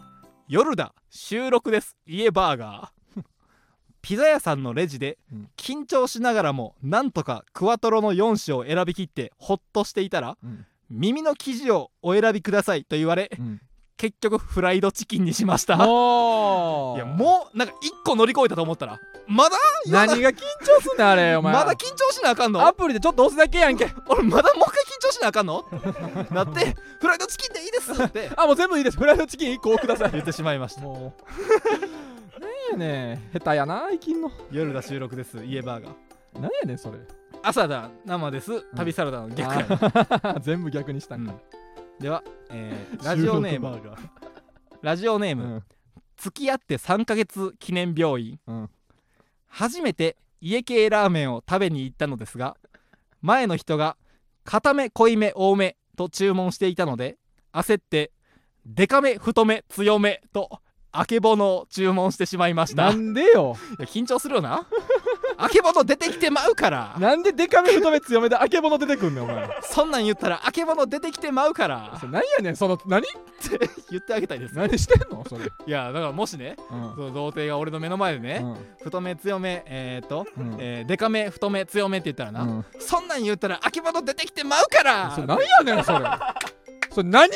[SPEAKER 2] 夜だ収録です家バーガー ピザ屋さんのレジで
[SPEAKER 1] うん
[SPEAKER 2] 緊張しながらもなんとかクワトロの4種を選びきってホッとしていたら
[SPEAKER 1] うん
[SPEAKER 2] 耳の生地をお選びくださいと言われ
[SPEAKER 1] うん
[SPEAKER 2] 結局フライドチキンにしました
[SPEAKER 1] もう
[SPEAKER 2] いやもうなんか1個乗り越えたと思ったらまだ
[SPEAKER 1] 何が緊張すんだあれお前
[SPEAKER 2] まだ緊張しなあかんの
[SPEAKER 1] アプリでちょっと押すだけやんけ
[SPEAKER 2] 俺まだもう一回緊張しなあかんの なってフライドチキンでいいですって
[SPEAKER 1] あもう全部いいですフライドチキン1個くださ
[SPEAKER 2] 言ってしまいまし
[SPEAKER 1] い
[SPEAKER 2] た
[SPEAKER 1] もうなんやねん下手やな生きんの
[SPEAKER 2] 夜だ収録です家バーガ
[SPEAKER 1] な
[SPEAKER 2] ー
[SPEAKER 1] んやねんそれ
[SPEAKER 2] 朝だ生です旅サラダの逆やな
[SPEAKER 1] 全部逆にしたんか、
[SPEAKER 2] うんでは、えーラジオネーム
[SPEAKER 1] 収録バー
[SPEAKER 2] ラジオネー
[SPEAKER 1] ガ
[SPEAKER 2] ム、
[SPEAKER 1] ー
[SPEAKER 2] 付き合って3ヶ月記念病院、
[SPEAKER 1] うん
[SPEAKER 2] 初めて家系ラーメンを食べに行ったのですが前の人が「固め濃いめ多め」と注文していたので焦って「でかめ太め強め」とあけぼのを注文してしまいました
[SPEAKER 1] ないんでよ
[SPEAKER 2] や緊張するよなあけぼの出てきてまうから
[SPEAKER 1] なんでデカめ太め強めであけぼの出てくんねんお前
[SPEAKER 2] そんなん言ったらあけぼの出てきてまうから
[SPEAKER 1] それ何やねんその何
[SPEAKER 2] 言ってあげたいです
[SPEAKER 1] 何してんのそれ、
[SPEAKER 2] いやだからもしね
[SPEAKER 1] うん
[SPEAKER 2] その童貞が俺の目の前でね、太め強めえー、と、
[SPEAKER 1] うん
[SPEAKER 2] えー、でかめ太め強めって言ったらな、
[SPEAKER 1] うん
[SPEAKER 2] そんなん言ったら秋葉出てきてまうから
[SPEAKER 1] それ
[SPEAKER 2] 突っ
[SPEAKER 1] 何やねんそれそれ何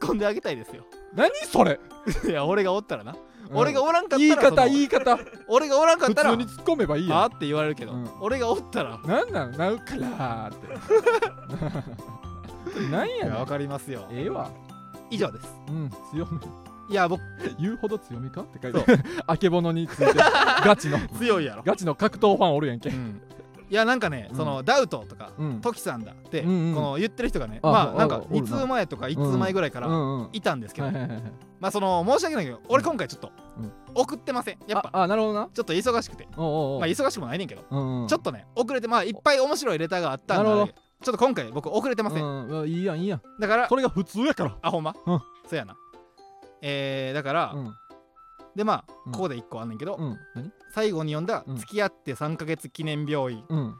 [SPEAKER 2] 込んであげたいですよ
[SPEAKER 1] 何それ、
[SPEAKER 2] いや俺がおったらな、俺がおらんかったら
[SPEAKER 1] 言い方
[SPEAKER 2] その
[SPEAKER 1] 言い方
[SPEAKER 2] 俺がおらんかっ
[SPEAKER 1] 普
[SPEAKER 2] た
[SPEAKER 1] 通
[SPEAKER 2] ら
[SPEAKER 1] に突っ込めばいい
[SPEAKER 2] あ
[SPEAKER 1] や
[SPEAKER 2] ーって言われるけど、
[SPEAKER 1] うん
[SPEAKER 2] 俺がおったら
[SPEAKER 1] んなんなのなうからーって なんやねん
[SPEAKER 2] かりますよ
[SPEAKER 1] ええわ
[SPEAKER 2] 以上です
[SPEAKER 1] うん強め
[SPEAKER 2] いや僕
[SPEAKER 1] 言うほど強めかって書いてあるあけぼのについ てガチの
[SPEAKER 2] 強いやろ、
[SPEAKER 1] ガチの格闘ファンおるやん
[SPEAKER 2] う
[SPEAKER 1] け
[SPEAKER 2] ん、いやなんかね、
[SPEAKER 1] うん
[SPEAKER 2] そのダウトとか、
[SPEAKER 1] うん
[SPEAKER 2] トキさんだって、
[SPEAKER 1] うんうん
[SPEAKER 2] この言ってる人がね
[SPEAKER 1] あ
[SPEAKER 2] まあ
[SPEAKER 1] あ
[SPEAKER 2] なんか
[SPEAKER 1] おるな
[SPEAKER 2] 2通前とか1通前ぐらいか
[SPEAKER 1] う
[SPEAKER 2] ら
[SPEAKER 1] んうん
[SPEAKER 2] いたんですけど、
[SPEAKER 1] はいはいはいはい
[SPEAKER 2] まあその申し訳ないけど俺今回ちょっと
[SPEAKER 1] うん
[SPEAKER 2] 送ってませんやっぱ
[SPEAKER 1] ああなるほどな
[SPEAKER 2] ちょっと忙しくて
[SPEAKER 1] おうおうおう
[SPEAKER 2] まあ忙しくもないねんけど
[SPEAKER 1] うんうん
[SPEAKER 2] ちょっとね遅れてまあいっぱい面白いレターがあったん
[SPEAKER 1] なる
[SPEAKER 2] で
[SPEAKER 1] ほ
[SPEAKER 2] ちょっと今回僕遅れてません
[SPEAKER 1] うんうんいいやんいいやん
[SPEAKER 2] だから
[SPEAKER 1] それが普通やから
[SPEAKER 2] あほんま
[SPEAKER 1] うん
[SPEAKER 2] そうやなえーだから、
[SPEAKER 1] うん
[SPEAKER 2] でまあ
[SPEAKER 1] うん
[SPEAKER 2] ここで1個あんねんけど、
[SPEAKER 1] うん何
[SPEAKER 2] 最後に読んだ
[SPEAKER 1] うん
[SPEAKER 2] 「付き合って3ヶ月記念病院」
[SPEAKER 1] うん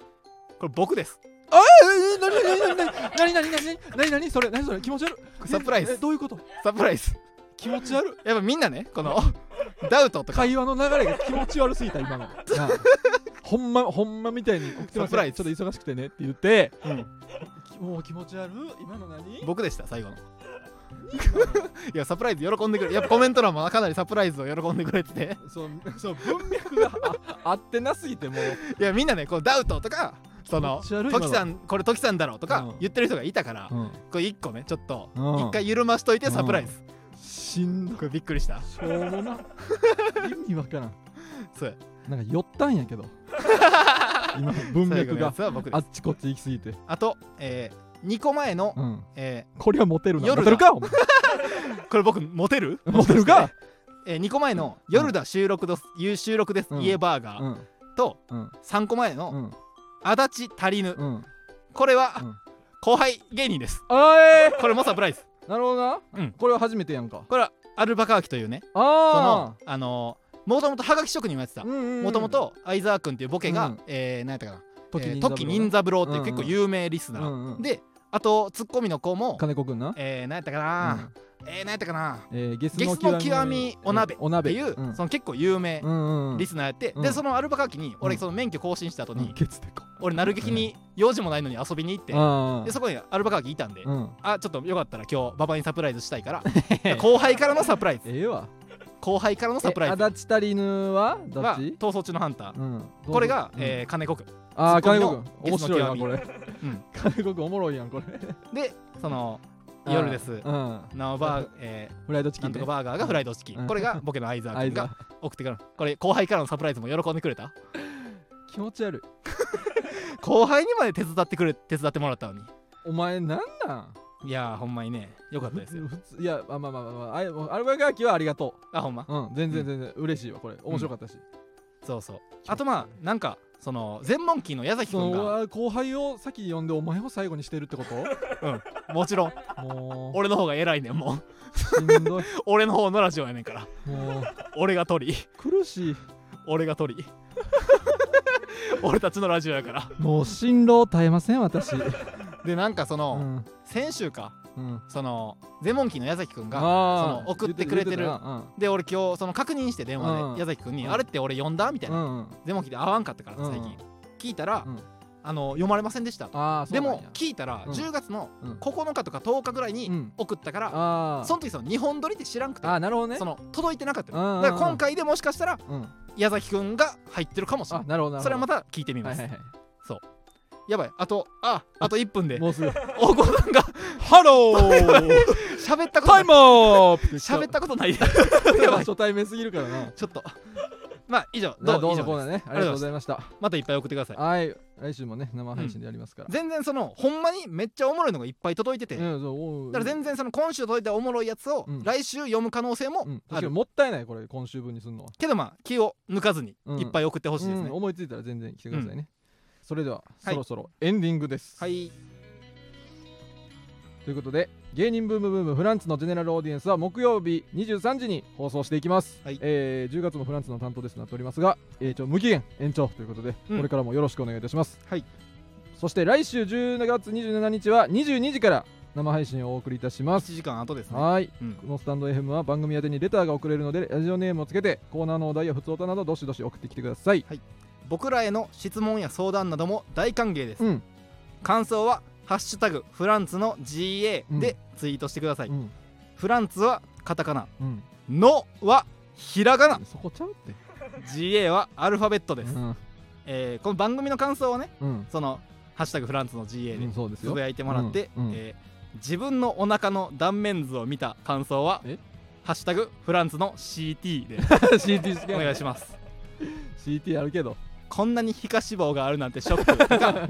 [SPEAKER 2] これ僕です
[SPEAKER 1] えー、なになになになになになになにそれなにそれ気持ち悪い
[SPEAKER 2] サプライズ
[SPEAKER 1] ええどういうこと
[SPEAKER 2] サプライズ
[SPEAKER 1] 気持ち悪い
[SPEAKER 2] やっぱみんなねこの ダウトとか
[SPEAKER 1] 会話の流れが気持ち悪すぎた今のなあほんまほんまみたいに送ってま
[SPEAKER 2] サプライ
[SPEAKER 1] す
[SPEAKER 2] ズ
[SPEAKER 1] ちょっと忙しくてねって言って
[SPEAKER 2] うん
[SPEAKER 1] きもう気持ち悪い今の何
[SPEAKER 2] 僕でした最後の いやサプライズ喜んでくれやっぱコメント欄もかなりサプライズを喜んでくれてて
[SPEAKER 1] そうそう文脈があ合ってなすぎてもう
[SPEAKER 2] いやみんなねこうダウトとかその
[SPEAKER 1] 気持ち悪い
[SPEAKER 2] 「
[SPEAKER 1] な
[SPEAKER 2] トキさんこれトキさんだろ」と
[SPEAKER 1] う
[SPEAKER 2] か
[SPEAKER 1] ん
[SPEAKER 2] 言ってる人がいたから、
[SPEAKER 1] うん
[SPEAKER 2] これ1個ねちょっと
[SPEAKER 1] うん
[SPEAKER 2] 一回緩ましといてサプライズ、
[SPEAKER 1] しんど
[SPEAKER 2] これびっくりした
[SPEAKER 1] しょうもな意味わからん
[SPEAKER 2] そうや
[SPEAKER 1] なんか寄ったんや けど今文
[SPEAKER 2] 最
[SPEAKER 1] 脈
[SPEAKER 2] 後のや
[SPEAKER 1] が
[SPEAKER 2] つは僕で
[SPEAKER 1] あ
[SPEAKER 2] す
[SPEAKER 1] っちこっち行き過ぎて、
[SPEAKER 2] あと、え2個前の、
[SPEAKER 1] うん、
[SPEAKER 2] え
[SPEAKER 1] これはモテるな
[SPEAKER 2] 夜だ
[SPEAKER 1] モテるかお前
[SPEAKER 2] ーこれ僕モテる
[SPEAKER 1] モテるか、
[SPEAKER 2] え2個前の「夜だ収録です」いう収録です、
[SPEAKER 1] うん
[SPEAKER 2] 家バーガ
[SPEAKER 1] う
[SPEAKER 2] ー、
[SPEAKER 1] ん
[SPEAKER 2] と
[SPEAKER 1] うん
[SPEAKER 2] 3個前
[SPEAKER 1] う
[SPEAKER 2] の
[SPEAKER 1] ん
[SPEAKER 2] 「足立足りぬ」
[SPEAKER 1] うん
[SPEAKER 2] これは、
[SPEAKER 1] うん
[SPEAKER 2] 後輩芸人です
[SPEAKER 1] あえ
[SPEAKER 2] これもサプライズ
[SPEAKER 1] ー、なるほどな、
[SPEAKER 2] うん
[SPEAKER 1] これは初めてやんか
[SPEAKER 2] これはアルバカーキというねそ
[SPEAKER 1] あ
[SPEAKER 2] のあのもともとはがき職人もやってた
[SPEAKER 1] あも
[SPEAKER 2] もともと相沢君っていうボケ
[SPEAKER 1] う
[SPEAKER 2] が、
[SPEAKER 1] ん
[SPEAKER 2] えー、何やったかな
[SPEAKER 1] 時
[SPEAKER 2] えー
[SPEAKER 1] に
[SPEAKER 2] 時任三郎っていう結構
[SPEAKER 1] うんうん
[SPEAKER 2] 有名リスナー、
[SPEAKER 1] うんうん
[SPEAKER 2] であとツッコミの子も、
[SPEAKER 1] 金子くんな、
[SPEAKER 2] えー、何やったかな、えー、何やったかなっ
[SPEAKER 1] うんえー、ゲス
[SPEAKER 2] ゲ
[SPEAKER 1] の
[SPEAKER 2] スの
[SPEAKER 1] 極み
[SPEAKER 2] 極みお鍋
[SPEAKER 1] えーお鍋
[SPEAKER 2] ていう、
[SPEAKER 1] うん
[SPEAKER 2] その結構有名
[SPEAKER 1] うんうん、
[SPEAKER 2] リスナーやって、
[SPEAKER 1] うん
[SPEAKER 2] でそのアルバカーキに俺
[SPEAKER 1] うん
[SPEAKER 2] その免許更新した後に、
[SPEAKER 1] うんケツでか
[SPEAKER 2] 俺なる劇に用事もないのに遊びに行って、
[SPEAKER 1] あ
[SPEAKER 2] でそこにアルバカーキいたんで、
[SPEAKER 1] ーうん
[SPEAKER 2] あちょっとよかったら今日ババにサプライズした いから後輩からのサプライズ
[SPEAKER 1] ええわ
[SPEAKER 2] 後輩からのサプライズ
[SPEAKER 1] え足立足りぬはどっ
[SPEAKER 2] は
[SPEAKER 1] ち、
[SPEAKER 2] 逃走中のハンター、
[SPEAKER 1] うん、
[SPEAKER 2] これが、
[SPEAKER 1] うん
[SPEAKER 2] えー金子君
[SPEAKER 1] あー
[SPEAKER 2] ツッコミ
[SPEAKER 1] 金
[SPEAKER 2] の
[SPEAKER 1] 子くん面白いなこれ、
[SPEAKER 2] うん
[SPEAKER 1] 金子くんおもろいやんこれ
[SPEAKER 2] でその夜です
[SPEAKER 1] うん
[SPEAKER 2] なおバー、え
[SPEAKER 1] フライドチ
[SPEAKER 2] ー、
[SPEAKER 1] キ
[SPEAKER 2] な
[SPEAKER 1] ン
[SPEAKER 2] んと
[SPEAKER 1] ね
[SPEAKER 2] かバーガーがフライドチキン、
[SPEAKER 1] うん
[SPEAKER 2] これが僕の相沢
[SPEAKER 1] あい
[SPEAKER 2] 君
[SPEAKER 1] ざ
[SPEAKER 2] が送ってくるこれ後輩からのサプライズも喜んでくれた
[SPEAKER 1] 気持ち悪い
[SPEAKER 2] 後輩にまで手伝ってくれ手伝ってもらったのに
[SPEAKER 1] お前なんなん
[SPEAKER 2] いやーほんまにねよかったで すよ
[SPEAKER 1] ふついやあまあまあまあ、まああい、アルバガーキはありがと
[SPEAKER 2] あほんま
[SPEAKER 1] ううん全然全然嬉しいわこれ面白かったし、
[SPEAKER 2] そうそうあとまあなんかその全問キーの矢崎
[SPEAKER 1] そ
[SPEAKER 2] 君
[SPEAKER 1] のう
[SPEAKER 2] が
[SPEAKER 1] わ後輩を先呼んでお前を最後にしてるってこと
[SPEAKER 2] もちろん
[SPEAKER 1] も
[SPEAKER 2] 俺の方が偉いねん もう
[SPEAKER 1] うしんどい
[SPEAKER 2] 俺の方のラジオやねんから
[SPEAKER 1] もう
[SPEAKER 2] 俺が取り
[SPEAKER 1] 苦しい
[SPEAKER 2] 俺 が取り俺たちのラジオやから
[SPEAKER 1] もう辛労耐えません私
[SPEAKER 2] でなんかそうの、
[SPEAKER 1] ん
[SPEAKER 2] 先週か
[SPEAKER 1] うん
[SPEAKER 2] その全問キーの矢崎君が
[SPEAKER 1] あ
[SPEAKER 2] そ
[SPEAKER 1] ー
[SPEAKER 2] の送ってくれてる
[SPEAKER 1] 言うな
[SPEAKER 2] で俺今日その確認して電話で、
[SPEAKER 1] うん
[SPEAKER 2] 矢崎君に、
[SPEAKER 1] うん
[SPEAKER 2] あれって俺呼んだみたい
[SPEAKER 1] うん
[SPEAKER 2] な、
[SPEAKER 1] うんうん
[SPEAKER 2] でも聞いて会わんかったからさ最近、
[SPEAKER 1] うん
[SPEAKER 2] 聞いたら、
[SPEAKER 1] うん
[SPEAKER 2] あの読まれませんでした
[SPEAKER 1] ああそう
[SPEAKER 2] で
[SPEAKER 1] なんや
[SPEAKER 2] も聞いたら、
[SPEAKER 1] うん
[SPEAKER 2] 10月の
[SPEAKER 1] うん
[SPEAKER 2] 9日とか10日ぐらいに
[SPEAKER 1] うん
[SPEAKER 2] 送ったから、
[SPEAKER 1] あー
[SPEAKER 2] その時その日本撮りって知らんくて
[SPEAKER 1] あーなるほどね
[SPEAKER 2] その届いてなかった
[SPEAKER 1] うんうんう
[SPEAKER 2] の
[SPEAKER 1] ん
[SPEAKER 2] だから今回でもしかしたら
[SPEAKER 1] うん
[SPEAKER 2] 矢崎君が入ってるかもしれ
[SPEAKER 1] あ
[SPEAKER 2] ない
[SPEAKER 1] なるほどなるほど
[SPEAKER 2] それはまた聞いてみ
[SPEAKER 1] は
[SPEAKER 2] ま
[SPEAKER 1] い
[SPEAKER 2] す、
[SPEAKER 1] はいは
[SPEAKER 2] やばいあとああと1分で
[SPEAKER 1] いもうすぐ
[SPEAKER 2] 大久保さ んが
[SPEAKER 1] ハロー
[SPEAKER 2] 喋ったこと
[SPEAKER 1] タ
[SPEAKER 2] な
[SPEAKER 1] イ
[SPEAKER 2] い
[SPEAKER 1] ムアッ プ
[SPEAKER 2] 喋ったことない や
[SPEAKER 1] やば
[SPEAKER 2] ばいち
[SPEAKER 1] 初対面すぎるからな
[SPEAKER 2] ょっとまあ以上
[SPEAKER 1] な
[SPEAKER 2] ど
[SPEAKER 1] あど
[SPEAKER 2] う
[SPEAKER 1] う
[SPEAKER 2] 以
[SPEAKER 1] のコー
[SPEAKER 2] 上
[SPEAKER 1] ナ
[SPEAKER 2] で
[SPEAKER 1] ーねありがとうございました
[SPEAKER 2] すまたいっぱい送ってください
[SPEAKER 1] はい来週もね生配信でやりますから
[SPEAKER 2] 全然そのほんまにめっちゃおもろいのがいっぱい届いてて、だ
[SPEAKER 1] うんそうおう
[SPEAKER 2] から全然その今週届いたおもろいやつを
[SPEAKER 1] うん
[SPEAKER 2] 来週読む可能性も
[SPEAKER 1] うん
[SPEAKER 2] あ
[SPEAKER 1] 確か
[SPEAKER 2] る、
[SPEAKER 1] にもったいないこれ今週分にするのは
[SPEAKER 2] けどまあ気を抜かずに
[SPEAKER 1] うん
[SPEAKER 2] いっぱい送ってほしいですね、
[SPEAKER 1] うん思いついたら全然来てくださいねそれではそろそろエンディングです
[SPEAKER 2] はい
[SPEAKER 1] ということで芸人ブームブームフランツのジェネラルオーディエンスは木曜日23時に放送していきます、
[SPEAKER 2] はい
[SPEAKER 1] えー10月もフランツの担当ですとなっておりますが、えー、ちょ無期限延長ということで、
[SPEAKER 2] うん
[SPEAKER 1] これからもよろしくお願いいたします、
[SPEAKER 2] はい
[SPEAKER 1] そして来週10月27日は22時から生配信をお送りいたします
[SPEAKER 2] 1時間後ですね
[SPEAKER 1] はい
[SPEAKER 2] うん
[SPEAKER 1] このスタンド FM は番組宛てにレターが送れるのでラジオネームをつけてコーナーのお題や普通歌などどしどし送ってきてください
[SPEAKER 2] 僕らへの質問や相談なども大歓迎です、
[SPEAKER 1] うん、
[SPEAKER 2] 感想は「ハッシュタグフランツの GA」でツイートしてください、
[SPEAKER 1] うん
[SPEAKER 2] フランツはカタカナ
[SPEAKER 1] うん
[SPEAKER 2] のはひらがな
[SPEAKER 1] そこちゃうって
[SPEAKER 2] GA はアルファベットです、
[SPEAKER 1] うん
[SPEAKER 2] えーこの番組の感想をね
[SPEAKER 1] うん、
[SPEAKER 2] その「ハッシュタグフランツの GA で」
[SPEAKER 1] うんそうです
[SPEAKER 2] つ
[SPEAKER 1] よ
[SPEAKER 2] ぶやいてもらって、
[SPEAKER 1] うんうん
[SPEAKER 2] えー自分のお腹の断面図を見た感想は
[SPEAKER 1] え
[SPEAKER 2] 「ハッシュタグフランツの CT」で
[SPEAKER 1] CT スキ
[SPEAKER 2] お
[SPEAKER 1] ャ
[SPEAKER 2] 願い
[SPEAKER 1] ン
[SPEAKER 2] します
[SPEAKER 1] CT あるけど
[SPEAKER 2] こんなに皮下脂肪があるなんてショッ クとか、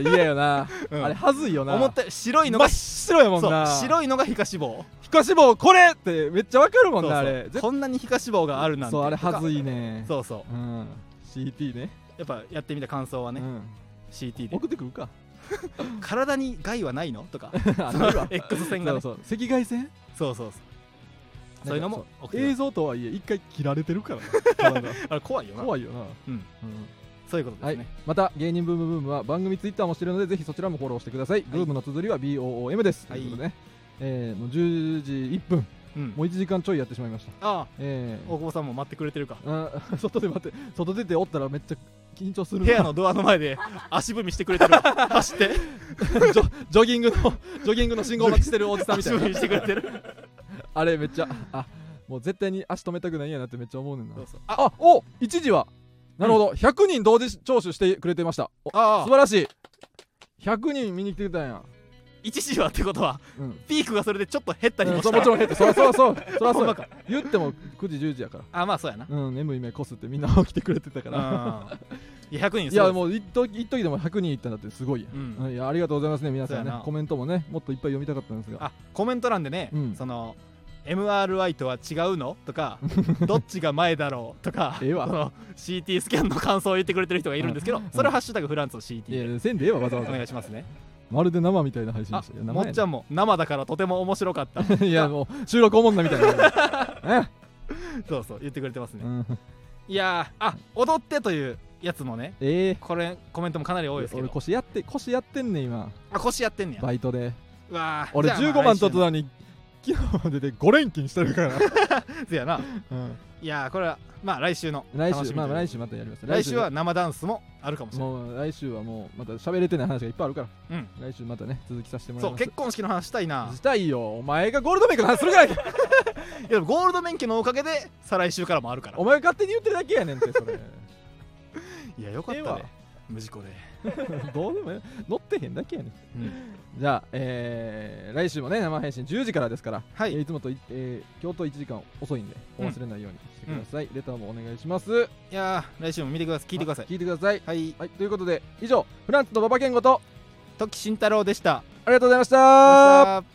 [SPEAKER 1] 嫌やよな
[SPEAKER 2] うん
[SPEAKER 1] あれはずいよな
[SPEAKER 2] 思ったより白いの
[SPEAKER 1] 真
[SPEAKER 2] が
[SPEAKER 1] っ白やもん
[SPEAKER 2] そう
[SPEAKER 1] な
[SPEAKER 2] 白いのが皮下脂肪
[SPEAKER 1] 皮下脂肪これってめっちゃわかるもんなあ
[SPEAKER 2] そう
[SPEAKER 1] れ
[SPEAKER 2] そう
[SPEAKER 1] 絶
[SPEAKER 2] こんなに皮下脂肪があるな
[SPEAKER 1] 対
[SPEAKER 2] んて
[SPEAKER 1] そうあれはず
[SPEAKER 2] い
[SPEAKER 1] いね
[SPEAKER 2] そうそう
[SPEAKER 1] うん CT ね
[SPEAKER 2] やっぱやってみた感想は
[SPEAKER 1] う
[SPEAKER 2] ね、
[SPEAKER 1] ん
[SPEAKER 2] CT で
[SPEAKER 1] 送ってくる か
[SPEAKER 2] 体に害はないのとか
[SPEAKER 1] あないわ
[SPEAKER 2] X 線が
[SPEAKER 1] そ
[SPEAKER 2] ね
[SPEAKER 1] うそう赤外線
[SPEAKER 2] そうそうそうそういうのも起きてる
[SPEAKER 1] 映像とはいえ一回切られてるから棚が
[SPEAKER 2] あれ怖いよな
[SPEAKER 1] 怖いよな、
[SPEAKER 2] う
[SPEAKER 1] う
[SPEAKER 2] ん、
[SPEAKER 1] ん
[SPEAKER 2] そういうこと
[SPEAKER 1] は
[SPEAKER 2] で
[SPEAKER 1] い
[SPEAKER 2] すね、
[SPEAKER 1] また芸人ブームブームは番組ツイッターもしてるのでぜひそちらもフォローしてください、ブームの綴りは BOOM です、
[SPEAKER 2] はい
[SPEAKER 1] ということでね、えーもう10時1分
[SPEAKER 2] うん
[SPEAKER 1] もう1時間ちょいやってしまいました
[SPEAKER 2] あ
[SPEAKER 1] え
[SPEAKER 2] あ
[SPEAKER 1] ー
[SPEAKER 2] 大久保さんも待ってくれてるか
[SPEAKER 1] あ ー外で待って外出ておったらめっちゃ緊張する
[SPEAKER 2] 部屋のドアの前 で足踏みしてくれてるわ走って
[SPEAKER 1] ジョジョギングの ジョギングの信号待ちしてるおじさんみ
[SPEAKER 2] 足
[SPEAKER 1] たい
[SPEAKER 2] 踏
[SPEAKER 1] な
[SPEAKER 2] みしてくれてる
[SPEAKER 1] あれめっちゃあもう絶対に足止めたくないんやなってめっちゃ思うねんな
[SPEAKER 2] そうそうあ
[SPEAKER 1] あお一時はなるほど、100人同時聴取してくれてましたお
[SPEAKER 2] あ
[SPEAKER 1] 素晴らしい100人見に来てくれたんや
[SPEAKER 2] 一時はってことは
[SPEAKER 1] うん
[SPEAKER 2] ピークがそれでちょっと減ったり
[SPEAKER 1] うん
[SPEAKER 2] も
[SPEAKER 1] そ
[SPEAKER 2] し
[SPEAKER 1] うもち
[SPEAKER 2] た
[SPEAKER 1] ろん減ってそらそらそうそら
[SPEAKER 2] ほ
[SPEAKER 1] そ
[SPEAKER 2] んま
[SPEAKER 1] う
[SPEAKER 2] か
[SPEAKER 1] 言っても9時10時やから
[SPEAKER 2] あまあそうやな
[SPEAKER 1] うん眠い目こすってみんな起きてくれてたから
[SPEAKER 2] うんいや100人
[SPEAKER 1] いや
[SPEAKER 2] う
[SPEAKER 1] もう一時一時でも100人いったんだってすごいやん、
[SPEAKER 2] うん
[SPEAKER 1] うんいやありがとうございますね皆さん
[SPEAKER 2] そう
[SPEAKER 1] ね
[SPEAKER 2] やな
[SPEAKER 1] コメントもねもっといっぱい読みたかったんですが
[SPEAKER 2] あコメント欄でね、
[SPEAKER 1] うん
[SPEAKER 2] その MRI とは違うの とかどっちが前だろうとか
[SPEAKER 1] ええわ
[SPEAKER 2] その CT スキャンの感想を言ってくれてる人がいるんですけど、それはハッシュタグフランツの CT
[SPEAKER 1] い
[SPEAKER 2] で
[SPEAKER 1] やせんでええわわざわ
[SPEAKER 2] お
[SPEAKER 1] ざ
[SPEAKER 2] 願いしますね
[SPEAKER 1] まるで生みたいな配信
[SPEAKER 2] あ
[SPEAKER 1] でしたよ
[SPEAKER 2] もっちゃんも生だからとても面白か った
[SPEAKER 1] いやもう収録おもんなみたいな ね
[SPEAKER 2] そうそう言ってくれてますね、
[SPEAKER 1] うん
[SPEAKER 2] いやーあ踊ってというやつもね
[SPEAKER 1] ええ
[SPEAKER 2] これコメントもかなり多いですけ
[SPEAKER 1] 俺
[SPEAKER 2] ど
[SPEAKER 1] 腰やって腰やってんねん今
[SPEAKER 2] あ腰やってんねや
[SPEAKER 1] バイトで
[SPEAKER 2] うわー
[SPEAKER 1] 俺
[SPEAKER 2] じゃあまあ
[SPEAKER 1] 15万取った
[SPEAKER 2] 来
[SPEAKER 1] のに昨日までで5連勤してる から、
[SPEAKER 2] 週のせやな
[SPEAKER 1] うん、
[SPEAKER 2] いやーこれはまあ来週の
[SPEAKER 1] 来
[SPEAKER 2] 楽
[SPEAKER 1] 週
[SPEAKER 2] しみ
[SPEAKER 1] まあ
[SPEAKER 2] という
[SPEAKER 1] 来週またやりますよ
[SPEAKER 2] 来週は生ダンスもあるかもしれない
[SPEAKER 1] もう来週はもうまた喋れてない話がいっぱいあるから、
[SPEAKER 2] うん
[SPEAKER 1] 来週またね続きさせてもら
[SPEAKER 2] そ
[SPEAKER 1] いうます
[SPEAKER 2] 結婚式の話したいな
[SPEAKER 1] したいよお前がゴールドメイクの話するからや
[SPEAKER 2] いやでもゴールド免許のおかげで再来週からもあるから
[SPEAKER 1] お前が勝手に言ってるだけやねんってそれ
[SPEAKER 2] いやよかっ
[SPEAKER 1] ええ
[SPEAKER 2] た
[SPEAKER 1] わ
[SPEAKER 2] ね無事故で
[SPEAKER 1] どうでもええ乗ってへんだけやねん
[SPEAKER 2] うん
[SPEAKER 1] じゃあ、えー来週もね生配信10時からですから、
[SPEAKER 2] はい
[SPEAKER 1] えーいつもとい、えー今日と1時間遅いんでお忘れないようにしてください、レターもお願いします
[SPEAKER 2] いやー来週も見てください聞いてください
[SPEAKER 1] あ聞いてください
[SPEAKER 2] はい
[SPEAKER 1] はいということで以上フランツの馬場健吾と
[SPEAKER 2] 時慎太郎でした
[SPEAKER 1] ありがとうございました
[SPEAKER 2] さあ